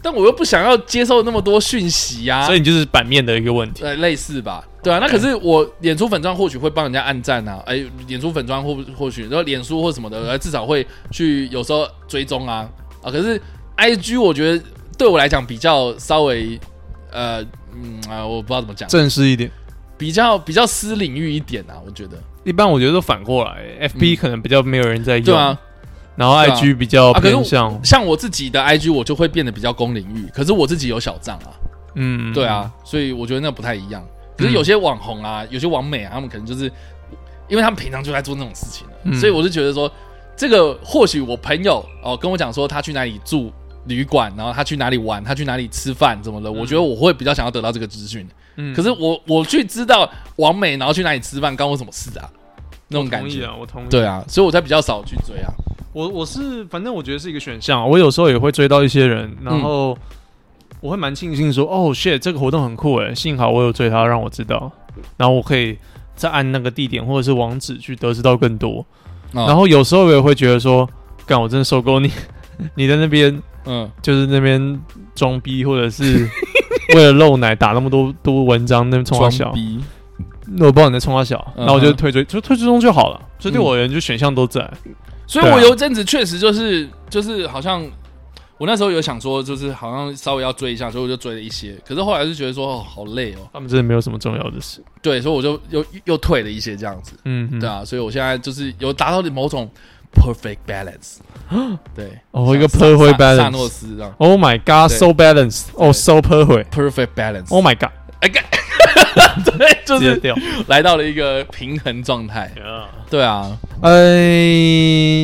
[SPEAKER 4] 但我又不想要接受那么多讯息呀、
[SPEAKER 5] 所以你就是版面的一个问题。
[SPEAKER 4] 呃，类似吧，对啊。那可是我脸书粉砖或许会帮人家按赞啊，哎、脸书粉砖或或许，然后脸书或什么的，呃至少会去有时候追踪啊啊。可是 I G 我觉得对我来讲比较稍微呃嗯啊、我不知道怎么讲，
[SPEAKER 5] 正式一点，
[SPEAKER 4] 比较比较私领域一点啊，我觉得
[SPEAKER 5] 一般我觉得都反过来，FB
[SPEAKER 4] 嗯
[SPEAKER 5] 可能比较没有人在用，
[SPEAKER 4] 对啊。
[SPEAKER 5] 然后
[SPEAKER 4] 对啊
[SPEAKER 5] IG 比较
[SPEAKER 4] 啊可是
[SPEAKER 5] 偏向，
[SPEAKER 4] 像我自己的 I G 我就会变得比较公领域，可是我自己有小账啊，
[SPEAKER 5] 嗯，
[SPEAKER 4] 对啊，所以我觉得那不太一样。可是有些网红啊，
[SPEAKER 5] 嗯
[SPEAKER 4] 有些网美啊，他们可能就是因为他们平常就在做那种事情了，
[SPEAKER 5] 嗯
[SPEAKER 4] 所以我就觉得说，这个或许我朋友哦跟我讲说他去哪里住旅馆，然后他去哪里玩，他去哪里吃饭什么的，我觉得我会比较想要得到这个资讯。
[SPEAKER 5] 嗯，
[SPEAKER 4] 可是我我去知道网美然后去哪里吃饭，关我什么事啊？那种
[SPEAKER 5] 我
[SPEAKER 4] 感
[SPEAKER 5] 同意
[SPEAKER 4] 觉，
[SPEAKER 5] 啊，我同意。
[SPEAKER 4] 对啊，所以我才比较少去追啊。
[SPEAKER 5] 我我是反正我觉得是一个选项，啊我有时候也会追到一些人，然后我会蛮庆幸说，哦，shit，这个活动很酷诶，幸好我有追他，让我知道，然后我可以再按那个地点或者是网址去得知到更多。
[SPEAKER 4] 哦
[SPEAKER 5] 然后有时候我也会觉得说，干，我真的受够你，你在那边
[SPEAKER 4] 嗯，
[SPEAKER 5] 就是那边装逼，或者是为了露奶打那么多多文章，那边冲我小
[SPEAKER 4] 装，逼，
[SPEAKER 5] 那我不知道你在冲我小，
[SPEAKER 4] 嗯哼
[SPEAKER 5] 然后我就退追，就退追踪就好了。所以对
[SPEAKER 4] 嗯
[SPEAKER 5] 我而言，就选项都在。
[SPEAKER 4] 所以
[SPEAKER 5] 对
[SPEAKER 4] 我
[SPEAKER 5] 啊
[SPEAKER 4] 有一阵子确实就是就是好像我那时候有想说，就是好像稍微要追一下，所以我就追了一些。可是后来就觉得说，哦，好累哦，
[SPEAKER 5] 他们真的没有什么重要的事。
[SPEAKER 4] 对，所以我就又又退了一些这样子，
[SPEAKER 5] 嗯哼，
[SPEAKER 4] 对啊，所以我现在就是有达到某种 perfect balance，对，
[SPEAKER 5] <gasps> 哦，一个
[SPEAKER 4] 像
[SPEAKER 5] perfect
[SPEAKER 4] 萨萨诺
[SPEAKER 5] balance。
[SPEAKER 4] 斯这样
[SPEAKER 5] Oh my god, so balanced. 哦、
[SPEAKER 4] 对
[SPEAKER 5] so perfect.
[SPEAKER 4] perfect balance，
[SPEAKER 5] Oh my god.
[SPEAKER 4] my， <laughs> 对，就
[SPEAKER 5] 直接
[SPEAKER 4] 是
[SPEAKER 5] 掉。
[SPEAKER 4] 来到了一个平衡状态。对啊，
[SPEAKER 5] 呃，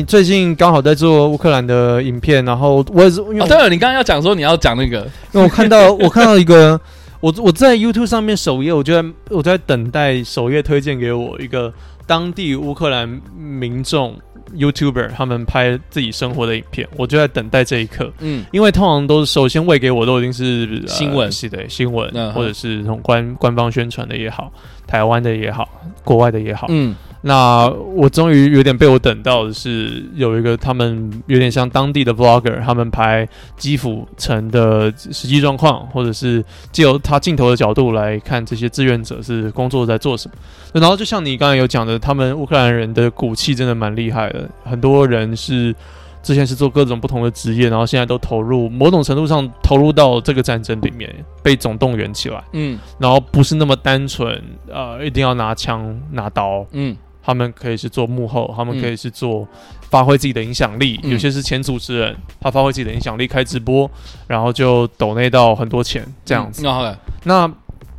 [SPEAKER 5] 最近刚好在做乌克兰的影片，然后我也是因为我、
[SPEAKER 4] 哦，对了，你刚刚要讲说你要讲那个，
[SPEAKER 5] 因为我看到 <laughs> 我看到一个，我我在 YouTube 上面首页，我就在我在等待首页推荐给我一个当地乌克兰民众 YouTuber 他们拍自己生活的影片，我就在等待这一刻。
[SPEAKER 4] 嗯，
[SPEAKER 5] 因为通常都是首先喂给我都已经是、呃
[SPEAKER 4] 新闻
[SPEAKER 5] 是的新闻，
[SPEAKER 4] 嗯哼
[SPEAKER 5] 或者是从官官方宣传的也好，台湾的也好，国外的也好。
[SPEAKER 4] 嗯
[SPEAKER 5] 那我终于有点被我等到的是有一个他们有点像当地的 vlogger，他们拍基辅城的实际状况，或者是借由他镜头的角度来看这些志愿者是工作在做什么。然后就像你刚才有讲的，他们乌克兰人的骨气真的蛮厉害的，很多人是之前是做各种不同的职业，然后现在都投入某种程度上投入到这个战争里面，被总动员起来，
[SPEAKER 4] 嗯
[SPEAKER 5] 然后不是那么单纯呃，一定要拿枪拿刀。
[SPEAKER 4] 嗯
[SPEAKER 5] 他们可以是做幕后，他
[SPEAKER 4] 嗯
[SPEAKER 5] 们可以是做发挥自己的影响力。
[SPEAKER 4] 嗯
[SPEAKER 5] 有些是前主持人，他发挥自己的影响力开直播，然后就抖内到很多钱这样子。
[SPEAKER 4] 嗯然后嘞
[SPEAKER 5] 那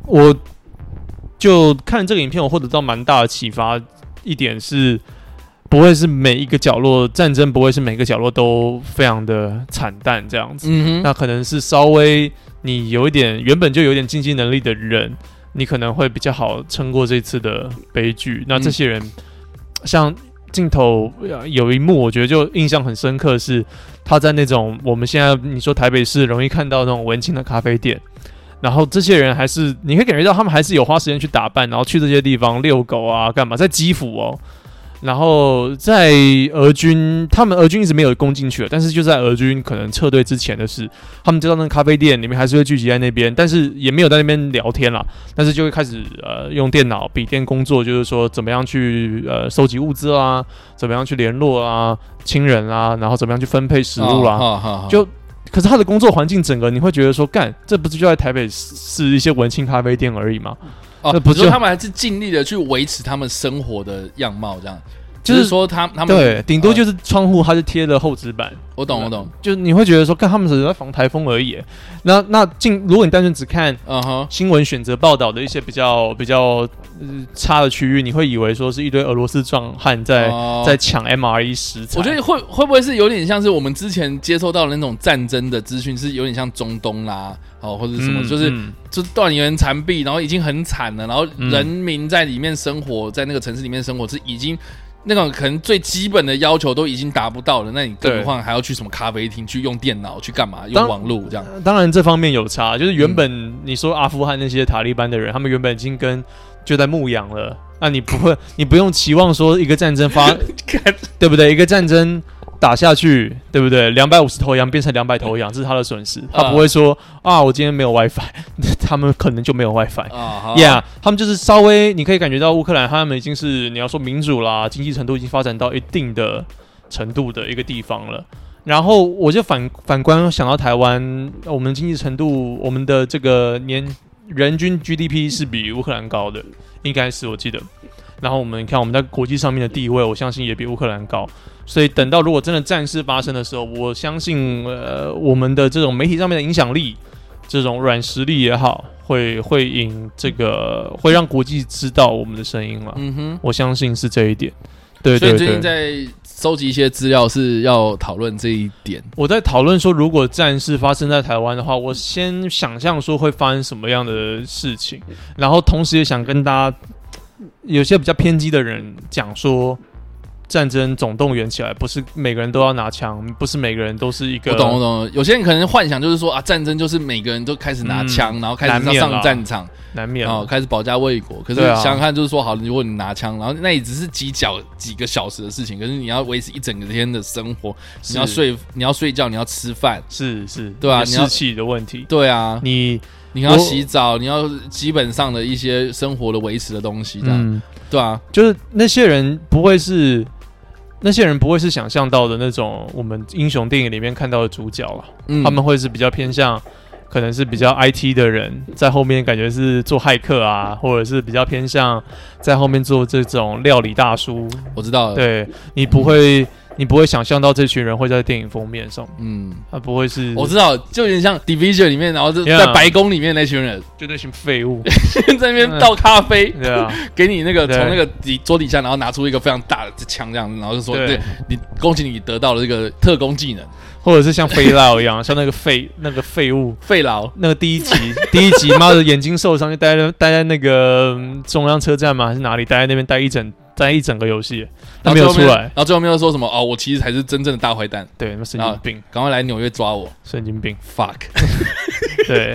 [SPEAKER 5] 我就看这个影片，我获得到蛮大的启发。一点是，不会是每一个角落战争，不会是每个角落都非常的惨淡这样子。
[SPEAKER 4] 嗯哼，
[SPEAKER 5] 那可能是稍微你有一点原本就有一点经济能力的人，你可能会比较好撑过这次的悲剧。那这些人，像镜头呃有一幕，我觉得就印象很深刻是，他在那种我们现在你说台北市容易看到那种文青的咖啡店。然后这些人还是，你可以感觉到他们还是有花时间去打扮，然后去这些地方遛狗啊，干嘛？在基辅哦，然后在俄军，他们俄军一直没有攻进去了，但是就在俄军可能撤退之前的事，他们就到那个咖啡店里面还是会聚集在那边，但是也没有在那边聊天啦，但是就会开始呃用电脑、笔电工作，就是说怎么样去呃收集物资啊，怎么样去联络啊亲人啊，然后怎么样去分配食物啦、啊
[SPEAKER 4] 好啊好好，
[SPEAKER 5] 就可是他的工作环境整个你会觉得说，干这不是就在台北市一些文青咖啡店而已吗？
[SPEAKER 4] 哦，
[SPEAKER 5] 那
[SPEAKER 4] 不
[SPEAKER 5] 不
[SPEAKER 4] 是
[SPEAKER 5] 就
[SPEAKER 4] 他们还是尽力的去维持他们生活的样貌，这样，
[SPEAKER 5] 就
[SPEAKER 4] 就是是说他他们
[SPEAKER 5] 对，顶多
[SPEAKER 4] 呃
[SPEAKER 5] 就是窗户它是贴了厚纸板。
[SPEAKER 4] 我懂我懂，
[SPEAKER 5] 就你会觉得说，看他们只是在防台风而已。那那进，如果你单纯只看
[SPEAKER 4] 嗯哼，
[SPEAKER 5] 新闻选择报道的一些比较比较、呃差的区域，你会以为说是一堆俄罗斯壮汉在、
[SPEAKER 4] 哦
[SPEAKER 5] 在抢 MRE 食材。
[SPEAKER 4] 我觉得会会不会是有点像是我们之前接受到的那种战争的资讯，是有点像中东啦，哦或者是什么，
[SPEAKER 5] 嗯
[SPEAKER 4] 就是
[SPEAKER 5] 嗯
[SPEAKER 4] 就是断垣残壁，然后已经很惨了，然后
[SPEAKER 5] 嗯
[SPEAKER 4] 人民在里面生活，在那个城市里面生活是已经那种可能最基本的要求都已经达不到了，那你更
[SPEAKER 5] 对
[SPEAKER 4] 何况还要去什么咖啡厅去用电脑去干嘛？用
[SPEAKER 5] 当
[SPEAKER 4] 网络这样？嗯
[SPEAKER 5] 呃当然这方面有差，就是原本你说阿富汗那些塔利班的人，他们原本已经跟就在牧羊了，那你不
[SPEAKER 4] <laughs>
[SPEAKER 5] 会，你不用期望说一个战争发，对不对？一个战争打下去，对不对？两百五十头羊变成两百头羊，这是他的损失，他不会说、啊，我今天没有 WiFi，他 <laughs> 们可能就没有 WiFi。
[SPEAKER 4] 啊，好
[SPEAKER 5] Yeah，他们就是稍微，你可以感觉到乌克兰他们已经是你要说民主啦，经济程度已经发展到一定的程度的一个地方了。然后我就反反观想到台湾，我们经济程度，我们的这个年人均 GDP 是比乌克兰高的，应该是我记得。然后我们看我们在国际上面的地位，我相信也比乌克兰高。所以等到如果真的战事发生的时候，我相信呃我们的这种媒体上面的影响力，这种软实力也好，会会赢这个，会让国际知道我们的声音了。
[SPEAKER 4] 嗯哼。
[SPEAKER 5] 我相信是这一点。对
[SPEAKER 4] 所
[SPEAKER 5] 对
[SPEAKER 4] 以最
[SPEAKER 5] 对，
[SPEAKER 4] 近在收集一些资料，是要讨论这一点。
[SPEAKER 5] 我在讨论说，如果战事发生在台湾的话，我先想象说会发生什么样的事情，然后同时也想跟大家有些比较偏激的人讲说。战争总动员起来，不是每个人都要拿枪，不是每个人都是一个
[SPEAKER 4] 我懂，我懂。有些人可能幻想就是说啊，战争就是每个人都开始拿
[SPEAKER 5] 嗯
[SPEAKER 4] 枪，然后开
[SPEAKER 5] 难
[SPEAKER 4] 始
[SPEAKER 5] 免啦
[SPEAKER 4] 上战场，
[SPEAKER 5] 难免
[SPEAKER 4] 然后开始保家卫国。可是
[SPEAKER 5] 对啊
[SPEAKER 4] 想想看，就是说，好，如果你拿枪，然后那也只是几角几个小时的事情，可是你要维持一整个天的生活，你要睡，你要睡觉，你要吃饭，
[SPEAKER 5] 是是，
[SPEAKER 4] 对啊
[SPEAKER 5] 有
[SPEAKER 4] 你要
[SPEAKER 5] 士气的问题，
[SPEAKER 4] 对啊，
[SPEAKER 5] 你
[SPEAKER 4] 你要
[SPEAKER 5] 我
[SPEAKER 4] 洗澡，你要基本上的一些生活的维持的东西，这样、对啊，
[SPEAKER 5] 嗯就是那些人不会是那些人不会是想象到的那种我们英雄电影里面看到的主角了，
[SPEAKER 4] 嗯，
[SPEAKER 5] 他们会是比较偏向。可能是比较 IT 的人在后面，感觉是做骇客啊，或者是比较偏向在后面做这种料理大叔。
[SPEAKER 4] 我知道了，
[SPEAKER 5] 对你不会，你不会想象到这群人会在电影封面上，
[SPEAKER 4] 嗯，
[SPEAKER 5] 他不会是，
[SPEAKER 4] 我知道，就有点像 Division 里面，然后就
[SPEAKER 5] Yeah
[SPEAKER 4] 在白宫里面那群人 <laughs>
[SPEAKER 5] 就那群废物，
[SPEAKER 4] 在那边倒咖啡，<laughs>
[SPEAKER 5] 对啊，
[SPEAKER 4] 给你那个
[SPEAKER 5] 对
[SPEAKER 4] 从那个底桌底下，然后拿出一个非常大的枪这样，然后就说：“
[SPEAKER 5] 对
[SPEAKER 4] 对你恭喜你得到了这个特工技能，
[SPEAKER 5] 或者是像肥 <laughs> 佬一样，像那个废那个废物。
[SPEAKER 4] 费劳。
[SPEAKER 5] 那个
[SPEAKER 4] <laughs>
[SPEAKER 5] 第一集，第一集妈的眼睛受伤，就待在待在那个嗯中央车站嘛，还是哪里？待在那边待一整待一整个游戏，”他
[SPEAKER 4] 然后
[SPEAKER 5] 没
[SPEAKER 4] 最
[SPEAKER 5] 有
[SPEAKER 4] 后
[SPEAKER 5] 出
[SPEAKER 4] 面
[SPEAKER 5] 来
[SPEAKER 4] 然。后最后面又说什么：“哦，我其实才是真正的大坏蛋，
[SPEAKER 5] 对，那神
[SPEAKER 4] 然后
[SPEAKER 5] 经病，
[SPEAKER 4] 赶快来纽约抓我
[SPEAKER 5] 神经病。 <laughs>
[SPEAKER 4] ！”fuck，
[SPEAKER 5] 对，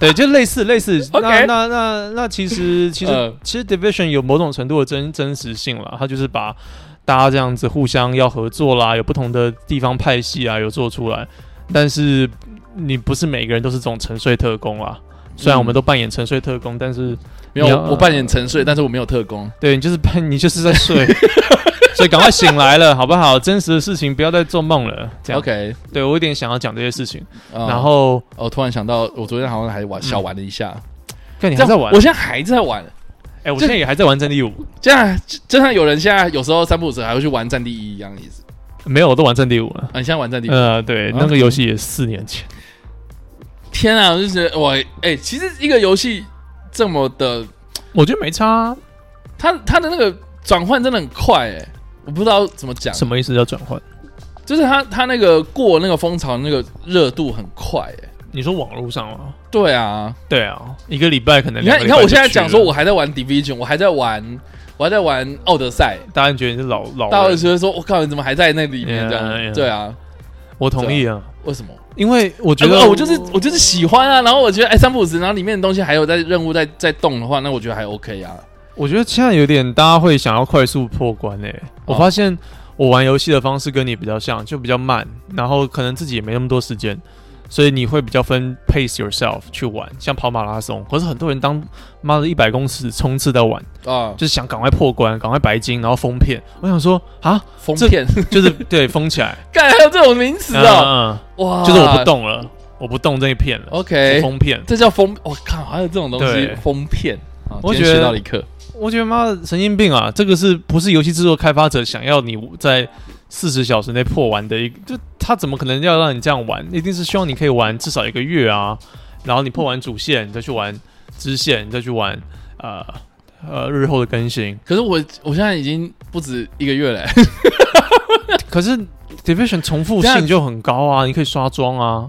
[SPEAKER 5] 对，就类似类 <laughs> 似。那
[SPEAKER 4] OK
[SPEAKER 5] 那那那其实其实、
[SPEAKER 4] 呃
[SPEAKER 5] 其实 Division 有某种程度的真真实性了，它就是把大家这样子互相要合作啦，有不同的地方派系啊，有做出来，但是你不是每个人都是这种沉睡特工啦。虽然我们都扮演沉睡特工，但是
[SPEAKER 4] 没有
[SPEAKER 5] 你要
[SPEAKER 4] 我扮演沉睡，但是我没有特工。
[SPEAKER 5] 对你就是扮你就是在睡， <laughs> 所以赶快醒来了，好不好？真实的事情不要再做梦了。这样
[SPEAKER 4] OK，
[SPEAKER 5] 对我有点想要讲这些事情，
[SPEAKER 4] 嗯
[SPEAKER 5] 然后
[SPEAKER 4] 哦，突然想到，我昨天好像还玩小玩了一下，
[SPEAKER 5] 看你
[SPEAKER 4] 你
[SPEAKER 5] 还在玩
[SPEAKER 4] 我，现在还在玩。
[SPEAKER 5] 哎，我现在也还在玩《战地五》，
[SPEAKER 4] 这样就像有人现在有时候三不五时还会去玩《战地一》一样的意思。
[SPEAKER 5] 没有，我都玩《战地五》了。
[SPEAKER 4] 啊，你现在玩《战地一》
[SPEAKER 5] 呃，对，
[SPEAKER 4] 啊
[SPEAKER 5] 那个游戏也是四年前，
[SPEAKER 4] 天啊，我就觉得我哎、其实一个游戏这么的，
[SPEAKER 5] 我觉得没差啊。
[SPEAKER 4] 它它的那个转换真的很快哎、我不知道怎么讲，
[SPEAKER 5] 什么意思叫转换？
[SPEAKER 4] 就是它它那个过那个风潮那个热度很快哎、
[SPEAKER 5] 你说网络上吗？
[SPEAKER 4] 对啊，
[SPEAKER 5] 对啊，一个礼拜可能
[SPEAKER 4] 你看
[SPEAKER 5] 两个
[SPEAKER 4] 你
[SPEAKER 5] 礼拜
[SPEAKER 4] 看我现在
[SPEAKER 5] 就去了
[SPEAKER 4] 讲说我，还在玩 Division，我还在玩我还在玩《奥德赛》。
[SPEAKER 5] 大家觉得你是老老
[SPEAKER 4] 大家就
[SPEAKER 5] 人
[SPEAKER 4] 觉得说：“我靠，你怎么还在那里面？”
[SPEAKER 5] 啊 Yeah,
[SPEAKER 4] 这样
[SPEAKER 5] yeah.
[SPEAKER 4] 对啊，
[SPEAKER 5] 我同意啊，
[SPEAKER 4] 为什么？
[SPEAKER 5] 因为我觉
[SPEAKER 4] 觉
[SPEAKER 5] 得、
[SPEAKER 4] 得、哎哦我就是我就是喜欢啊，然后我觉得哎三不五时，然后里面的东西还有在任务在在动的话，那我觉得还 OK 啊。
[SPEAKER 5] 我觉得现在有点大家会想要快速破关诶、我
[SPEAKER 4] 哦
[SPEAKER 5] 发现我玩游戏的方式跟你比较像，就比较慢，然后可能自己也没那么多时间，所以你会比较分 pace yourself 去玩，像跑马拉松，可是很多人当妈的一百公尺冲刺在玩，
[SPEAKER 4] 啊，
[SPEAKER 5] 就是想赶快破关，赶快白金，然后封片。我想说啊，
[SPEAKER 4] 封
[SPEAKER 5] 这
[SPEAKER 4] 片， <laughs>
[SPEAKER 5] 就是 <laughs> 对封起来，
[SPEAKER 4] 干还有这种名词哦，
[SPEAKER 5] 嗯，
[SPEAKER 4] 哇，
[SPEAKER 5] 嗯就是我不动了，我不动这一片了，
[SPEAKER 4] OK，
[SPEAKER 5] 封片。
[SPEAKER 4] 这叫封，我靠，还有这种东西
[SPEAKER 5] 对
[SPEAKER 4] 封片啊！
[SPEAKER 5] 我
[SPEAKER 4] 今天
[SPEAKER 5] 觉得
[SPEAKER 4] 学到了一课，
[SPEAKER 5] 我觉得妈的神经病啊！这个是不是游戏制作开发者想要你在四十小时内破完的一个？就他怎么可能要让你这样玩？一定是希望你可以玩至少一个月啊，然后你破完主线，你再去玩支线，你再去玩呃呃日后的更新。
[SPEAKER 4] 可是我我现在已经不止一个月了、
[SPEAKER 5] 嗯可是 Division 重复
[SPEAKER 4] 这样
[SPEAKER 5] 性就很高啊，你可以刷妆啊。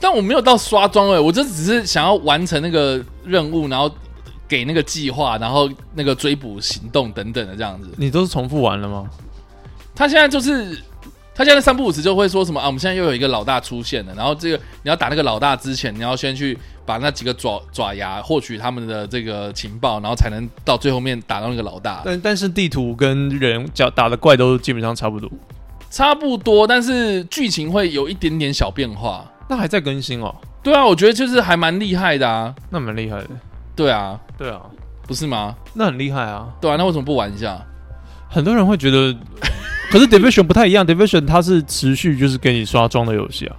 [SPEAKER 4] 但我没有到刷装哎、我就只是想要完成那个任务，然后给那个计划，然后那个追捕行动等等的这样子。
[SPEAKER 5] 你都是重复玩了吗？
[SPEAKER 4] 他现在就是他现在三不五时就会说什么啊，我们现在又有一个老大出现了，然后这个你要打那个老大之前，你要先去把那几个爪爪牙获取他们的这个情报，然后才能到最后面打到那个老大。
[SPEAKER 5] 但但是地图跟人角打的怪都基本上差不多。
[SPEAKER 4] 差不多，但是剧情会有一点点小变化。
[SPEAKER 5] 那还在更新哦，
[SPEAKER 4] 对啊，我觉得就是还蛮厉害的啊。
[SPEAKER 5] 那蛮厉害的。
[SPEAKER 4] 对啊，
[SPEAKER 5] 对啊，
[SPEAKER 4] 不是吗？
[SPEAKER 5] 那很厉害啊。
[SPEAKER 4] 对啊，那为什么不玩一下？
[SPEAKER 5] 很多人会觉 <laughs> 得，可是 Division 不太一样，Division 它是持续就是给你刷装的游戏啊。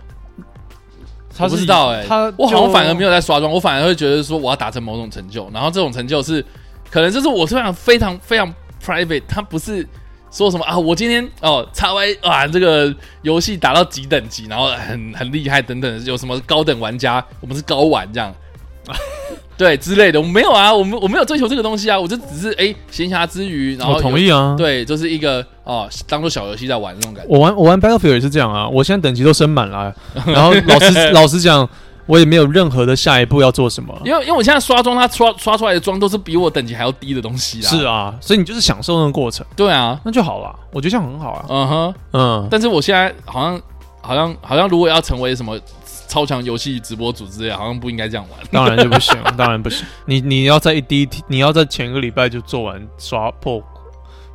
[SPEAKER 5] 它
[SPEAKER 4] 我
[SPEAKER 5] 是
[SPEAKER 4] 不知道哎、
[SPEAKER 5] 它
[SPEAKER 4] 我好像反而没
[SPEAKER 5] 有。
[SPEAKER 4] 有在刷装，我反而会觉得说我要达成某种成就，然后这种成就是可能就是我非常非常非常 private，它不是说什么啊，我今天哦叉 Y 啊这个游戏打到几等级，然后很很厉害等等，有什么高等玩家，我们是高玩这样。对之类的，我没有啊，我们我没有追求这个东西啊，我就只是哎闲暇之余，然后
[SPEAKER 5] 我同
[SPEAKER 4] 有，
[SPEAKER 5] 意啊。，
[SPEAKER 4] 对，就是一个哦当做小游戏在玩那种感觉。
[SPEAKER 5] 我玩我玩 Battlefield 也是这样啊。我现在等级都升满 <laughs> 了，啊然后老实老实讲，我也没有任何的下一步要做什么。
[SPEAKER 4] 因为因为我现在刷装，它刷刷出来的装都是比我等级还要低的东西啦。
[SPEAKER 5] 是啊，所以你就是享受那个过程，
[SPEAKER 4] 对啊，
[SPEAKER 5] 那就好了。我觉得这样很好啊。
[SPEAKER 4] 嗯哼。
[SPEAKER 5] 嗯，
[SPEAKER 4] 但是我现在好像好像好像，如果要成为什么超强游戏直播主之类，好像不应该这样玩。
[SPEAKER 5] <laughs> 当然就不行，当然不行。你你要在一第一天，你要在前一个礼拜就做完刷破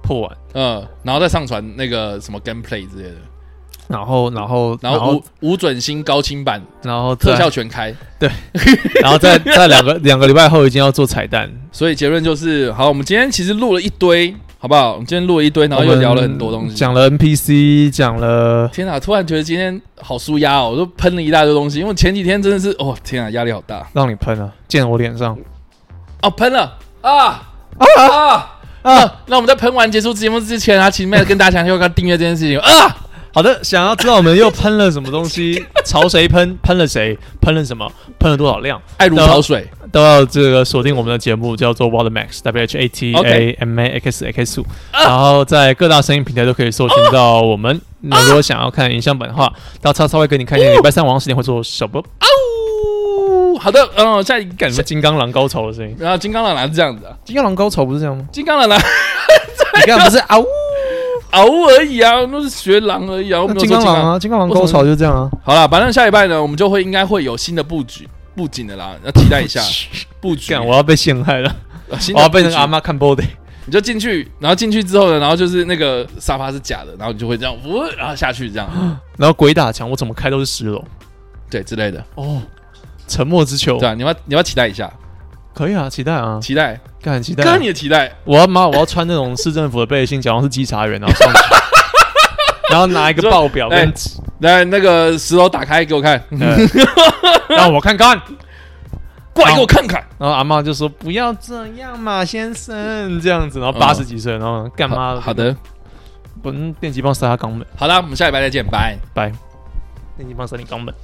[SPEAKER 5] 破完，
[SPEAKER 4] 嗯，然后再上传那个什么 gameplay 之类的，
[SPEAKER 5] 然后然后
[SPEAKER 4] 然后无无准星高清版
[SPEAKER 5] 然后
[SPEAKER 4] 特
[SPEAKER 5] 再
[SPEAKER 4] 效全开。
[SPEAKER 5] 然后在在两个两个礼拜后已经要做彩蛋，
[SPEAKER 4] 所以结论就是，好，我们今天其实录了一堆，好不好？我们今天录了一堆， <laughs> 然后又
[SPEAKER 5] 我们
[SPEAKER 4] 聊了很多东西。
[SPEAKER 5] 讲了 NPC，讲了
[SPEAKER 4] 天啊！突然觉得今天好舒压哦，我都喷了一大堆东西，因为前几天真的是哦，天啊，压力好大
[SPEAKER 5] 啊让你喷了，溅我脸上，
[SPEAKER 4] 哦，喷了啊啊！
[SPEAKER 5] 啊。
[SPEAKER 4] 那我们在喷完结束节目之前啊，请妹跟大家强调要订阅这件事情啊。
[SPEAKER 5] 好的，想要知道我们又喷了什么东
[SPEAKER 4] <laughs>
[SPEAKER 5] 西，朝谁喷，喷了谁，喷了什么，喷了多少量，
[SPEAKER 4] 爱如潮水，
[SPEAKER 5] 都要这个锁定我们的节目，叫做 Water Max W H A T A M A X X 五，然后在各大声音平台都可以搜寻到我们。那如果想要看影像版的话，到叉叉会给你看一下礼拜三晚上十点会做什 <laughs> 么，
[SPEAKER 4] 啊呜！好的，嗯，下一个感
[SPEAKER 5] 什么
[SPEAKER 4] 觉。
[SPEAKER 5] 金刚狼高潮的声音。
[SPEAKER 4] 然后金刚狼男是这样子啊，
[SPEAKER 5] 金刚狼高潮不是这样吗？
[SPEAKER 4] 金刚狼男 <laughs>
[SPEAKER 5] 你看 <laughs> 不是啊 <laughs> 呜，
[SPEAKER 4] 嗷而已啊，都是学狼而已啊，我们没有
[SPEAKER 5] 金
[SPEAKER 4] 说
[SPEAKER 5] 刚狼啊，金刚狼高潮就这样啊。
[SPEAKER 4] 好了，反正下礼拜呢，我们就会应该会有新的布局布景的啦，要期待一
[SPEAKER 5] <laughs>
[SPEAKER 4] 下布局。
[SPEAKER 5] 干，我要被陷害了，
[SPEAKER 4] 呃新
[SPEAKER 5] 我
[SPEAKER 4] 的
[SPEAKER 5] 要被那
[SPEAKER 4] 布
[SPEAKER 5] 个
[SPEAKER 4] 局
[SPEAKER 5] 阿妈看 body。
[SPEAKER 4] 你就进去，然后进去之后呢，然后就是那个沙发是假的，然后你就会这样，呜，然后下去这样，
[SPEAKER 5] 然后鬼打墙，我怎么开都是十楼。
[SPEAKER 4] 对之类的，
[SPEAKER 5] 哦，沉默之球
[SPEAKER 4] 对，啊，你要你要期待一下，
[SPEAKER 5] 可以啊，期待啊，
[SPEAKER 4] 期待，
[SPEAKER 5] 干期待啊。
[SPEAKER 4] 哥你的期待，
[SPEAKER 5] 我要妈，我要穿那种市政府的背心，假装是稽查员，然后 <laughs> 上去，然后拿一个报表跟
[SPEAKER 4] 哎，来那个石头打开给我看，
[SPEAKER 5] 呃 <laughs> 让我看看。
[SPEAKER 4] 过来给我看看，
[SPEAKER 5] 然后阿妈就说：“不要这样嘛，先生，这样子。”然后八十几岁，然后干嘛？
[SPEAKER 4] 好好，的，
[SPEAKER 5] 不，电击棒射他肛门，
[SPEAKER 4] 好啦，我们下礼拜再见，拜。
[SPEAKER 5] 拜。电击棒射你肛门。